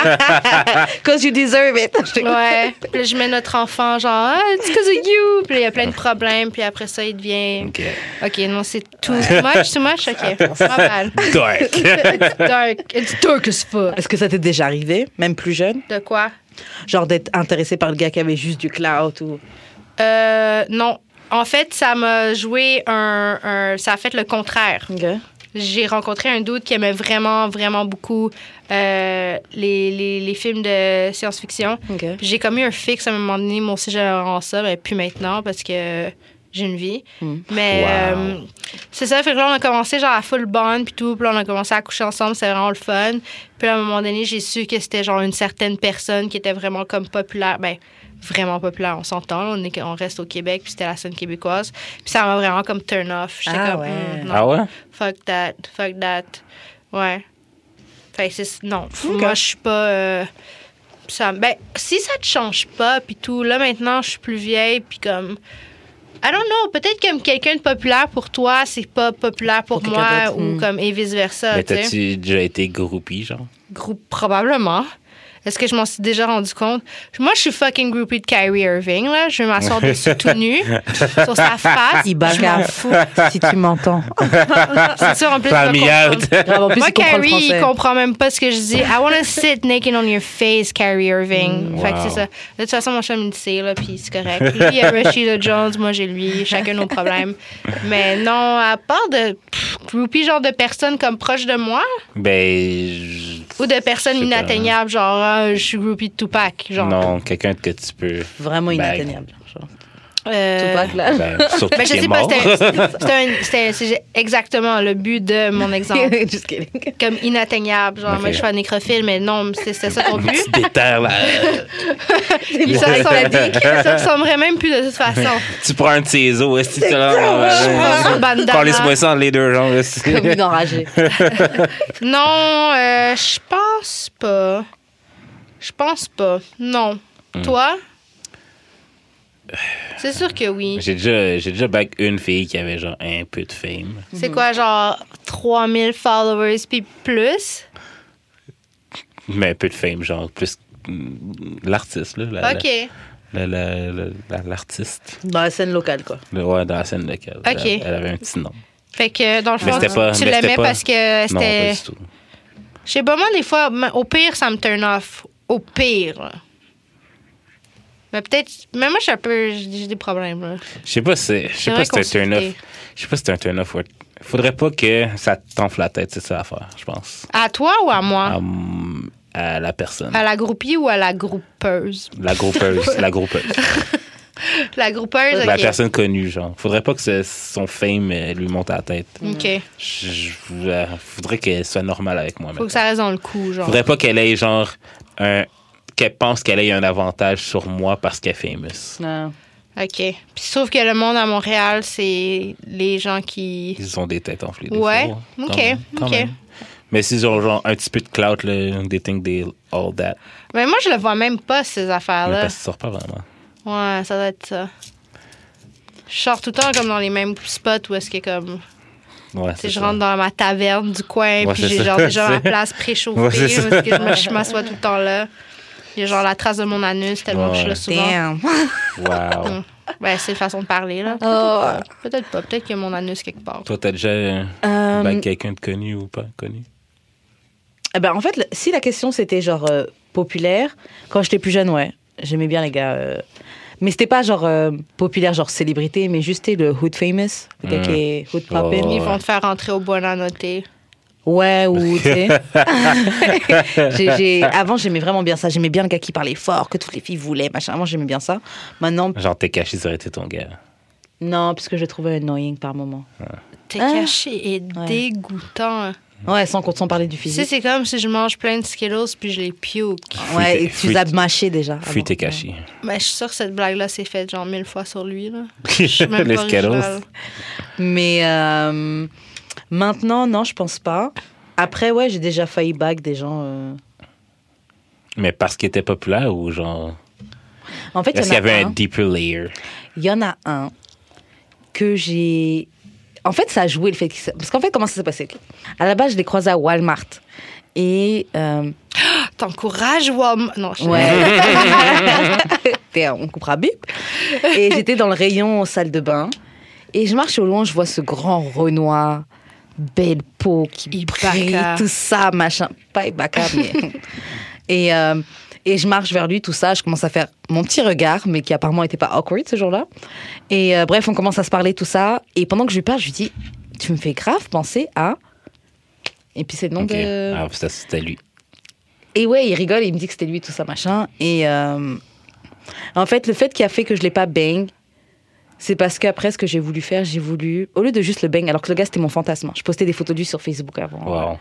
[SPEAKER 2] Cause you deserve it. Je te-
[SPEAKER 4] ouais. Puis là, je mets notre enfant, genre, ah, it's because of you. Puis là, il y a plein de problèmes. Puis après ça, il devient.
[SPEAKER 3] Ok.
[SPEAKER 4] OK, non, c'est too much, too much. OK, pas mal.
[SPEAKER 3] Dark.
[SPEAKER 4] It's dark. It's dark as fuck.
[SPEAKER 2] Est-ce que ça t'est déjà arrivé, même plus jeune?
[SPEAKER 4] De quoi?
[SPEAKER 2] Genre d'être intéressé par le gars qui avait juste du clout ou.
[SPEAKER 4] Euh, non. En fait, ça m'a joué un, un- Ça a fait le contraire. J'ai rencontré un dude qui aimait vraiment, vraiment beaucoup euh, les, les, les films de science-fiction.
[SPEAKER 2] Ok.
[SPEAKER 4] Puis Euh, J'ai comme eu un fixe à un moment donné. Moi aussi, j'avais en ça, mais plus maintenant parce que j'ai une vie.
[SPEAKER 2] Hmm.
[SPEAKER 4] Mais
[SPEAKER 3] Wow.
[SPEAKER 4] euh, c'est ça. Fait que là, on a commencé genre à full bond, puis tout. Puis là, on a commencé à coucher ensemble. C'était vraiment le fun. Puis là, à un moment donné, j'ai su que c'était genre une certaine personne qui était vraiment comme populaire. Ben, vraiment populaire, on s'entend. là. On, est, on reste au Québec, puis c'était la scène québécoise. Puis ça m'a vraiment comme turn off. J'étais
[SPEAKER 2] Ah
[SPEAKER 4] comme,
[SPEAKER 2] ouais.
[SPEAKER 4] hmm, non,
[SPEAKER 3] Ah ouais?
[SPEAKER 4] fuck that, fuck that. Ouais. Fait que c'est... Non, moi, je suis pas... euh, ça, ben, si ça te change pas, puis tout, là, maintenant, je suis plus vieille, puis comme... I don't know, peut-être comme quelqu'un de populaire pour toi, c'est pas populaire pour,
[SPEAKER 2] Pour quelqu'un
[SPEAKER 4] moi,
[SPEAKER 2] d'autre,
[SPEAKER 4] ou
[SPEAKER 2] hmm.
[SPEAKER 4] comme, et vice-versa,
[SPEAKER 3] Mais
[SPEAKER 4] tu sais.
[SPEAKER 3] Ben, t'as-tu déjà été groupie, genre?
[SPEAKER 4] Groupe, probablement. Est-ce que je m'en suis déjà rendu compte? Moi, je suis fucking groupie de Kyrie Irving, là. Je vais m'asseoir dessus tout nu, sur sa
[SPEAKER 2] Ah,
[SPEAKER 4] face. Je
[SPEAKER 2] Ibaka.
[SPEAKER 4] m'en fous.
[SPEAKER 2] si tu m'entends.
[SPEAKER 4] C'est sûr, en plus,
[SPEAKER 3] Parle
[SPEAKER 4] je vais
[SPEAKER 3] me
[SPEAKER 4] comprendre.
[SPEAKER 3] out.
[SPEAKER 2] Grave, en plus,
[SPEAKER 4] Moi,
[SPEAKER 2] il comprend le
[SPEAKER 4] Carrie, il
[SPEAKER 2] français.
[SPEAKER 4] comprend même pas ce que je dis. I want to sit naked on your face, Carrie Irving. Fait
[SPEAKER 3] Mm,
[SPEAKER 4] que
[SPEAKER 3] Wow.
[SPEAKER 4] c'est ça. De toute façon, mon chum, il le sait, là, puis c'est correct. Lui, il a Rashida Jones, moi, j'ai lui. Chacun nos problèmes. Mais non, à part de pff, groupie, genre de personnes comme proches de moi,
[SPEAKER 3] Ben. je-
[SPEAKER 4] ou de personnes
[SPEAKER 3] Je sais pas. hein.
[SPEAKER 4] inatteignables, genre, ah, je suis groupie de Tupac, genre.
[SPEAKER 3] Non, quelqu'un que tu peux.
[SPEAKER 2] Vraiment
[SPEAKER 3] Bag.
[SPEAKER 2] inatteignable. genre.
[SPEAKER 4] Euh,
[SPEAKER 2] Tupac, là.
[SPEAKER 3] Ben, surtout
[SPEAKER 4] Ben, je
[SPEAKER 3] qu'il est
[SPEAKER 4] sais pas,
[SPEAKER 3] mort.
[SPEAKER 4] c'était- c'était un- c'était c'est exactement le but de mon exemple.
[SPEAKER 2] Just kidding.
[SPEAKER 4] Comme inatteignable, genre,
[SPEAKER 3] Ok.
[SPEAKER 4] moi, je suis un nécrophile, mais non, c'est- c'était ça ton but.
[SPEAKER 3] Tu te déterres, là.
[SPEAKER 4] Ils se ressembleraient- ils se ressembleraient même plus de toute façon.
[SPEAKER 3] Tu prends un de ses os, est-ce que tu
[SPEAKER 4] Je prends un
[SPEAKER 3] l'as?
[SPEAKER 4] bandana.
[SPEAKER 3] Parlez-moi ça entre les deux jambes. est-ce que-
[SPEAKER 2] Comme une enragée.
[SPEAKER 4] Non, euh, je pense pas. Je pense pas. Non.
[SPEAKER 3] Hmm.
[SPEAKER 4] Toi? C'est sûr que oui.
[SPEAKER 3] J'ai déjà, j'ai déjà back une fille qui avait genre un peu de fame.
[SPEAKER 4] C'est quoi, genre 3000 followers puis plus?
[SPEAKER 3] Mais un peu de fame, genre plus mm, l'artiste, là. la- la-
[SPEAKER 4] OK.
[SPEAKER 3] la- la- la- la- L'artiste.
[SPEAKER 2] Dans la Bah, scène locale, quoi.
[SPEAKER 3] Le- Ouais, dans la scène locale.
[SPEAKER 4] Ok.
[SPEAKER 3] Elle, elle avait un petit nom.
[SPEAKER 4] Fait que dans le
[SPEAKER 3] Mais
[SPEAKER 4] fond,
[SPEAKER 3] c'était pas.
[SPEAKER 4] tu
[SPEAKER 3] mais c'était
[SPEAKER 4] l'aimais
[SPEAKER 3] pas-
[SPEAKER 4] parce que
[SPEAKER 3] Non, pas
[SPEAKER 4] c'était.
[SPEAKER 3] du tout.
[SPEAKER 4] Je sais pas, moi, des fois, m- au pire, ça me turn off. Au pire. là. Mais peut-être. Mais moi, je suis un peu. J'ai j'ai des problèmes, là.
[SPEAKER 3] Je sais pas si c'est- je sais
[SPEAKER 4] Faudrait
[SPEAKER 3] pas si c'est un turn-off.
[SPEAKER 4] consulter.
[SPEAKER 3] Je sais pas si c'est un turn-off. ouais. Faudrait pas que ça te tonfle la tête, c'est ça l'affaire, je pense.
[SPEAKER 4] À toi ou à moi?
[SPEAKER 3] Hum, à la personne.
[SPEAKER 4] Ah. À la groupie ou à la groupeuse?
[SPEAKER 3] La groupeuse. la groupeuse.
[SPEAKER 4] La groupeuse,
[SPEAKER 3] La
[SPEAKER 4] OK.
[SPEAKER 3] personne connue, genre. Faudrait pas que ce- son fame euh, lui monte à la tête.
[SPEAKER 4] OK.
[SPEAKER 3] Je- je- euh, faudrait qu'elle soit normale avec moi.
[SPEAKER 4] Faut
[SPEAKER 3] maintenant.
[SPEAKER 4] que ça reste dans le coup, genre.
[SPEAKER 3] Faudrait pas qu'elle ait genre un qu'elle pense qu'elle ait un avantage sur moi parce qu'elle est famous.
[SPEAKER 2] Non.
[SPEAKER 4] OK. Puis sauf que le monde à Montréal, c'est les gens qui...
[SPEAKER 3] Ils ont des têtes enflées. des
[SPEAKER 4] Ouais.
[SPEAKER 3] fois.
[SPEAKER 4] Ok,
[SPEAKER 3] quand
[SPEAKER 4] ok.
[SPEAKER 3] même. Mais s'ils ont genre un petit peu de clout, là, they think they all that.
[SPEAKER 4] Mais moi, je le vois même pas, ces
[SPEAKER 3] Mais
[SPEAKER 4] affaires-là.
[SPEAKER 3] parce qu'ils sortent pas vraiment.
[SPEAKER 4] Ouais, ça doit être ça. Je sors tout le temps comme dans les mêmes spots où est-ce que comme...
[SPEAKER 3] Ouais,
[SPEAKER 4] Tu sais,
[SPEAKER 3] c'est
[SPEAKER 4] je
[SPEAKER 3] ça.
[SPEAKER 4] rentre dans ma taverne du coin,
[SPEAKER 3] Ouais,
[SPEAKER 4] puis
[SPEAKER 3] c'est
[SPEAKER 4] j'ai
[SPEAKER 3] ça.
[SPEAKER 4] genre déjà ma
[SPEAKER 3] C'est-
[SPEAKER 4] place préchauffée,
[SPEAKER 3] Ouais, c'est ça.
[SPEAKER 4] parce que je me- je m'assois tout le temps là. Il y a genre la trace de mon anus tellement que je suis là
[SPEAKER 3] Ouais.
[SPEAKER 4] souvent.
[SPEAKER 2] Damn.
[SPEAKER 3] Wow.
[SPEAKER 4] Ben, c'est une façon de parler, là.
[SPEAKER 2] Oh.
[SPEAKER 4] Peut-être pas. Peut-être qu'il y a mon anus quelque part.
[SPEAKER 3] Toi, t'as déjà euh,
[SPEAKER 2] Euh,
[SPEAKER 3] bang quelqu'un de connu ou pas connu?
[SPEAKER 2] Eh ben, en fait, le- si la question c'était genre euh, populaire, quand j'étais plus jeune, ouais, j'aimais bien les gars. euh, Mais c'était pas genre euh, populaire, genre célébrité, mais juste t'es le hood famous, le gars
[SPEAKER 3] Mm.
[SPEAKER 2] qui est hood poppin.
[SPEAKER 3] Oh.
[SPEAKER 4] Ils vont te faire rentrer au bon à noter.
[SPEAKER 2] Ouais, ou tu sais. J'ai- j'ai- Avant, j'aimais vraiment bien ça. J'aimais bien le gars qui parlait fort, que toutes les filles voulaient, machin. Avant, j'aimais bien ça. Maintenant,
[SPEAKER 3] Genre, t'es caché, ça aurait été ton gars.
[SPEAKER 2] non, parce que je le trouvais annoying par moment.
[SPEAKER 4] T'es
[SPEAKER 2] Ah.
[SPEAKER 4] caché et
[SPEAKER 2] Ouais.
[SPEAKER 4] dégoûtant.
[SPEAKER 2] Ouais, sans, qu'on- sans parler du
[SPEAKER 4] Tu sais,
[SPEAKER 2] physique.
[SPEAKER 4] c'est comme si je mange plein de Skittles puis je les puke.
[SPEAKER 2] Ouais,
[SPEAKER 3] Fuite-
[SPEAKER 2] et tu
[SPEAKER 3] fuite-
[SPEAKER 2] les as mâchés déjà. avant.
[SPEAKER 3] Fuite et caché.
[SPEAKER 4] Mais Ben, je suis sûre que cette blague-là s'est faite genre mille fois sur lui. Là. Je suis même
[SPEAKER 3] Les
[SPEAKER 4] pas
[SPEAKER 3] Skittles.
[SPEAKER 4] originale.
[SPEAKER 2] Mais euh, maintenant, non, je pense pas. Après, ouais, j'ai déjà failli back des gens. euh.
[SPEAKER 3] Mais parce qu'il était populaire ou genre.
[SPEAKER 2] En fait, il
[SPEAKER 3] Est-ce
[SPEAKER 2] y,
[SPEAKER 3] qu'il y
[SPEAKER 2] en a
[SPEAKER 3] avait un
[SPEAKER 2] un.
[SPEAKER 3] deeper layer?
[SPEAKER 2] Il y en a un que j'ai. En fait, ça a joué le fait qu'il. s- Parce qu'en fait, comment ça s'est passé ok À la base, je les croisais à Walmart. Et. euh,
[SPEAKER 4] T'encourages Walmart. Non, je
[SPEAKER 2] Ouais. T'es- on coupera bip. Et j'étais dans le rayon salle de bain. Et je marche au loin, je vois ce grand Renoir, belle peau qui
[SPEAKER 4] Ibaka.
[SPEAKER 2] brille, tout ça, machin. Pas Ibaka, mais. et, euh, et je marche vers lui, tout ça. Je commence à faire mon petit regard, mais qui apparemment n'était pas awkward ce jour-là. Et euh, bref, on commence à se parler, tout ça. Et pendant que je lui parle, je lui dis Tu me fais grave penser à. Et puis c'est le nom
[SPEAKER 3] Ok.
[SPEAKER 4] euh,
[SPEAKER 2] de.
[SPEAKER 3] Ah, ça, c'était lui.
[SPEAKER 2] Et ouais, il rigole, il me dit que c'était lui, tout ça, machin. Et euh, en fait, le fait qui a fait que je l'ai pas bang, c'est parce qu'après, ce que j'ai voulu faire, j'ai voulu, au lieu de juste le bang, alors que le gars, c'était mon fantasme. hein. Je postais des photos de lui sur Facebook avant.
[SPEAKER 3] Wow.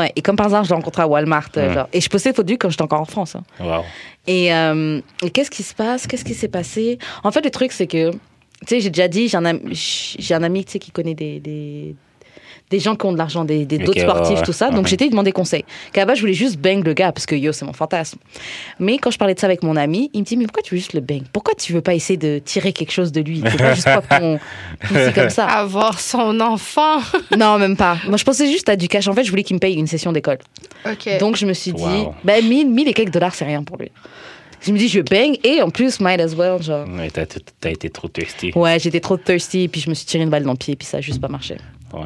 [SPEAKER 2] Ouais, et comme par hasard, je l'ai rencontré à Walmart. euh,
[SPEAKER 3] Mm.
[SPEAKER 2] genre. et je postais des photos de lui quand j'étais encore en France. hein.
[SPEAKER 3] Wow.
[SPEAKER 2] Et, euh, et qu'est-ce qui se passe Qu'est-ce qui s'est passé En fait, le truc, c'est que, tu sais, j'ai déjà dit, j'ai un, ami- j'ai un ami, tu sais, qui connaît des, des, des gens qui ont de l'argent, des, des,
[SPEAKER 3] Ok,
[SPEAKER 2] d'autres
[SPEAKER 3] ouais,
[SPEAKER 2] sportifs,
[SPEAKER 3] ouais.
[SPEAKER 2] tout ça. Donc,
[SPEAKER 3] Mhm.
[SPEAKER 2] j'étais demandé conseil. Qu'à la base, je voulais juste bang le gars, parce que yo, c'est mon fantasme. Mais quand je parlais de ça avec mon ami, il me dit, mais pourquoi tu veux juste le bang Pourquoi tu veux pas essayer de tirer quelque chose de lui Tu veux pas juste pop ton pussy comme ça.
[SPEAKER 4] Avoir son enfant.
[SPEAKER 2] Non, même pas. Moi, je pensais juste à du cash. En fait, je voulais qu'il me paye une session d'école.
[SPEAKER 4] OK.
[SPEAKER 2] Donc je me suis dit,
[SPEAKER 3] Wow.
[SPEAKER 2] ben 1000, 1000 et quelques dollars, c'est rien pour lui. Je me dis, je bang et en plus, might as well, genre.
[SPEAKER 3] Ouais, T'as t'as été trop thirsty.
[SPEAKER 2] Ouais, j'étais trop thirsty, puis je me suis tiré une balle dans le pied, puis ça a juste pas marché.
[SPEAKER 3] Ouais.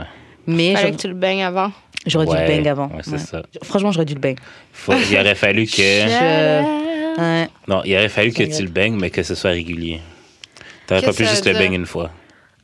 [SPEAKER 2] Mais
[SPEAKER 4] Fallait que
[SPEAKER 2] j'aurais-
[SPEAKER 4] tu le baignes avant.
[SPEAKER 2] j'aurais dû
[SPEAKER 3] Ouais,
[SPEAKER 2] le bang avant.
[SPEAKER 3] ouais, c'est
[SPEAKER 2] Ouais.
[SPEAKER 3] ça.
[SPEAKER 2] Franchement, j'aurais dû le bang.
[SPEAKER 3] Faut- il aurait fallu que.
[SPEAKER 2] Je- Ouais.
[SPEAKER 3] Non, il aurait fallu que
[SPEAKER 2] Exact.
[SPEAKER 3] tu le baignes, mais que ce soit régulier. T'aurais pas
[SPEAKER 4] Qu'est-ce
[SPEAKER 3] pu
[SPEAKER 4] que ça
[SPEAKER 3] juste
[SPEAKER 4] veut
[SPEAKER 3] le
[SPEAKER 4] dire?
[SPEAKER 3] baigner une fois.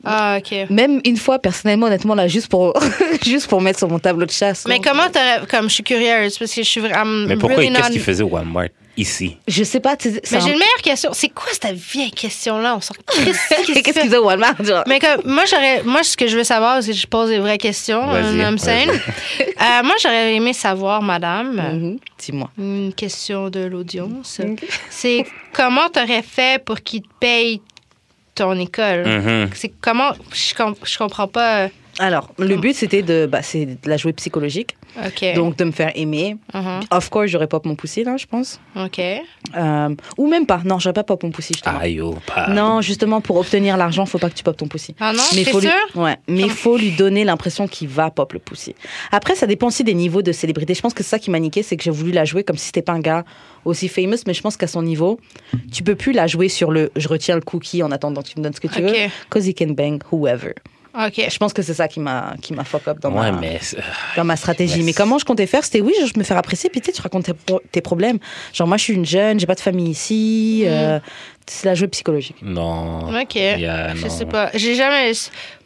[SPEAKER 4] Ah, OK.
[SPEAKER 2] Même une fois, personnellement, honnêtement, là, juste pour, juste pour mettre sur mon tableau de chasse.
[SPEAKER 4] Mais
[SPEAKER 2] non.
[SPEAKER 4] comment t'aurais. Comme je suis curieuse, parce que je suis vraiment.
[SPEAKER 3] Mais pourquoi
[SPEAKER 4] Mm-hmm. really
[SPEAKER 3] et qu'est-ce
[SPEAKER 4] not-
[SPEAKER 3] qu'il faisait au Walmart ici?
[SPEAKER 2] Je sais pas, tu sais, c'est
[SPEAKER 4] Mais
[SPEAKER 2] un-
[SPEAKER 4] j'ai une meilleure question. C'est quoi cette vieille question-là? On sort. Qu'est-ce qu'il
[SPEAKER 2] Qu'est-ce
[SPEAKER 4] fait?
[SPEAKER 2] qu'ils disent au Walmart, genre
[SPEAKER 4] Mais comme, moi, j'aurais, moi, ce que je veux savoir, c'est que je pose des vraies questions.
[SPEAKER 3] Vas-y,
[SPEAKER 4] Un homme sain. Euh, moi, j'aurais aimé savoir, madame,
[SPEAKER 2] Mhm. Dis-moi.
[SPEAKER 4] une question de l'audience.
[SPEAKER 2] Mm.
[SPEAKER 4] C'est comment t'aurais fait pour qu'il te paye ton école?
[SPEAKER 2] Mm-hmm.
[SPEAKER 3] Mhm.
[SPEAKER 4] C'est comment. Je, com- je comprends pas. euh,
[SPEAKER 2] Alors, le but, c'était de, bah, c'est de la jouer psychologique,
[SPEAKER 4] OK.
[SPEAKER 2] donc de me faire aimer.
[SPEAKER 4] Mhm.
[SPEAKER 2] Of course, j'aurais pop mon poussé, là, je pense.
[SPEAKER 4] OK.
[SPEAKER 2] Euh, ou même pas. Non, j'aurais pas pop mon poussy,
[SPEAKER 4] Ah.
[SPEAKER 2] justement.
[SPEAKER 3] Aïe, oh, pas.
[SPEAKER 2] Non, justement, pour obtenir l'argent, faut pas que tu popes ton poussy.
[SPEAKER 4] Ah non? T'es
[SPEAKER 2] faut lui...
[SPEAKER 4] sûr?
[SPEAKER 2] ouais, mais
[SPEAKER 4] Comme-
[SPEAKER 2] faut lui donner l'impression qu'il va pop le poussy. Après, ça dépend aussi des niveaux de célébrité. Je pense que c'est ça qui m'a niqué, c'est que j'ai voulu la jouer comme si c'était pas un gars aussi famous, mais je pense qu'à son niveau, tu peux plus la jouer sur le je retiens le cookie en attendant que tu me donnes ce que tu
[SPEAKER 4] Ok.
[SPEAKER 2] veux. Cause he can bang whoever.
[SPEAKER 4] OK.
[SPEAKER 2] Je pense que c'est ça qui m'a qui m'a fuck up dans,
[SPEAKER 3] Ouais,
[SPEAKER 2] ma,
[SPEAKER 3] mais. c'est- ah,
[SPEAKER 2] dans ma stratégie.
[SPEAKER 3] Ouais.
[SPEAKER 2] Mais comment je comptais faire C'était oui, je, je me faire apprécier, puis tu sais, tu racontes tes, pro- tes problèmes. Genre, moi, je suis une jeune, j'ai pas de famille ici. euh, c'est la jouer psychologique.
[SPEAKER 3] Non.
[SPEAKER 4] OK.
[SPEAKER 3] Yeah,
[SPEAKER 4] je
[SPEAKER 3] non.
[SPEAKER 4] sais pas. J'ai jamais.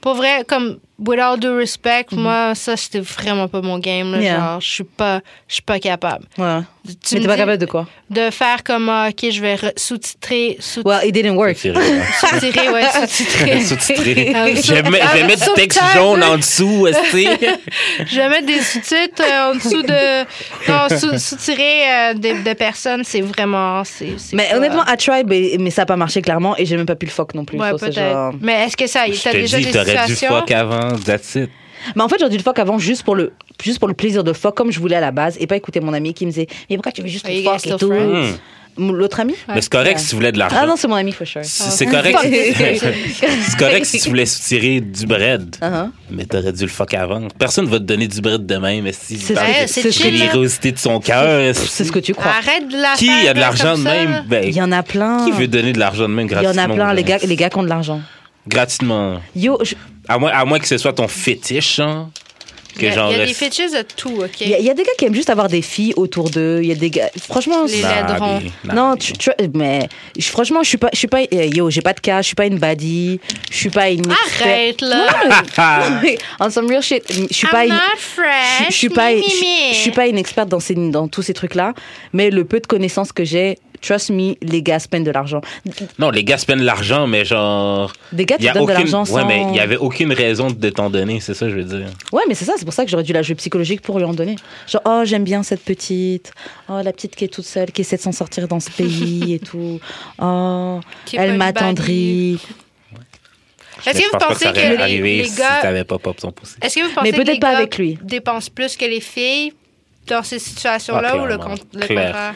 [SPEAKER 4] Pour vrai, comme, without due respect, moi, ça, c'était vraiment pas mon game. là.
[SPEAKER 2] Mm-hmm. Yeah.
[SPEAKER 4] Genre, je suis pas, je suis pas capable.
[SPEAKER 2] Ouais.
[SPEAKER 4] Tu
[SPEAKER 2] mais
[SPEAKER 4] me
[SPEAKER 2] t'es pas
[SPEAKER 4] dis-
[SPEAKER 2] capable de quoi
[SPEAKER 4] de faire comme ah, OK, je vais re- sous-titrer,
[SPEAKER 2] Well, it didn't work.
[SPEAKER 3] C'est vrai.
[SPEAKER 4] sous-titrer, ouais, sous-titrer.
[SPEAKER 3] Sous-titré.
[SPEAKER 4] Ah, oui.
[SPEAKER 3] Je vais mettre- je vais mettre du texte
[SPEAKER 4] Sous-titrage.
[SPEAKER 3] jaune en dessous, est-ce que-
[SPEAKER 4] Je vais mettre des sous-titres euh, en dessous de. Non, sous- sous-tirer euh, de, de personnes, c'est vraiment. c'est c'est
[SPEAKER 2] Mais
[SPEAKER 4] pas-
[SPEAKER 2] honnêtement, I tried, mais, mais ça a pas marché clairement, et j'ai même pas pu le fuck non plus.
[SPEAKER 4] Ouais,
[SPEAKER 2] So, c'est
[SPEAKER 4] peut-être.
[SPEAKER 2] genre-
[SPEAKER 4] Mais est-ce que ça.
[SPEAKER 3] Je
[SPEAKER 4] T'as déjà
[SPEAKER 3] te dis,
[SPEAKER 4] des
[SPEAKER 3] t'aurais dû
[SPEAKER 4] situations.
[SPEAKER 3] fuck avant, that's it.
[SPEAKER 2] Mais en fait, j'aurais dû le fuck avant juste pour le juste pour le plaisir de fuck comme je voulais à la base, et pas écouter mon ami qui me disait mais pourquoi tu veux juste
[SPEAKER 4] Are
[SPEAKER 2] le
[SPEAKER 4] you
[SPEAKER 2] fuck
[SPEAKER 4] guys
[SPEAKER 2] et
[SPEAKER 4] still
[SPEAKER 2] tout.
[SPEAKER 4] friends?
[SPEAKER 3] Hmm.
[SPEAKER 2] Mon- L'autre ami
[SPEAKER 3] Mais c'est correct si tu voulais de l'argent.
[SPEAKER 2] Ah non, c'est mon ami for sure.
[SPEAKER 3] C'est
[SPEAKER 4] Ah.
[SPEAKER 3] c'est correct. C'est correct si tu voulais soutirer du bread.
[SPEAKER 2] Uh-huh.
[SPEAKER 3] Mais t'aurais dû le fuck avant. Personne va te donner du bread demain, mais si
[SPEAKER 2] C'est
[SPEAKER 3] parce
[SPEAKER 2] vrai,
[SPEAKER 3] que
[SPEAKER 2] c'est
[SPEAKER 3] c'est
[SPEAKER 4] chill, là.
[SPEAKER 3] générosité de son cœur.
[SPEAKER 2] C'est ce que tu crois.
[SPEAKER 4] Arrête de la
[SPEAKER 3] Qui
[SPEAKER 4] faire,
[SPEAKER 3] a de
[SPEAKER 4] là,
[SPEAKER 3] l'argent de
[SPEAKER 4] comme ça, là.
[SPEAKER 3] même? Ben,
[SPEAKER 2] Il y en a plein.
[SPEAKER 3] qui veut donner de l'argent de même
[SPEAKER 2] Il y
[SPEAKER 3] gratuitement?
[SPEAKER 2] en a plein, les
[SPEAKER 3] là?
[SPEAKER 2] gars, les gars qui ont de l'argent.
[SPEAKER 3] Gratuitement.
[SPEAKER 2] Yo, je-
[SPEAKER 3] À moins, à moins que ce soit ton fétiche, genre. Que
[SPEAKER 4] il y a,
[SPEAKER 3] genre,
[SPEAKER 4] il y a
[SPEAKER 3] le-
[SPEAKER 4] des fétiches de tout, OK?
[SPEAKER 2] Il y, a- il y a des gars qui aiment juste avoir des filles autour d'eux. Il y a des gars. Franchement,
[SPEAKER 4] Les
[SPEAKER 2] c'est-
[SPEAKER 3] Nah,
[SPEAKER 4] ladrons.
[SPEAKER 3] Abby, nah,
[SPEAKER 2] non,
[SPEAKER 3] Abby.
[SPEAKER 2] tu, tu- mais je- franchement, je suis pas, je suis pas, euh, yo, j'ai pas de cas, je suis pas une baddie, je suis pas une.
[SPEAKER 4] Arrête, là!
[SPEAKER 2] Non, mais- On some real shit, je suis pas
[SPEAKER 4] I'm
[SPEAKER 2] une.
[SPEAKER 4] not fresh,
[SPEAKER 2] Je je suis pas,
[SPEAKER 4] mi,
[SPEAKER 2] je
[SPEAKER 4] mi, mi.
[SPEAKER 2] je suis pas une experte dans ces, dans tous ces trucs-là, mais le peu de connaissances que j'ai, trust me, les gars se peignent de l'argent.
[SPEAKER 3] Non, les gars se prennent de l'argent, mais genre.
[SPEAKER 2] Des gars te
[SPEAKER 3] y a
[SPEAKER 2] donnent Eh, de
[SPEAKER 3] aucune-
[SPEAKER 2] l'argent
[SPEAKER 3] Ouais,
[SPEAKER 2] sans-
[SPEAKER 3] mais il n'y avait aucune raison de t'en donner, c'est ça, que je veux dire.
[SPEAKER 2] Ouais, mais c'est ça, c'est pour ça que j'aurais dû la jouer psychologique pour lui en donner. Genre, oh, j'aime bien cette petite. Oh, la petite qui est toute seule, qui essaie de s'en sortir dans ce pays et tout. Oh,
[SPEAKER 4] Qui est pas
[SPEAKER 2] elle
[SPEAKER 4] une
[SPEAKER 2] m'attendrit.
[SPEAKER 4] Est-ce
[SPEAKER 3] Mais je
[SPEAKER 4] que vous
[SPEAKER 3] pense pas
[SPEAKER 4] pensez
[SPEAKER 3] ça
[SPEAKER 4] que
[SPEAKER 3] aurait
[SPEAKER 4] les,
[SPEAKER 3] arrivé
[SPEAKER 4] les gars...
[SPEAKER 3] si t'avais pas pop ton poussé?
[SPEAKER 4] Est-ce que vous pensez
[SPEAKER 2] Mais
[SPEAKER 4] que
[SPEAKER 2] peut-être
[SPEAKER 4] les
[SPEAKER 2] pas
[SPEAKER 4] gars
[SPEAKER 2] avec lui.
[SPEAKER 4] dépensent plus que les filles dans ces situations-là
[SPEAKER 3] Ah,
[SPEAKER 4] ou le,
[SPEAKER 3] clairement.
[SPEAKER 4] con- le
[SPEAKER 3] Clairement.
[SPEAKER 4] contraire?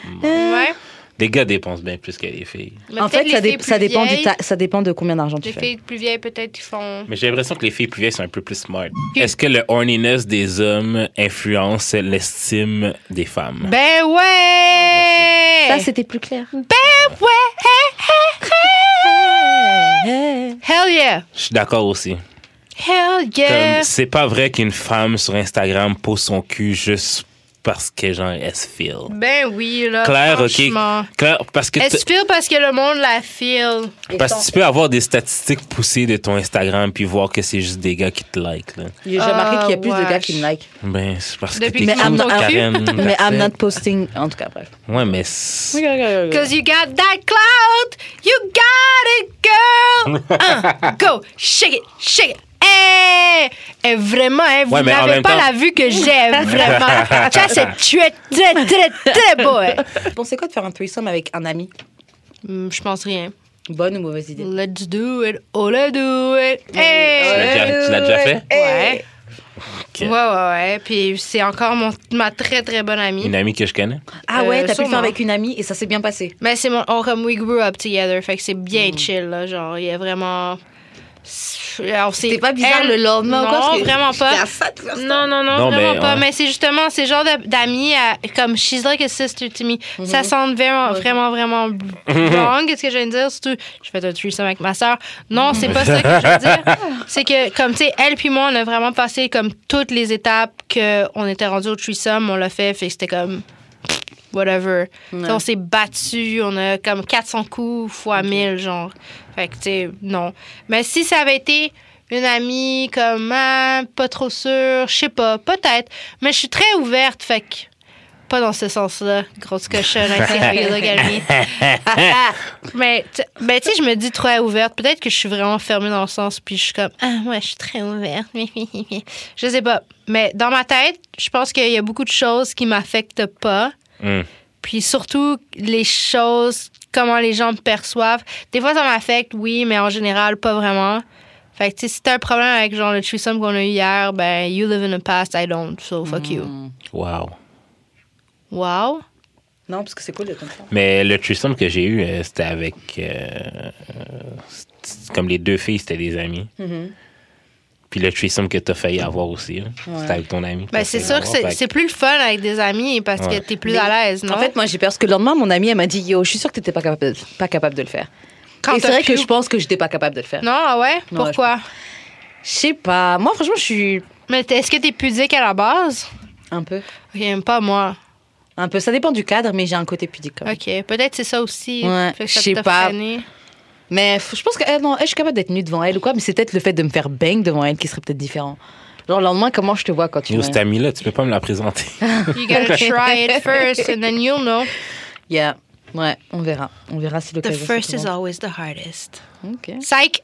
[SPEAKER 4] Ouais.
[SPEAKER 3] Les gars dépensent bien plus que les filles.
[SPEAKER 4] Mais
[SPEAKER 2] Euh, En
[SPEAKER 4] peut-être
[SPEAKER 2] fait, ça,
[SPEAKER 4] les
[SPEAKER 2] dé-
[SPEAKER 4] filles
[SPEAKER 2] ça
[SPEAKER 4] plus
[SPEAKER 2] dépend du
[SPEAKER 4] vieilles-
[SPEAKER 2] ta- ça dépend de combien d'argent tu
[SPEAKER 4] Les
[SPEAKER 2] fais.
[SPEAKER 4] filles plus vieilles, peut-être, ils font...
[SPEAKER 3] Mais j'ai l'impression que les filles plus vieilles sont un peu plus smart.
[SPEAKER 4] Que-
[SPEAKER 3] Est-ce que le horniness des hommes influence l'estime des femmes?
[SPEAKER 4] Ben ouais!
[SPEAKER 2] Ça, c'était plus clair.
[SPEAKER 4] Ben ouais!
[SPEAKER 2] Hey.
[SPEAKER 4] Hell yeah!
[SPEAKER 3] Je suis d'accord aussi.
[SPEAKER 4] Euh. Hell yeah!
[SPEAKER 3] Comme, c'est pas vrai qu'une femme sur Instagram pose son cul juste parce que, genre, elle se feel.
[SPEAKER 4] Ben oui, là,
[SPEAKER 3] Claire,
[SPEAKER 4] franchement.
[SPEAKER 3] ok. Claire, parce que,
[SPEAKER 4] Elle se
[SPEAKER 3] t-
[SPEAKER 4] feel parce que le monde la feel.
[SPEAKER 3] parce que tu peux avoir des statistiques poussées de ton Instagram puis voir que c'est juste des gars qui te like. Là.
[SPEAKER 2] J'ai
[SPEAKER 4] Ah,
[SPEAKER 2] remarqué qu'il y a plus de gars
[SPEAKER 4] wesh. Mm,
[SPEAKER 2] qui me like.
[SPEAKER 3] Ben, c'est parce
[SPEAKER 4] Depuis
[SPEAKER 3] que
[SPEAKER 2] que
[SPEAKER 3] t'es
[SPEAKER 2] tu
[SPEAKER 3] cute,
[SPEAKER 2] m'as pas
[SPEAKER 3] Karen.
[SPEAKER 2] Mais
[SPEAKER 3] that's
[SPEAKER 2] I'm
[SPEAKER 3] it.
[SPEAKER 2] not posting. En tout cas, bref.
[SPEAKER 3] Ouais, mais... c'est-
[SPEAKER 4] Cause you got that clout! You got it, girl! Hein, go! Shake it! Shake it! Hey! Eh, vraiment, hein, vous
[SPEAKER 3] Ouais, mais en
[SPEAKER 4] n'avez
[SPEAKER 3] même
[SPEAKER 4] pas
[SPEAKER 3] temps-
[SPEAKER 4] la vue que j'ai, vraiment. Ça, c'est très, très, très, très beau. hein.
[SPEAKER 2] Pensez quoi de faire un threesome avec un ami
[SPEAKER 3] Mm,
[SPEAKER 4] Hmm, Je pense rien.
[SPEAKER 2] Bonne ou mauvaise idée
[SPEAKER 4] Let's do it, oh let's do it. Hey!
[SPEAKER 3] Tu l'as déjà- tu l'as déjà fait?
[SPEAKER 4] Ouais.
[SPEAKER 3] Ok.
[SPEAKER 4] Ouais, ouais, ouais. Puis c'est encore mon, ma très, très bonne amie.
[SPEAKER 3] Une amie que je connais.
[SPEAKER 2] Ah ouais,
[SPEAKER 4] Euh,
[SPEAKER 2] t'as pu le
[SPEAKER 4] sûrement.
[SPEAKER 2] faire avec une amie et ça s'est bien passé.
[SPEAKER 4] Mais c'est mon. On, comme we grew up together, fait que c'est
[SPEAKER 2] Mm.
[SPEAKER 4] bien chill, là. Genre, il y a vraiment. Alors, c'est
[SPEAKER 2] C'était pas bizarre le
[SPEAKER 4] elle-
[SPEAKER 2] lendemain ou quoi,
[SPEAKER 4] Non,
[SPEAKER 2] parce que
[SPEAKER 4] vraiment
[SPEAKER 2] c'était
[SPEAKER 4] pas.
[SPEAKER 2] à ça de faire ça.
[SPEAKER 4] Non, non, non,
[SPEAKER 3] Non,
[SPEAKER 4] vraiment
[SPEAKER 3] mais, hein.
[SPEAKER 4] pas.
[SPEAKER 3] ouais.
[SPEAKER 4] Mais c'est justement, c'est le genre de- d'amis, à- comme she's like a sister to me. Ça sonne vraiment, vraiment, vraiment
[SPEAKER 3] Mm-hmm.
[SPEAKER 4] wrong, qu'est-ce que je viens de dire? Surtout, je fais un threesome avec ma soeur. Non, c'est pas ça que je veux dire. C'est que, comme, tu sais, elle puis moi, on a vraiment passé comme toutes les étapes qu'on était rendu au threesome, on l'a fait, fait que c'était comme whatever. Tu sais, On s'est battu, on a comme 400 coups fois 1000, genre. Fait que, tu sais, non. Mais si ça avait été une amie, comme, ah, pas trop sûre, je sais pas, peut-être. Mais je suis très ouverte, fait que, pas dans ce sens-là, grosse cochonne, ainsi, regarde, Galmi. mais, tu- ben, tu sais, je me dis très ouverte. Peut-être que je suis vraiment fermée dans le sens, puis je suis comme, ah, ouais, je suis très ouverte. je sais pas. Mais dans ma tête, je pense qu'il y a beaucoup de choses qui m'affectent pas.
[SPEAKER 3] Hmm.
[SPEAKER 4] Puis surtout, les choses, comment les gens me perçoivent. Des fois, ça m'affecte, oui, mais en général, pas vraiment. Fait que, tu sais, si t'as un problème avec, genre, le threesome qu'on a eu hier, ben, you live in the past, I don't, so fuck
[SPEAKER 2] Hmm.
[SPEAKER 4] you.
[SPEAKER 3] Wow.
[SPEAKER 4] Wow.
[SPEAKER 2] Non, parce que c'est cool de ton faire.
[SPEAKER 3] Mais le threesome que j'ai eu, euh, c'était avec... euh, euh, c'est- comme les deux filles, c'était des amis.
[SPEAKER 4] Mm-hmm.
[SPEAKER 3] Puis le threesome que t'as failli avoir aussi, là, c'était avec ton ami.
[SPEAKER 4] Ben, c'est sûr que c'est- c'est plus le fun avec des amis parce
[SPEAKER 3] Ouais.
[SPEAKER 4] que t'es plus à l'aise, non?
[SPEAKER 2] En fait, moi, j'ai peur parce que le lendemain, mon amie, elle m'a dit Yo, je suis sûre que t'étais pas capable, pas capable de le faire.
[SPEAKER 4] Quand
[SPEAKER 2] et c'est
[SPEAKER 4] t'as
[SPEAKER 2] vrai
[SPEAKER 4] pu-
[SPEAKER 2] que je pense que j'étais pas capable de le faire.
[SPEAKER 4] Non, ah ouais?
[SPEAKER 2] Ouais,
[SPEAKER 4] Pourquoi?
[SPEAKER 2] Je sais pas. Moi, franchement, je suis
[SPEAKER 4] Mais t'es- est-ce que t'es pudique à la base?
[SPEAKER 2] un peu.
[SPEAKER 4] Ok, même pas moi.
[SPEAKER 2] Un peu. Ça dépend du cadre, mais j'ai un côté pudique quand même.
[SPEAKER 4] Ok, peut-être c'est ça aussi.
[SPEAKER 2] Ouais,
[SPEAKER 4] Fait que ça
[SPEAKER 2] je sais
[SPEAKER 4] t'a
[SPEAKER 2] pas.
[SPEAKER 4] freiné.
[SPEAKER 2] Mais f- je pense que eh, non, eh, je suis capable d'être nue devant elle ou quoi, mais c'est peut-être le fait de me faire bang devant elle qui serait peut-être différent. Genre, le lendemain, comment je te vois quand tu
[SPEAKER 3] Yo,
[SPEAKER 2] me.
[SPEAKER 3] cet ami-là, tu peux pas me la présenter.
[SPEAKER 4] You gotta try it first and then you'll know.
[SPEAKER 2] Yeah. Ouais, on verra. On verra si
[SPEAKER 4] The
[SPEAKER 2] l'occasion. se
[SPEAKER 4] first is
[SPEAKER 2] présente.
[SPEAKER 4] always the hardest.
[SPEAKER 2] Ok.
[SPEAKER 4] Psych!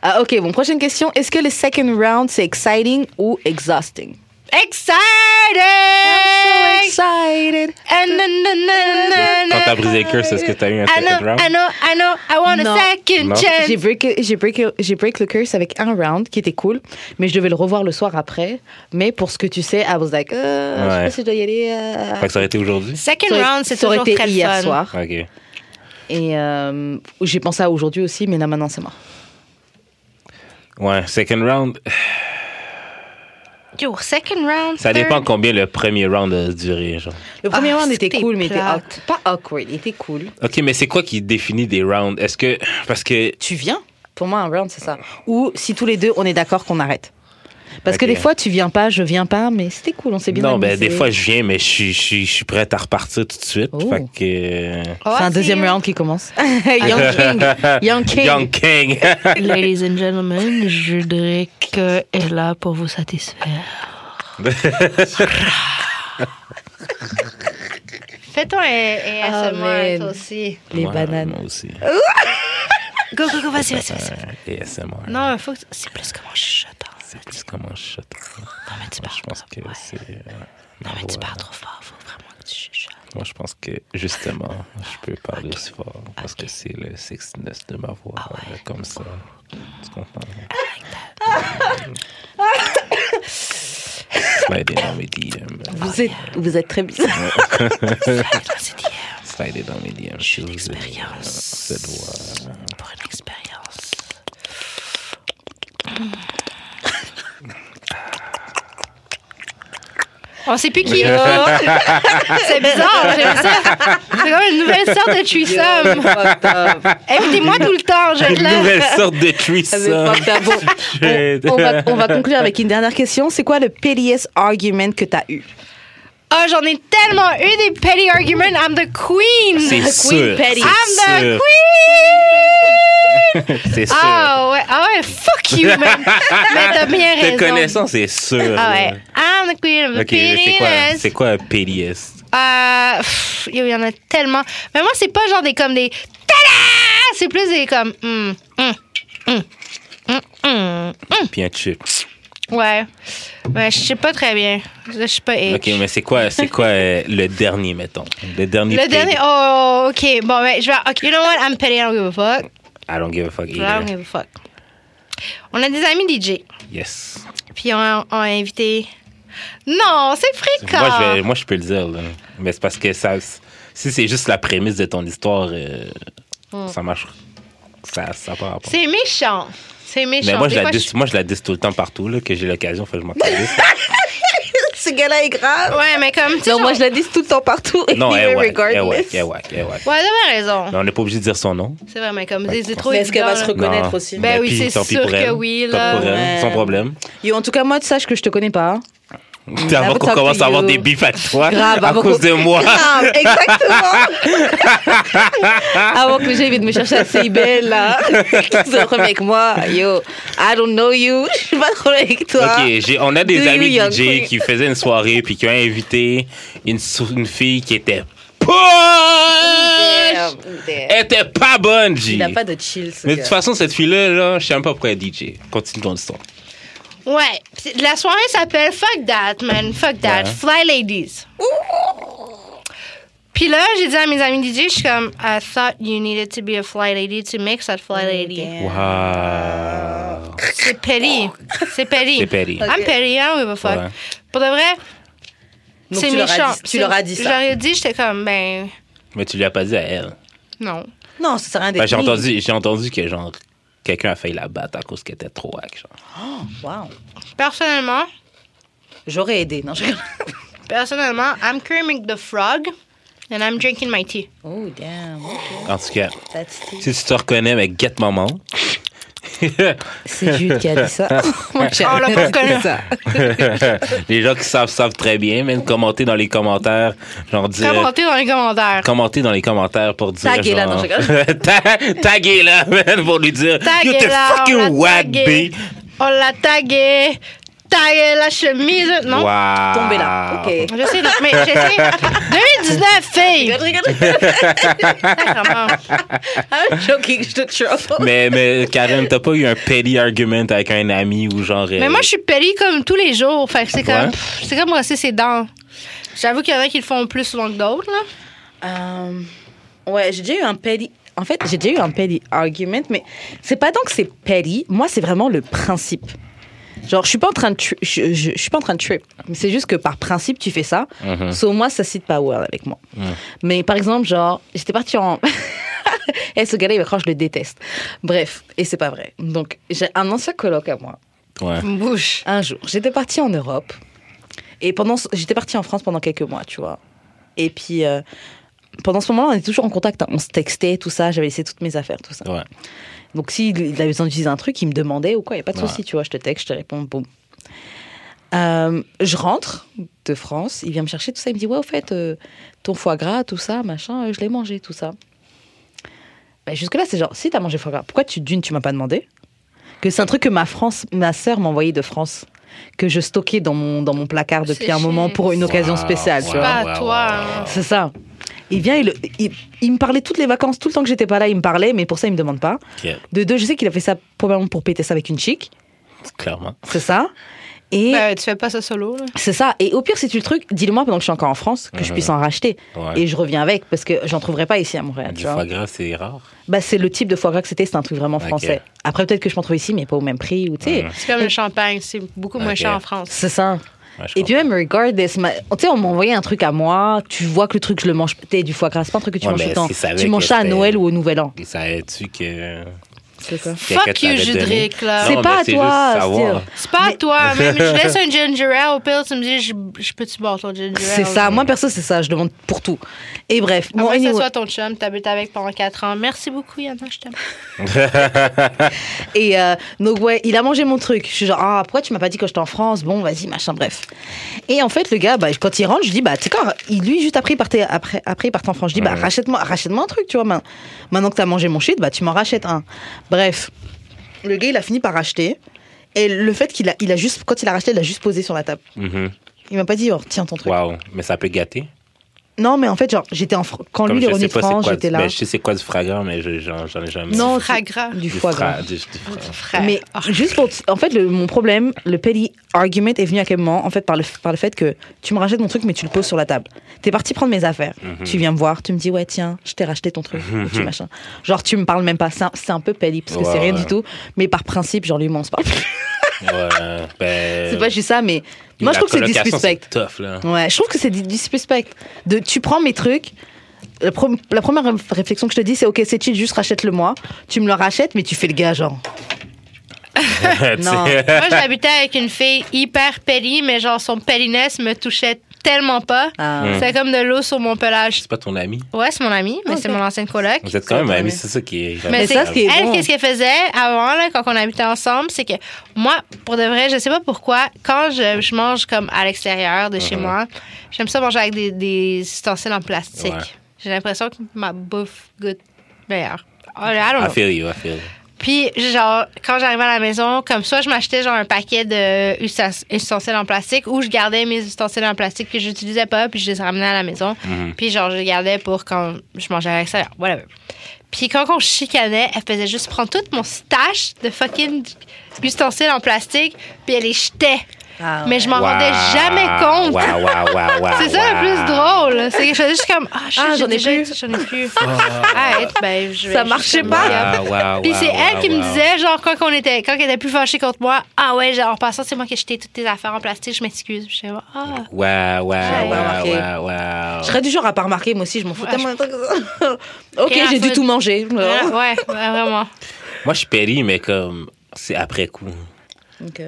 [SPEAKER 2] Ah, ok, bon, prochaine question. Est-ce que le second round, c'est exciting ou exhausting?
[SPEAKER 4] Exciting!
[SPEAKER 2] Excited!
[SPEAKER 4] And na, na, na, na,
[SPEAKER 3] Quand
[SPEAKER 4] na.
[SPEAKER 3] t'as brisé le cœur, c'est ce que t'as eu un
[SPEAKER 4] I
[SPEAKER 3] second
[SPEAKER 4] know,
[SPEAKER 3] round?
[SPEAKER 4] I know, I know, I want
[SPEAKER 2] Non.
[SPEAKER 4] a second
[SPEAKER 3] Non.
[SPEAKER 2] J'ai
[SPEAKER 4] chance.
[SPEAKER 2] break, j'ai break, j'ai break le curse avec un round qui était cool, mais je devais le revoir le soir après. Mais pour ce que tu sais, I was like, euh, je sais
[SPEAKER 3] Ouais.
[SPEAKER 2] pas si je dois y aller. euh.
[SPEAKER 3] Fait que ça aurait été aujourd'hui?
[SPEAKER 4] Second
[SPEAKER 2] Ça aurait-
[SPEAKER 4] round, c'est
[SPEAKER 2] ça aurait
[SPEAKER 4] toujours
[SPEAKER 2] été
[SPEAKER 4] très
[SPEAKER 2] hier
[SPEAKER 4] fun.
[SPEAKER 2] soir.
[SPEAKER 3] OK.
[SPEAKER 2] Et euh, j'ai pensé à aujourd'hui aussi, mais là maintenant c'est mort.
[SPEAKER 3] Ouais, second round,
[SPEAKER 4] Yo, second round.
[SPEAKER 3] ça
[SPEAKER 4] third.
[SPEAKER 3] dépend combien le premier round a duré, genre.
[SPEAKER 2] Le premier
[SPEAKER 4] Ah,
[SPEAKER 2] round
[SPEAKER 4] c'est
[SPEAKER 2] était
[SPEAKER 4] que t'es
[SPEAKER 2] cool, mais était
[SPEAKER 4] plate.
[SPEAKER 2] awk- pas awkward, il était cool.
[SPEAKER 3] OK, mais c'est quoi qui définit des rounds? Est-ce que... Parce que...
[SPEAKER 2] Tu viens Pour moi, un round, c'est ça. Ou si tous les deux, on est d'accord qu'on arrête. Parce que
[SPEAKER 3] Ok.
[SPEAKER 2] des fois, tu viens pas, je viens pas, mais c'était cool, on s'est bien
[SPEAKER 3] non, ben,
[SPEAKER 2] amusé.
[SPEAKER 3] des fois, je viens, mais je suis- je suis je suis prête à repartir tout de suite.
[SPEAKER 2] Oh.
[SPEAKER 3] Fait que.
[SPEAKER 4] Oh,
[SPEAKER 2] C'est un
[SPEAKER 4] c'est-
[SPEAKER 2] deuxième round qui commence. Young King. Young King.
[SPEAKER 3] Young King.
[SPEAKER 5] Ladies and gentlemen, je dirais qu'elle est là pour vous satisfaire.
[SPEAKER 4] Fais-toi un, un
[SPEAKER 2] Ah,
[SPEAKER 4] ASMR,
[SPEAKER 2] man.
[SPEAKER 4] toi aussi.
[SPEAKER 2] Les
[SPEAKER 3] Ouais,
[SPEAKER 2] bananes.
[SPEAKER 3] Moi aussi.
[SPEAKER 5] Oh.
[SPEAKER 4] Go, go, go, vas-y, vas-y, vas-y.
[SPEAKER 3] Et ASMR.
[SPEAKER 4] Non, faut que... c'est plus comment je chute. hein.
[SPEAKER 3] C'est plus comment je chute.
[SPEAKER 5] Non, mais tu parles
[SPEAKER 3] Je pense
[SPEAKER 5] trop-
[SPEAKER 3] que
[SPEAKER 5] ouais.
[SPEAKER 3] c'est. euh, ma
[SPEAKER 5] Non, mais tu
[SPEAKER 3] voix.
[SPEAKER 5] parles trop fort, faut vraiment que tu chuchotes.
[SPEAKER 3] Moi, je pense que justement, je peux parler aussi fort parce que c'est le sexiness de ma voix,
[SPEAKER 5] Ah
[SPEAKER 3] euh, comme ça. Tu comprends? Slide dans mes DM.
[SPEAKER 2] Vous êtes, vous êtes très bizarre.
[SPEAKER 3] Ah,
[SPEAKER 5] C'est hier
[SPEAKER 3] Slide dans mes DM.
[SPEAKER 5] J'ai une
[SPEAKER 3] Vous êtes, euh,
[SPEAKER 5] expérience.
[SPEAKER 3] Cette voix.
[SPEAKER 5] pour une expérience.
[SPEAKER 4] On sait plus qui. c'est bizarre, j'aime ça. C'est comme une nouvelle sorte de threesome.
[SPEAKER 2] Fucked up.
[SPEAKER 4] Invitez-moi tout le temps, je
[SPEAKER 3] Une
[SPEAKER 4] l'ai.
[SPEAKER 3] nouvelle sorte de
[SPEAKER 2] Ah, mais
[SPEAKER 3] threesome.
[SPEAKER 2] fucked up. Bon, on, on va, on va conclure avec une dernière question. C'est quoi le pettiest argument que t'as eu?
[SPEAKER 4] Ah, j'en ai tellement eu des petty arguments. I'm the queen.
[SPEAKER 3] C'est sûr.
[SPEAKER 2] Petty.
[SPEAKER 4] I'm
[SPEAKER 3] C'est
[SPEAKER 4] the
[SPEAKER 3] sûr. C'est sûr.
[SPEAKER 4] Ah ouais, ah ouais, fuck you, man. Mais t'as bien
[SPEAKER 3] Te
[SPEAKER 4] raison.
[SPEAKER 3] connaissant, c'est sûr.
[SPEAKER 4] Ah ouais. I'm the queen of the
[SPEAKER 3] Ok, c'est quoi,
[SPEAKER 4] pettiness.
[SPEAKER 3] c'est quoi un PDS?
[SPEAKER 4] Euh, pff, Il y en a tellement. Mais moi, c'est pas genre des comme des. Tada! C'est plus des comme. hum, hum, hum, hum, hum.
[SPEAKER 3] Puis un chip.
[SPEAKER 4] Ouais. Mais je sais pas très bien. Je sais pas.
[SPEAKER 3] Ok, mais c'est quoi, c'est quoi euh, le dernier, mettons? Le dernier.
[SPEAKER 4] Le
[SPEAKER 3] PD.
[SPEAKER 4] dernier. Oh, ok. Bon, ben, je vais. Ok, you know what? I'm petty. I don't give a fuck.
[SPEAKER 3] I don't give a fuck.
[SPEAKER 4] I don't
[SPEAKER 3] either.
[SPEAKER 4] give a fuck. On a des amis DJ.
[SPEAKER 3] Yes.
[SPEAKER 4] Puis on on a invité. Non, c'est fréquent.
[SPEAKER 3] Moi je, vais- moi, je peux le dire. là. Mais c'est parce que ça, si c'est juste la prémisse de ton histoire, euh,
[SPEAKER 4] Hmm.
[SPEAKER 3] ça marche. Ça, ça part rapport.
[SPEAKER 4] C'est méchant. C'est méchant.
[SPEAKER 3] Mais moi je, la
[SPEAKER 4] Des fois,
[SPEAKER 3] dis, moi, je la dis tout le temps partout, là, que j'ai l'occasion, faut que je m'en calisse.
[SPEAKER 2] Ce gars-là est grave.
[SPEAKER 4] Ouais, mais comme. tu sais,
[SPEAKER 2] Non, moi,
[SPEAKER 4] genre-
[SPEAKER 2] je la dis tout le temps partout.
[SPEAKER 3] Non, eh
[SPEAKER 2] anyway,
[SPEAKER 3] ouais, eh ouais,
[SPEAKER 2] regardless.
[SPEAKER 3] eh ouais, eh ouais.
[SPEAKER 4] Ouais, t'as bien raison.
[SPEAKER 3] Mais on n'est pas obligé de dire son nom.
[SPEAKER 4] C'est vraiment comme. C'est c'est trop
[SPEAKER 2] Mais est-ce qu'elle va
[SPEAKER 4] évident,
[SPEAKER 2] se
[SPEAKER 4] là.
[SPEAKER 2] reconnaître
[SPEAKER 3] Non.
[SPEAKER 2] aussi?
[SPEAKER 4] Ben
[SPEAKER 3] Mais
[SPEAKER 4] oui,
[SPEAKER 3] puis,
[SPEAKER 4] c'est
[SPEAKER 3] tant pis
[SPEAKER 4] sûr
[SPEAKER 3] pour elle.
[SPEAKER 4] que oui,
[SPEAKER 3] Tant
[SPEAKER 4] là.
[SPEAKER 3] pis pour elle, Sans
[SPEAKER 2] Ouais.
[SPEAKER 3] problème.
[SPEAKER 2] Yo, en tout cas, moi, tu saches que je te connais pas. hein. Mm.
[SPEAKER 3] Avant
[SPEAKER 2] Never
[SPEAKER 3] qu'on
[SPEAKER 2] talk to
[SPEAKER 3] commence à avoir
[SPEAKER 2] you.
[SPEAKER 3] des bifs à toi,
[SPEAKER 2] Grave,
[SPEAKER 3] Ah, à
[SPEAKER 2] avant
[SPEAKER 3] cause
[SPEAKER 2] qu'on-
[SPEAKER 3] de moi.
[SPEAKER 2] Grave, exactement. Avant que les gens viennent me chercher à CIBL, là, qui se remet avec moi. Yo, I don't know you, je suis pas trop avec toi.
[SPEAKER 3] Ok, j'ai- on a des
[SPEAKER 2] Do you,
[SPEAKER 3] amis
[SPEAKER 2] young
[SPEAKER 3] DJ
[SPEAKER 2] queen?
[SPEAKER 3] qui faisaient une soirée puis qui ont invité une, sou- une fille qui
[SPEAKER 2] Mm,
[SPEAKER 3] était poche, elle était pas bonne, G.
[SPEAKER 2] Il a pas de chill, ce
[SPEAKER 3] Mais de
[SPEAKER 2] gars.
[SPEAKER 3] toute façon, cette fille-là, là, je sais même pas pourquoi elle est DJ. Continue ton histoire.
[SPEAKER 4] Ouais. Puis La soirée s'appelle Fuck That, man. Fuck
[SPEAKER 3] Ouais.
[SPEAKER 4] That. Fly Ladies. Puis là, j'ai dit à mes amis DJ, je suis comme, I thought you needed to be a fly lady to mix that
[SPEAKER 2] Mm,
[SPEAKER 4] fly lady.
[SPEAKER 3] Wow.
[SPEAKER 4] C'est petty. C'est petty.
[SPEAKER 3] C'est petty.
[SPEAKER 4] I'm petty, I don't give a fuck.
[SPEAKER 3] Ouais.
[SPEAKER 4] Pour de vrai,
[SPEAKER 2] Donc,
[SPEAKER 4] c'est
[SPEAKER 2] tu leur as
[SPEAKER 4] méchant.
[SPEAKER 2] dit- tu leur as dit ça.
[SPEAKER 4] J'aurais dit, j'étais comme, ben,
[SPEAKER 3] Mais tu l'as pas dit à elle.
[SPEAKER 4] non.
[SPEAKER 2] Non, ça sert à rien
[SPEAKER 3] Ben,
[SPEAKER 2] d'être
[SPEAKER 3] j'ai
[SPEAKER 2] mean.
[SPEAKER 3] entendu, j'ai entendu que genre quelqu'un a failli la battre à cause qu'elle était trop hack. Genre.
[SPEAKER 2] Wow.
[SPEAKER 4] Personnellement,
[SPEAKER 2] J'aurais aidé. Non, je rigole.
[SPEAKER 4] personnellement, I'm Kermit the Frog and I'm drinking my tea.
[SPEAKER 2] Oh, damn.
[SPEAKER 3] En tout cas,
[SPEAKER 2] That's tea.
[SPEAKER 3] si tu te reconnais, mais get maman.
[SPEAKER 2] C'est Jude qui a dit ça. Moi, j'ai
[SPEAKER 4] On l'a pas reconnu.
[SPEAKER 2] ça.
[SPEAKER 3] les gens qui savent savent très bien. Même commenter dans les commentaires, genre dire.
[SPEAKER 4] Commentez dans les commentaires.
[SPEAKER 3] commenter dans les commentaires pour dire.
[SPEAKER 2] Taguez-la,
[SPEAKER 3] genre-
[SPEAKER 2] non, je
[SPEAKER 3] Ta- Taguez-la, man, pour lui dire. You the
[SPEAKER 4] Taguez-la, on l'a
[SPEAKER 3] fucking wag
[SPEAKER 4] taguée.
[SPEAKER 3] B.
[SPEAKER 4] On l'a tagué. Tagué la chemise. Non?
[SPEAKER 3] Wow.
[SPEAKER 2] Tombez là. OK.
[SPEAKER 4] Je sais, non, mais j'essaie. 2019, fille!
[SPEAKER 2] Regarde, regarde.
[SPEAKER 4] Sacrement.
[SPEAKER 2] I'm joking, je te trouble.
[SPEAKER 3] Mais, mais Karen, t'as pas eu un petty argument avec un ami ou genre.
[SPEAKER 4] Mais moi, je suis périe comme tous les jours. Fait que c'est comme,
[SPEAKER 3] Ouais.
[SPEAKER 4] pff, c'est comme brosser ses dents. J'avoue qu'il y en a qui le font plus souvent que d'autres, là.
[SPEAKER 2] Euh, ouais, j'ai déjà eu un petty. En fait, j'ai déjà eu un petty argument, mais c'est pas tant que c'est petty. Moi, c'est vraiment le principe. Genre, je suis pas en train de tri- je, je- je suis pas en train de trip. Mais c'est juste que par principe, tu fais ça.
[SPEAKER 3] Mhm.
[SPEAKER 2] Sauf moi, ça cite power avec moi. Mais par exemple, genre, j'étais partie en. Et ce gars-là, il va croire que je le déteste. Bref, et c'est pas vrai. Donc, j'ai un ancien coloc à moi
[SPEAKER 3] Ouais.
[SPEAKER 4] Une bouche.
[SPEAKER 2] un jour, j'étais partie en Europe et pendant ce- j'étais partie en France pendant quelques mois, tu vois. Et puis euh, pendant ce moment-là, on était toujours en contact, hein. on se textait, tout ça. J'avais laissé toutes mes affaires, tout ça.
[SPEAKER 3] Ouais.
[SPEAKER 2] Donc s'il il avait besoin d'utiliser un truc, il me demandait ou quoi, il n'y a pas de
[SPEAKER 3] Ouais.
[SPEAKER 2] souci, tu vois, je te texte, je te réponds, boum. Euh, je rentre de France, il vient me chercher, tout ça. Il me dit Ouais, au fait, euh, ton foie gras, tout ça, machin, euh, je l'ai mangé, tout ça. Ben, Jusque-là, c'est genre Si t'as mangé foie gras, pourquoi tu, d'une, tu m'as pas demandé Que c'est un truc que ma, France, ma soeur m'a envoyé de France, que je stockais dans mon, dans mon placard depuis
[SPEAKER 4] C'est
[SPEAKER 2] un moment
[SPEAKER 4] chez-
[SPEAKER 2] pour une occasion
[SPEAKER 3] Wow,
[SPEAKER 2] spéciale, tu
[SPEAKER 3] wow,
[SPEAKER 2] vois.
[SPEAKER 4] Pas
[SPEAKER 3] Oh, wow,
[SPEAKER 4] à
[SPEAKER 3] wow,
[SPEAKER 4] toi,
[SPEAKER 3] wow.
[SPEAKER 4] hein.
[SPEAKER 2] C'est ça. Il vient, il, il, il me parlait toutes les vacances, tout le temps que j'étais pas là, il me parlait, mais pour ça, il me demande pas.
[SPEAKER 3] Ok,
[SPEAKER 2] De deux, je sais qu'il a fait ça probablement pour péter ça avec une chic,
[SPEAKER 3] clairement.
[SPEAKER 2] c'est ça. Et
[SPEAKER 4] Ben, tu fais pas ça solo, là.
[SPEAKER 2] c'est ça. Et au pire, si tu le truc, dis-le-moi pendant que je suis encore en France, que je
[SPEAKER 3] Mhm.
[SPEAKER 2] puisse en racheter.
[SPEAKER 3] Ouais.
[SPEAKER 2] Et je reviens avec, parce que j'en trouverai pas ici à Montréal.
[SPEAKER 3] du
[SPEAKER 2] tu vois.
[SPEAKER 3] foie gras, c'est rare.
[SPEAKER 2] Bah, c'est le type de foie gras que c'était, c'est un truc vraiment
[SPEAKER 3] Ok.
[SPEAKER 2] français. Après, peut-être que je m'en trouve ici, mais pas au même prix, ou tu sais.
[SPEAKER 3] Mhm.
[SPEAKER 4] C'est comme le champagne, c'est beaucoup moins
[SPEAKER 3] Ok.
[SPEAKER 4] cher en France.
[SPEAKER 2] C'est ça.
[SPEAKER 3] Ouais, je
[SPEAKER 2] Et puis même, regardless, ma- tu sais, on m'a envoyé un truc à moi, tu vois que le truc, je le mange, t'es du foie gras, c'est pas un truc que tu
[SPEAKER 3] Ouais,
[SPEAKER 2] manges
[SPEAKER 3] mais
[SPEAKER 2] tout le temps.
[SPEAKER 3] est-ce qu'ils savaient
[SPEAKER 2] Tu manges
[SPEAKER 3] que
[SPEAKER 2] ça à
[SPEAKER 3] c'était-
[SPEAKER 2] Noël ou au Nouvel An.
[SPEAKER 3] comprends. Savais-tu que.
[SPEAKER 4] Fuck you,
[SPEAKER 3] Judric
[SPEAKER 4] Judric, là.
[SPEAKER 2] C'est
[SPEAKER 3] Non,
[SPEAKER 2] pas
[SPEAKER 3] mais
[SPEAKER 2] à toi,
[SPEAKER 3] juste savoir.
[SPEAKER 4] C'est pas à toi, même. Je laisse un ginger ale au pire, tu me dis, je, je peux-tu boire ton ginger ale?
[SPEAKER 2] C'est ça. Moi, perso, c'est ça. Je demande pour tout. Et bref.
[SPEAKER 4] À
[SPEAKER 2] bon,
[SPEAKER 4] moins que ce
[SPEAKER 2] anyway.
[SPEAKER 4] soit ton chum, t'habites avec pendant 4 ans. Merci beaucoup, Yana, je t'aime.
[SPEAKER 2] Et euh, donc, ouais, il a mangé mon truc. Je suis genre, ah, pourquoi tu m'as pas dit que j'étais en France Bon, vas-y, machin, bref. Et en fait, le gars, bah, quand il rentre, je dis, bah, tu sais quoi, il- lui, juste après, il partait, après, après, il partait en France. Je dis, bah,
[SPEAKER 3] Ouais.
[SPEAKER 2] rachète-moi rachète un truc, tu vois. ma- Maintenant que t'as mangé mon shit, bah, tu m'en rachètes un. Bref. Le gars, il a fini par racheter. Et le fait qu'il a, il a juste, quand il a racheté, il l'a juste posé sur la table.
[SPEAKER 3] Mhm.
[SPEAKER 2] Il m'a pas dit, oh, tiens ton truc.
[SPEAKER 3] Wow. Mais ça peut gâter.
[SPEAKER 2] Non, mais en fait, genre, j'étais en Fran- Quand
[SPEAKER 3] Comme
[SPEAKER 2] lui, il est
[SPEAKER 3] je
[SPEAKER 2] revenu
[SPEAKER 3] sais
[SPEAKER 2] de
[SPEAKER 3] pas c'est
[SPEAKER 2] France,
[SPEAKER 3] quoi.
[SPEAKER 2] j'étais là.
[SPEAKER 3] ben, je sais quoi du foie gras, mais je- j'en j'en ai jamais.
[SPEAKER 2] Non,
[SPEAKER 4] Du foie gras.
[SPEAKER 2] Du foie gras.
[SPEAKER 3] fra- du- du fra-
[SPEAKER 4] Frère.
[SPEAKER 2] Mais
[SPEAKER 4] Ah.
[SPEAKER 2] juste pour. En fait, le- mon problème, le petty argument est venu à quel moment En fait, par le, par le fait que tu me rachètes mon truc, mais tu le poses sur la table. T'es parti prendre mes affaires.
[SPEAKER 3] Mm-hmm.
[SPEAKER 2] Tu viens me voir, tu me dis, ouais, tiens, je t'ai racheté ton truc. ou tu machin. Genre, tu me parles même pas. C'est un- C'est un peu petty, parce que
[SPEAKER 3] Ouais,
[SPEAKER 2] c'est rien
[SPEAKER 3] ouais. Euh,
[SPEAKER 2] du tout. Mais par principe, genre, lui, moi, on se parle.
[SPEAKER 3] Ouais, ben,
[SPEAKER 2] c'est pas juste ça, mais. Moi, je
[SPEAKER 3] la
[SPEAKER 2] trouve que c'est
[SPEAKER 3] colocation,
[SPEAKER 2] disrespect.
[SPEAKER 3] c'est tough, là.
[SPEAKER 2] Ouais, je trouve que c'est di- disrespect. De, tu prends mes trucs. La, pro- la première réf- réflexion que je te dis, c'est ok, c'est chill, juste rachète-le moi. Tu me le rachètes, mais tu fais le gars, genre.
[SPEAKER 3] Tu sais.
[SPEAKER 2] Non.
[SPEAKER 4] Moi, j'habitais avec une fille hyper pellie, mais genre son pelliness me touchait tellement pas.
[SPEAKER 2] Ah.
[SPEAKER 3] Mm.
[SPEAKER 2] Ah,
[SPEAKER 4] C'est comme de l'eau sur mon pelage.
[SPEAKER 3] C'est pas ton ami.
[SPEAKER 4] Ouais, c'est mon amie, mais
[SPEAKER 2] Ok.
[SPEAKER 4] c'est mon ancienne coloc.
[SPEAKER 3] Vous êtes quand même amis, c'est ça qui est.
[SPEAKER 4] Mais,
[SPEAKER 2] Mais
[SPEAKER 4] c'est
[SPEAKER 2] ça, ce qui est
[SPEAKER 4] elle,
[SPEAKER 2] bon.
[SPEAKER 4] qu'est-ce qu'elle faisait avant, là, quand on habitait ensemble, c'est que moi, pour de vrai, je sais pas pourquoi, quand je, je mange comme à l'extérieur de chez
[SPEAKER 3] Mhm.
[SPEAKER 4] moi, j'aime ça manger avec des, des ustensiles en plastique.
[SPEAKER 3] Ouais.
[SPEAKER 4] J'ai l'impression que ma bouffe goûte meilleure. Oh, là, I don't
[SPEAKER 3] I
[SPEAKER 4] know.
[SPEAKER 3] feel you, I feel you.
[SPEAKER 4] Puis, genre, quand j'arrivais à la maison, comme soit je m'achetais genre un paquet de ustens- ustensiles en plastique ou je gardais mes ustensiles en plastique que j'utilisais pas, puis je les ramenais à la maison.
[SPEAKER 3] Mhm.
[SPEAKER 4] Puis, genre, je les gardais pour quand je mangeais à l'extérieur. Whatever. Puis, quand on chicanait, elle faisait juste prendre tout mon stash de fucking ustensiles en plastique, puis elle les jetait.
[SPEAKER 2] Ah
[SPEAKER 4] Mais je m'en
[SPEAKER 3] Wow.
[SPEAKER 4] rendais jamais compte.
[SPEAKER 3] Wow, wow, wow, wow,
[SPEAKER 4] C'est ça le
[SPEAKER 3] wow.
[SPEAKER 4] plus drôle. C'est que je faisais juste comme Ah, shit,
[SPEAKER 2] Ah,
[SPEAKER 4] j'ai
[SPEAKER 2] j'en ai
[SPEAKER 4] déjà
[SPEAKER 2] plus.
[SPEAKER 4] été- J'en ai plus. Arrête, ben, je vais-
[SPEAKER 2] Ça
[SPEAKER 4] je-
[SPEAKER 2] marchait
[SPEAKER 4] je-
[SPEAKER 2] pas.
[SPEAKER 3] Wow, wow,
[SPEAKER 4] puis c'est
[SPEAKER 3] wow,
[SPEAKER 4] elle
[SPEAKER 3] wow,
[SPEAKER 4] qui me
[SPEAKER 3] wow.
[SPEAKER 4] disait, genre, quand, on était, quand elle était plus fâchée contre moi, ah ouais, genre, en passant, c'est moi qui ai jeté toutes tes affaires en plastique, je m'excuse. Je suis comme, ah.
[SPEAKER 3] Wow, wow,
[SPEAKER 2] J'avais
[SPEAKER 3] wow,
[SPEAKER 2] remarqué.
[SPEAKER 3] wow, wow.
[SPEAKER 2] Je serais du genre à pas remarquer, moi aussi, je m'en fous
[SPEAKER 4] Ouais,
[SPEAKER 2] tellement. ok,
[SPEAKER 4] Rien à
[SPEAKER 2] j'ai dû
[SPEAKER 4] foutre.
[SPEAKER 2] tout manger.
[SPEAKER 4] Ouais, ouais, vraiment.
[SPEAKER 3] Moi, je péris, mais comme, c'est après coup.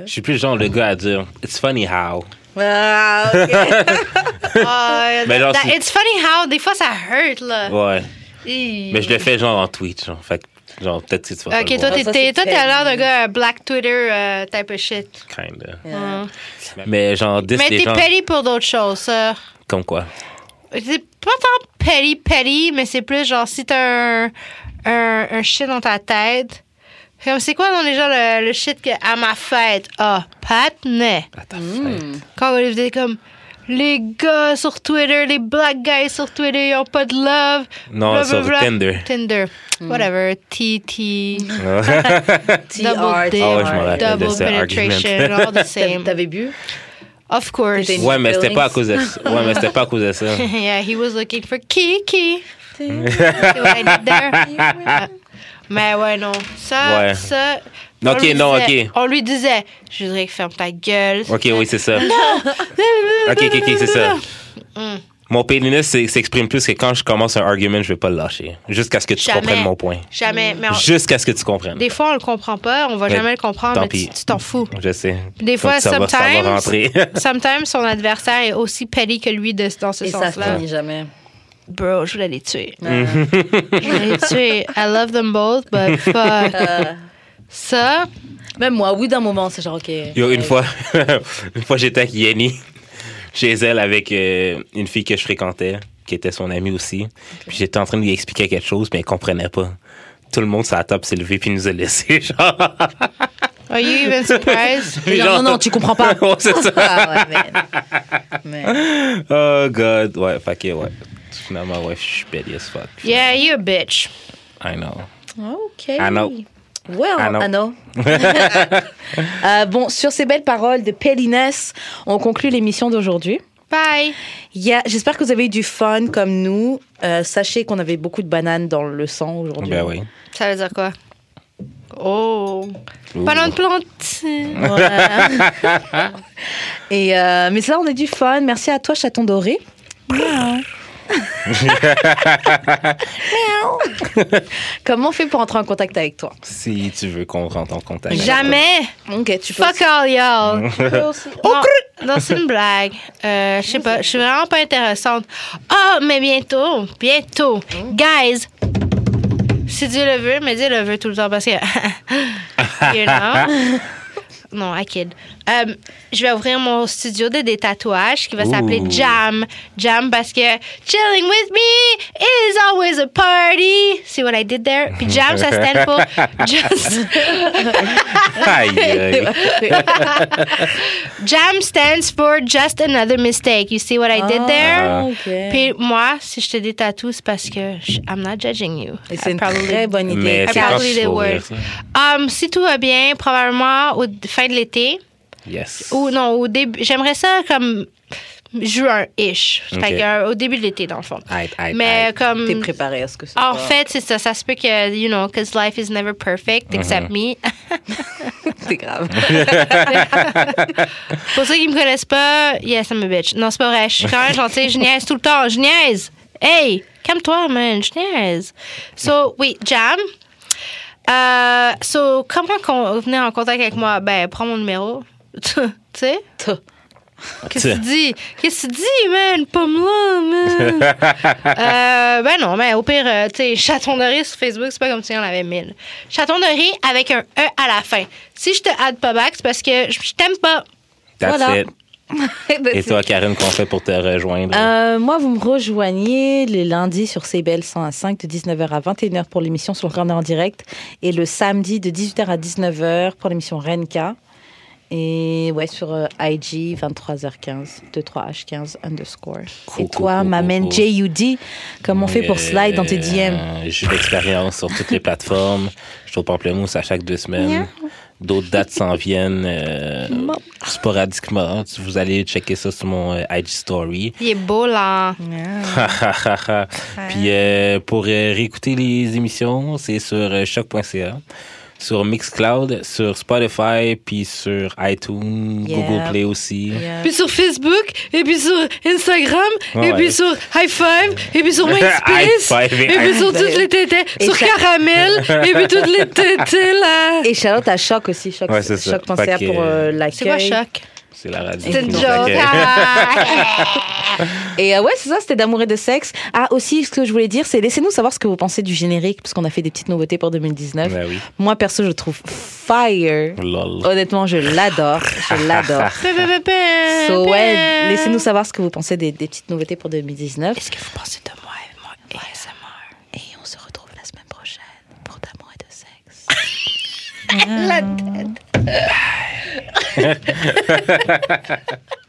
[SPEAKER 3] Je suis plus le genre le gars à dire, it's funny how.
[SPEAKER 2] Ah, ok.
[SPEAKER 4] Ah,
[SPEAKER 3] Mais genre,
[SPEAKER 4] that-
[SPEAKER 3] c'est-
[SPEAKER 4] it's funny how, des fois, ça hurt, là.
[SPEAKER 3] Ouais.
[SPEAKER 4] Hi.
[SPEAKER 3] Mais je le fais genre en tweet, genre. Fait que, genre, peut-être que tu vas pas
[SPEAKER 4] Ok,
[SPEAKER 3] le
[SPEAKER 4] toi,
[SPEAKER 3] voir.
[SPEAKER 4] t'es-
[SPEAKER 2] Ah, Ça,
[SPEAKER 4] t'es-
[SPEAKER 2] c'est
[SPEAKER 4] toi, t'as
[SPEAKER 2] très-
[SPEAKER 4] l'air d'un gars euh, black Twitter euh, type of shit.
[SPEAKER 3] Kinda.
[SPEAKER 4] Hum.
[SPEAKER 3] Mais genre, 10
[SPEAKER 4] Mais
[SPEAKER 3] les
[SPEAKER 4] t'es
[SPEAKER 3] gens.
[SPEAKER 4] petty pour d'autres choses, ça.
[SPEAKER 3] Comme quoi?
[SPEAKER 4] C'est pas tant petty, petty, mais c'est plus genre si t'as un, un, un shit dans ta tête. Comme c'est quoi dans les gens le, le shit que à ma fête? Ah, patinet.
[SPEAKER 3] À ta fête.
[SPEAKER 4] Quand vous êtes comme les gars sur Twitter, les black guys sur Twitter, ils ont pas de love.
[SPEAKER 3] Non, sur
[SPEAKER 4] blablabla.
[SPEAKER 3] Tinder.
[SPEAKER 4] Tinder. Whatever. TT. Double
[SPEAKER 2] TR.
[SPEAKER 4] dick.
[SPEAKER 3] Oh, je Ah m'en rappelle de
[SPEAKER 4] double
[SPEAKER 3] ce
[SPEAKER 4] penetration. All the same.
[SPEAKER 2] T'avais bu
[SPEAKER 4] Of course.
[SPEAKER 2] T'étais-
[SPEAKER 3] Ouais, mais c'était pas à cause de ça. Ouais, mais c'était pas à cause de ça.
[SPEAKER 4] yeah, he was looking for Kiki. See what I did there? Mais ouais, non. Ça,
[SPEAKER 3] Ouais.
[SPEAKER 4] ça.
[SPEAKER 3] Non,
[SPEAKER 4] on
[SPEAKER 3] ok,
[SPEAKER 4] lui
[SPEAKER 3] non,
[SPEAKER 4] disait-
[SPEAKER 3] ok.
[SPEAKER 4] On lui disait, je voudrais que ferme ta gueule.
[SPEAKER 3] Ok, oui, c'est ça. ok, ok, ok, c'est ça.
[SPEAKER 4] Mm.
[SPEAKER 3] Mon pénis s'ex- s'exprime plus que quand je commence un argument, je vais pas le lâcher. Jusqu'à ce que tu
[SPEAKER 4] Jamais.
[SPEAKER 3] comprennes mon point.
[SPEAKER 4] Jamais. Mais on-
[SPEAKER 3] Jusqu'à ce que tu comprennes.
[SPEAKER 4] des fois, on le comprend pas, on va
[SPEAKER 3] Mais
[SPEAKER 4] jamais le comprendre,
[SPEAKER 3] tant
[SPEAKER 4] mais
[SPEAKER 3] pis.
[SPEAKER 4] tu tu t'en fous.
[SPEAKER 3] Je sais.
[SPEAKER 4] Des
[SPEAKER 3] Donc,
[SPEAKER 4] fois,
[SPEAKER 3] ça va, ça va
[SPEAKER 4] sometimes-
[SPEAKER 3] rentrer.
[SPEAKER 4] Sometimes, son adversaire est aussi petty que lui de, dans ce
[SPEAKER 2] Et ça
[SPEAKER 4] sens-là.
[SPEAKER 2] finit jamais.
[SPEAKER 4] Bro, je voulais les tuer. Je voulais les tuer. I love them both, but fuck.
[SPEAKER 2] Euh,
[SPEAKER 4] Ça,
[SPEAKER 2] Même moi, oui, d'un moment, c'est genre, OK.
[SPEAKER 3] Yo, une
[SPEAKER 2] euh,
[SPEAKER 3] fois, une fois j'étais avec Yenny, chez elle, avec euh, une fille que je fréquentais, qui était son amie aussi. Puis j'étais en train de lui expliquer quelque chose, mais elle comprenait pas. Tout le monde sur la table s'est levé puis nous a laissés, genre.
[SPEAKER 4] are you even surprised?
[SPEAKER 2] t'es genre,
[SPEAKER 3] genre-
[SPEAKER 2] non, non, tu comprends pas.
[SPEAKER 3] Ouais, c'est ça.
[SPEAKER 2] Ah, ouais, mais- mais-
[SPEAKER 3] Oh god, ouais, fait que ouais. Finalement, ouais, je suis petty as fuck.
[SPEAKER 4] Yeah, you a bitch.
[SPEAKER 3] I know.
[SPEAKER 2] OK.
[SPEAKER 3] I know.
[SPEAKER 2] Well,
[SPEAKER 3] I know.
[SPEAKER 2] I know. Euh, bon, sur ces belles paroles de Pélinès, on conclut l'émission d'aujourd'hui.
[SPEAKER 4] Bye.
[SPEAKER 2] Yeah, J'espère que vous avez eu du fun comme nous. Euh, sachez qu'on avait beaucoup de bananes dans le sang aujourd'hui.
[SPEAKER 3] Ben oui.
[SPEAKER 4] Ça veut dire quoi? Oh.
[SPEAKER 3] Ouh.
[SPEAKER 4] Pas de plante.
[SPEAKER 2] Ouais. Et euh, mais ça, on a du fun. Merci à toi, chaton doré. Comment on fait pour entrer en contact avec toi
[SPEAKER 3] Si tu veux qu'on rentre en contact.
[SPEAKER 4] Jamais.
[SPEAKER 2] Ok, tu peux.
[SPEAKER 4] Fuck all y'all.
[SPEAKER 2] aussi-
[SPEAKER 4] Non, non, c'est une blague. Euh, je sais pas, je suis vraiment pas intéressante. Oh, mais bientôt, bientôt.
[SPEAKER 2] Oh.
[SPEAKER 4] Guys, si Dieu le veut, mais Dieu le veut tout le temps parce que. you know? Non, I kid. Euh, je vais ouvrir mon studio de des tatouages qui va s'appeler
[SPEAKER 3] Ooh.
[SPEAKER 4] Jam. Jam parce que chilling with me is always a party. See what I did there? Puis Jam, ça stand pour just.
[SPEAKER 3] Aïe, aïe.
[SPEAKER 4] Jam stands for just another mistake. You see what I did there?
[SPEAKER 2] Ah, ok.
[SPEAKER 4] Puis moi, si je te dis tatou, c'est parce que je- I'm not judging you.
[SPEAKER 2] Et c'est
[SPEAKER 4] I
[SPEAKER 2] une
[SPEAKER 4] probably-
[SPEAKER 2] très bonne idée.
[SPEAKER 3] Mais
[SPEAKER 4] I
[SPEAKER 3] c'est quand
[SPEAKER 4] probably
[SPEAKER 3] tu
[SPEAKER 4] did
[SPEAKER 3] vas ouvrir
[SPEAKER 4] work.
[SPEAKER 3] ça?
[SPEAKER 4] Um, si tout va bien, probablement au fin de l'été
[SPEAKER 3] Yes.
[SPEAKER 4] ou non au début. J'aimerais ça comme juin ish. Fait
[SPEAKER 3] Ok.
[SPEAKER 4] que, euh, au début de l'été dans le fond.
[SPEAKER 3] Aïe, aïe,
[SPEAKER 4] Mais
[SPEAKER 3] aïe.
[SPEAKER 4] comme
[SPEAKER 2] T'es préparé à ce que ça.
[SPEAKER 4] en fait, c'est ça. Ça se peut que, you know, because life is never
[SPEAKER 2] Mm-hmm.
[SPEAKER 4] perfect except me.
[SPEAKER 2] c'est grave.
[SPEAKER 4] Pour ceux qui me connaissent pas, yes, I'm a bitch. Non, c'est pas vrai. Je suis quand même gentille. Je niaise tout le temps. Je niaise. Hey, calme-toi, man. Je niaise. So, oui, Jam. Euh, so, comment qu'on venait en contact avec moi? Ben, prends mon numéro. tu sais? Qu'est-ce que tu dis? Qu'est-ce que tu dis, man? Pas moi, man. Euh, ben non, mais au pire, euh, tu sais, chaton de riz sur Facebook, c'est pas comme si on avait mille. Chaton de riz avec un E à la fin. Si je te add pas back, c'est parce que je je t'aime pas.
[SPEAKER 3] That's
[SPEAKER 2] Voilà.
[SPEAKER 3] it.
[SPEAKER 2] Eh ben,
[SPEAKER 3] Et toi, Karine, qu'on fait pour te rejoindre?
[SPEAKER 2] Euh, moi, vous me rejoignez les lundis sur CBL 105 de 19h à 21h pour l'émission sur le Corner en direct et le samedi de 18h à 19h pour l'émission Renka. Et ouais, sur euh, IG 23h15, 23h15 underscore.
[SPEAKER 3] Cool,
[SPEAKER 2] et toi,
[SPEAKER 3] cool, cool,
[SPEAKER 2] ma
[SPEAKER 3] cool,
[SPEAKER 2] man
[SPEAKER 3] cool.
[SPEAKER 2] JUD, comment on fait pour slide dans tes DM
[SPEAKER 3] Euh, J'ai de l'expérience sur toutes les plateformes. Je trouve Pamplemousse à chaque deux semaines. D'autres dates s'en viennent euh, sporadiquement. Vous allez checker ça sur mon euh, IG Story.
[SPEAKER 4] Il est beau, là.
[SPEAKER 3] Puis euh, pour euh, réécouter les émissions, c'est sur euh, choc.ca, sur Mixcloud, sur Spotify, puis sur iTunes,
[SPEAKER 2] Yeah.
[SPEAKER 3] Google Play aussi.
[SPEAKER 2] Yeah.
[SPEAKER 4] Puis sur Facebook, et puis sur Instagram, et
[SPEAKER 3] Ah Ouais.
[SPEAKER 4] puis sur High Five, et puis sur MySpace,
[SPEAKER 3] High
[SPEAKER 4] et
[SPEAKER 3] five et
[SPEAKER 4] puis
[SPEAKER 3] high
[SPEAKER 4] sur toutes
[SPEAKER 2] five.
[SPEAKER 4] les tétés,
[SPEAKER 2] Et
[SPEAKER 4] sur
[SPEAKER 2] ça-
[SPEAKER 4] Caramel, et puis toutes les tétés, là.
[SPEAKER 2] Et Charlotte à Choc aussi, Choc,
[SPEAKER 3] Ouais, c'est ça.
[SPEAKER 2] Choc pensez à
[SPEAKER 3] Fait que-
[SPEAKER 2] pour euh, l'accueil.
[SPEAKER 4] C'est quoi, choc?
[SPEAKER 3] C'est la radio.
[SPEAKER 4] C'est
[SPEAKER 3] qui
[SPEAKER 4] une
[SPEAKER 3] nous
[SPEAKER 4] joke.
[SPEAKER 3] accueille.
[SPEAKER 2] Et euh, ouais, c'est ça, c'était d'amour et de sexe. Ah, aussi, ce que je voulais dire, c'est laissez-nous savoir ce que vous pensez du générique, parce qu'on a fait des petites nouveautés pour 2019.
[SPEAKER 3] Ben oui.
[SPEAKER 2] Moi, perso, je le trouve fire.
[SPEAKER 3] Lol.
[SPEAKER 2] Honnêtement, je l'adore. Je l'adore.
[SPEAKER 4] Pe- pe- pe- pe-
[SPEAKER 2] So,
[SPEAKER 4] pe-
[SPEAKER 2] ouais, laissez-nous savoir ce que vous pensez des, des petites nouveautés pour 2019.
[SPEAKER 4] Qu'est-ce que vous pensez de moi et moi et ASMR?
[SPEAKER 2] Et on se retrouve la semaine prochaine pour d'amour et de sexe.
[SPEAKER 4] La tête.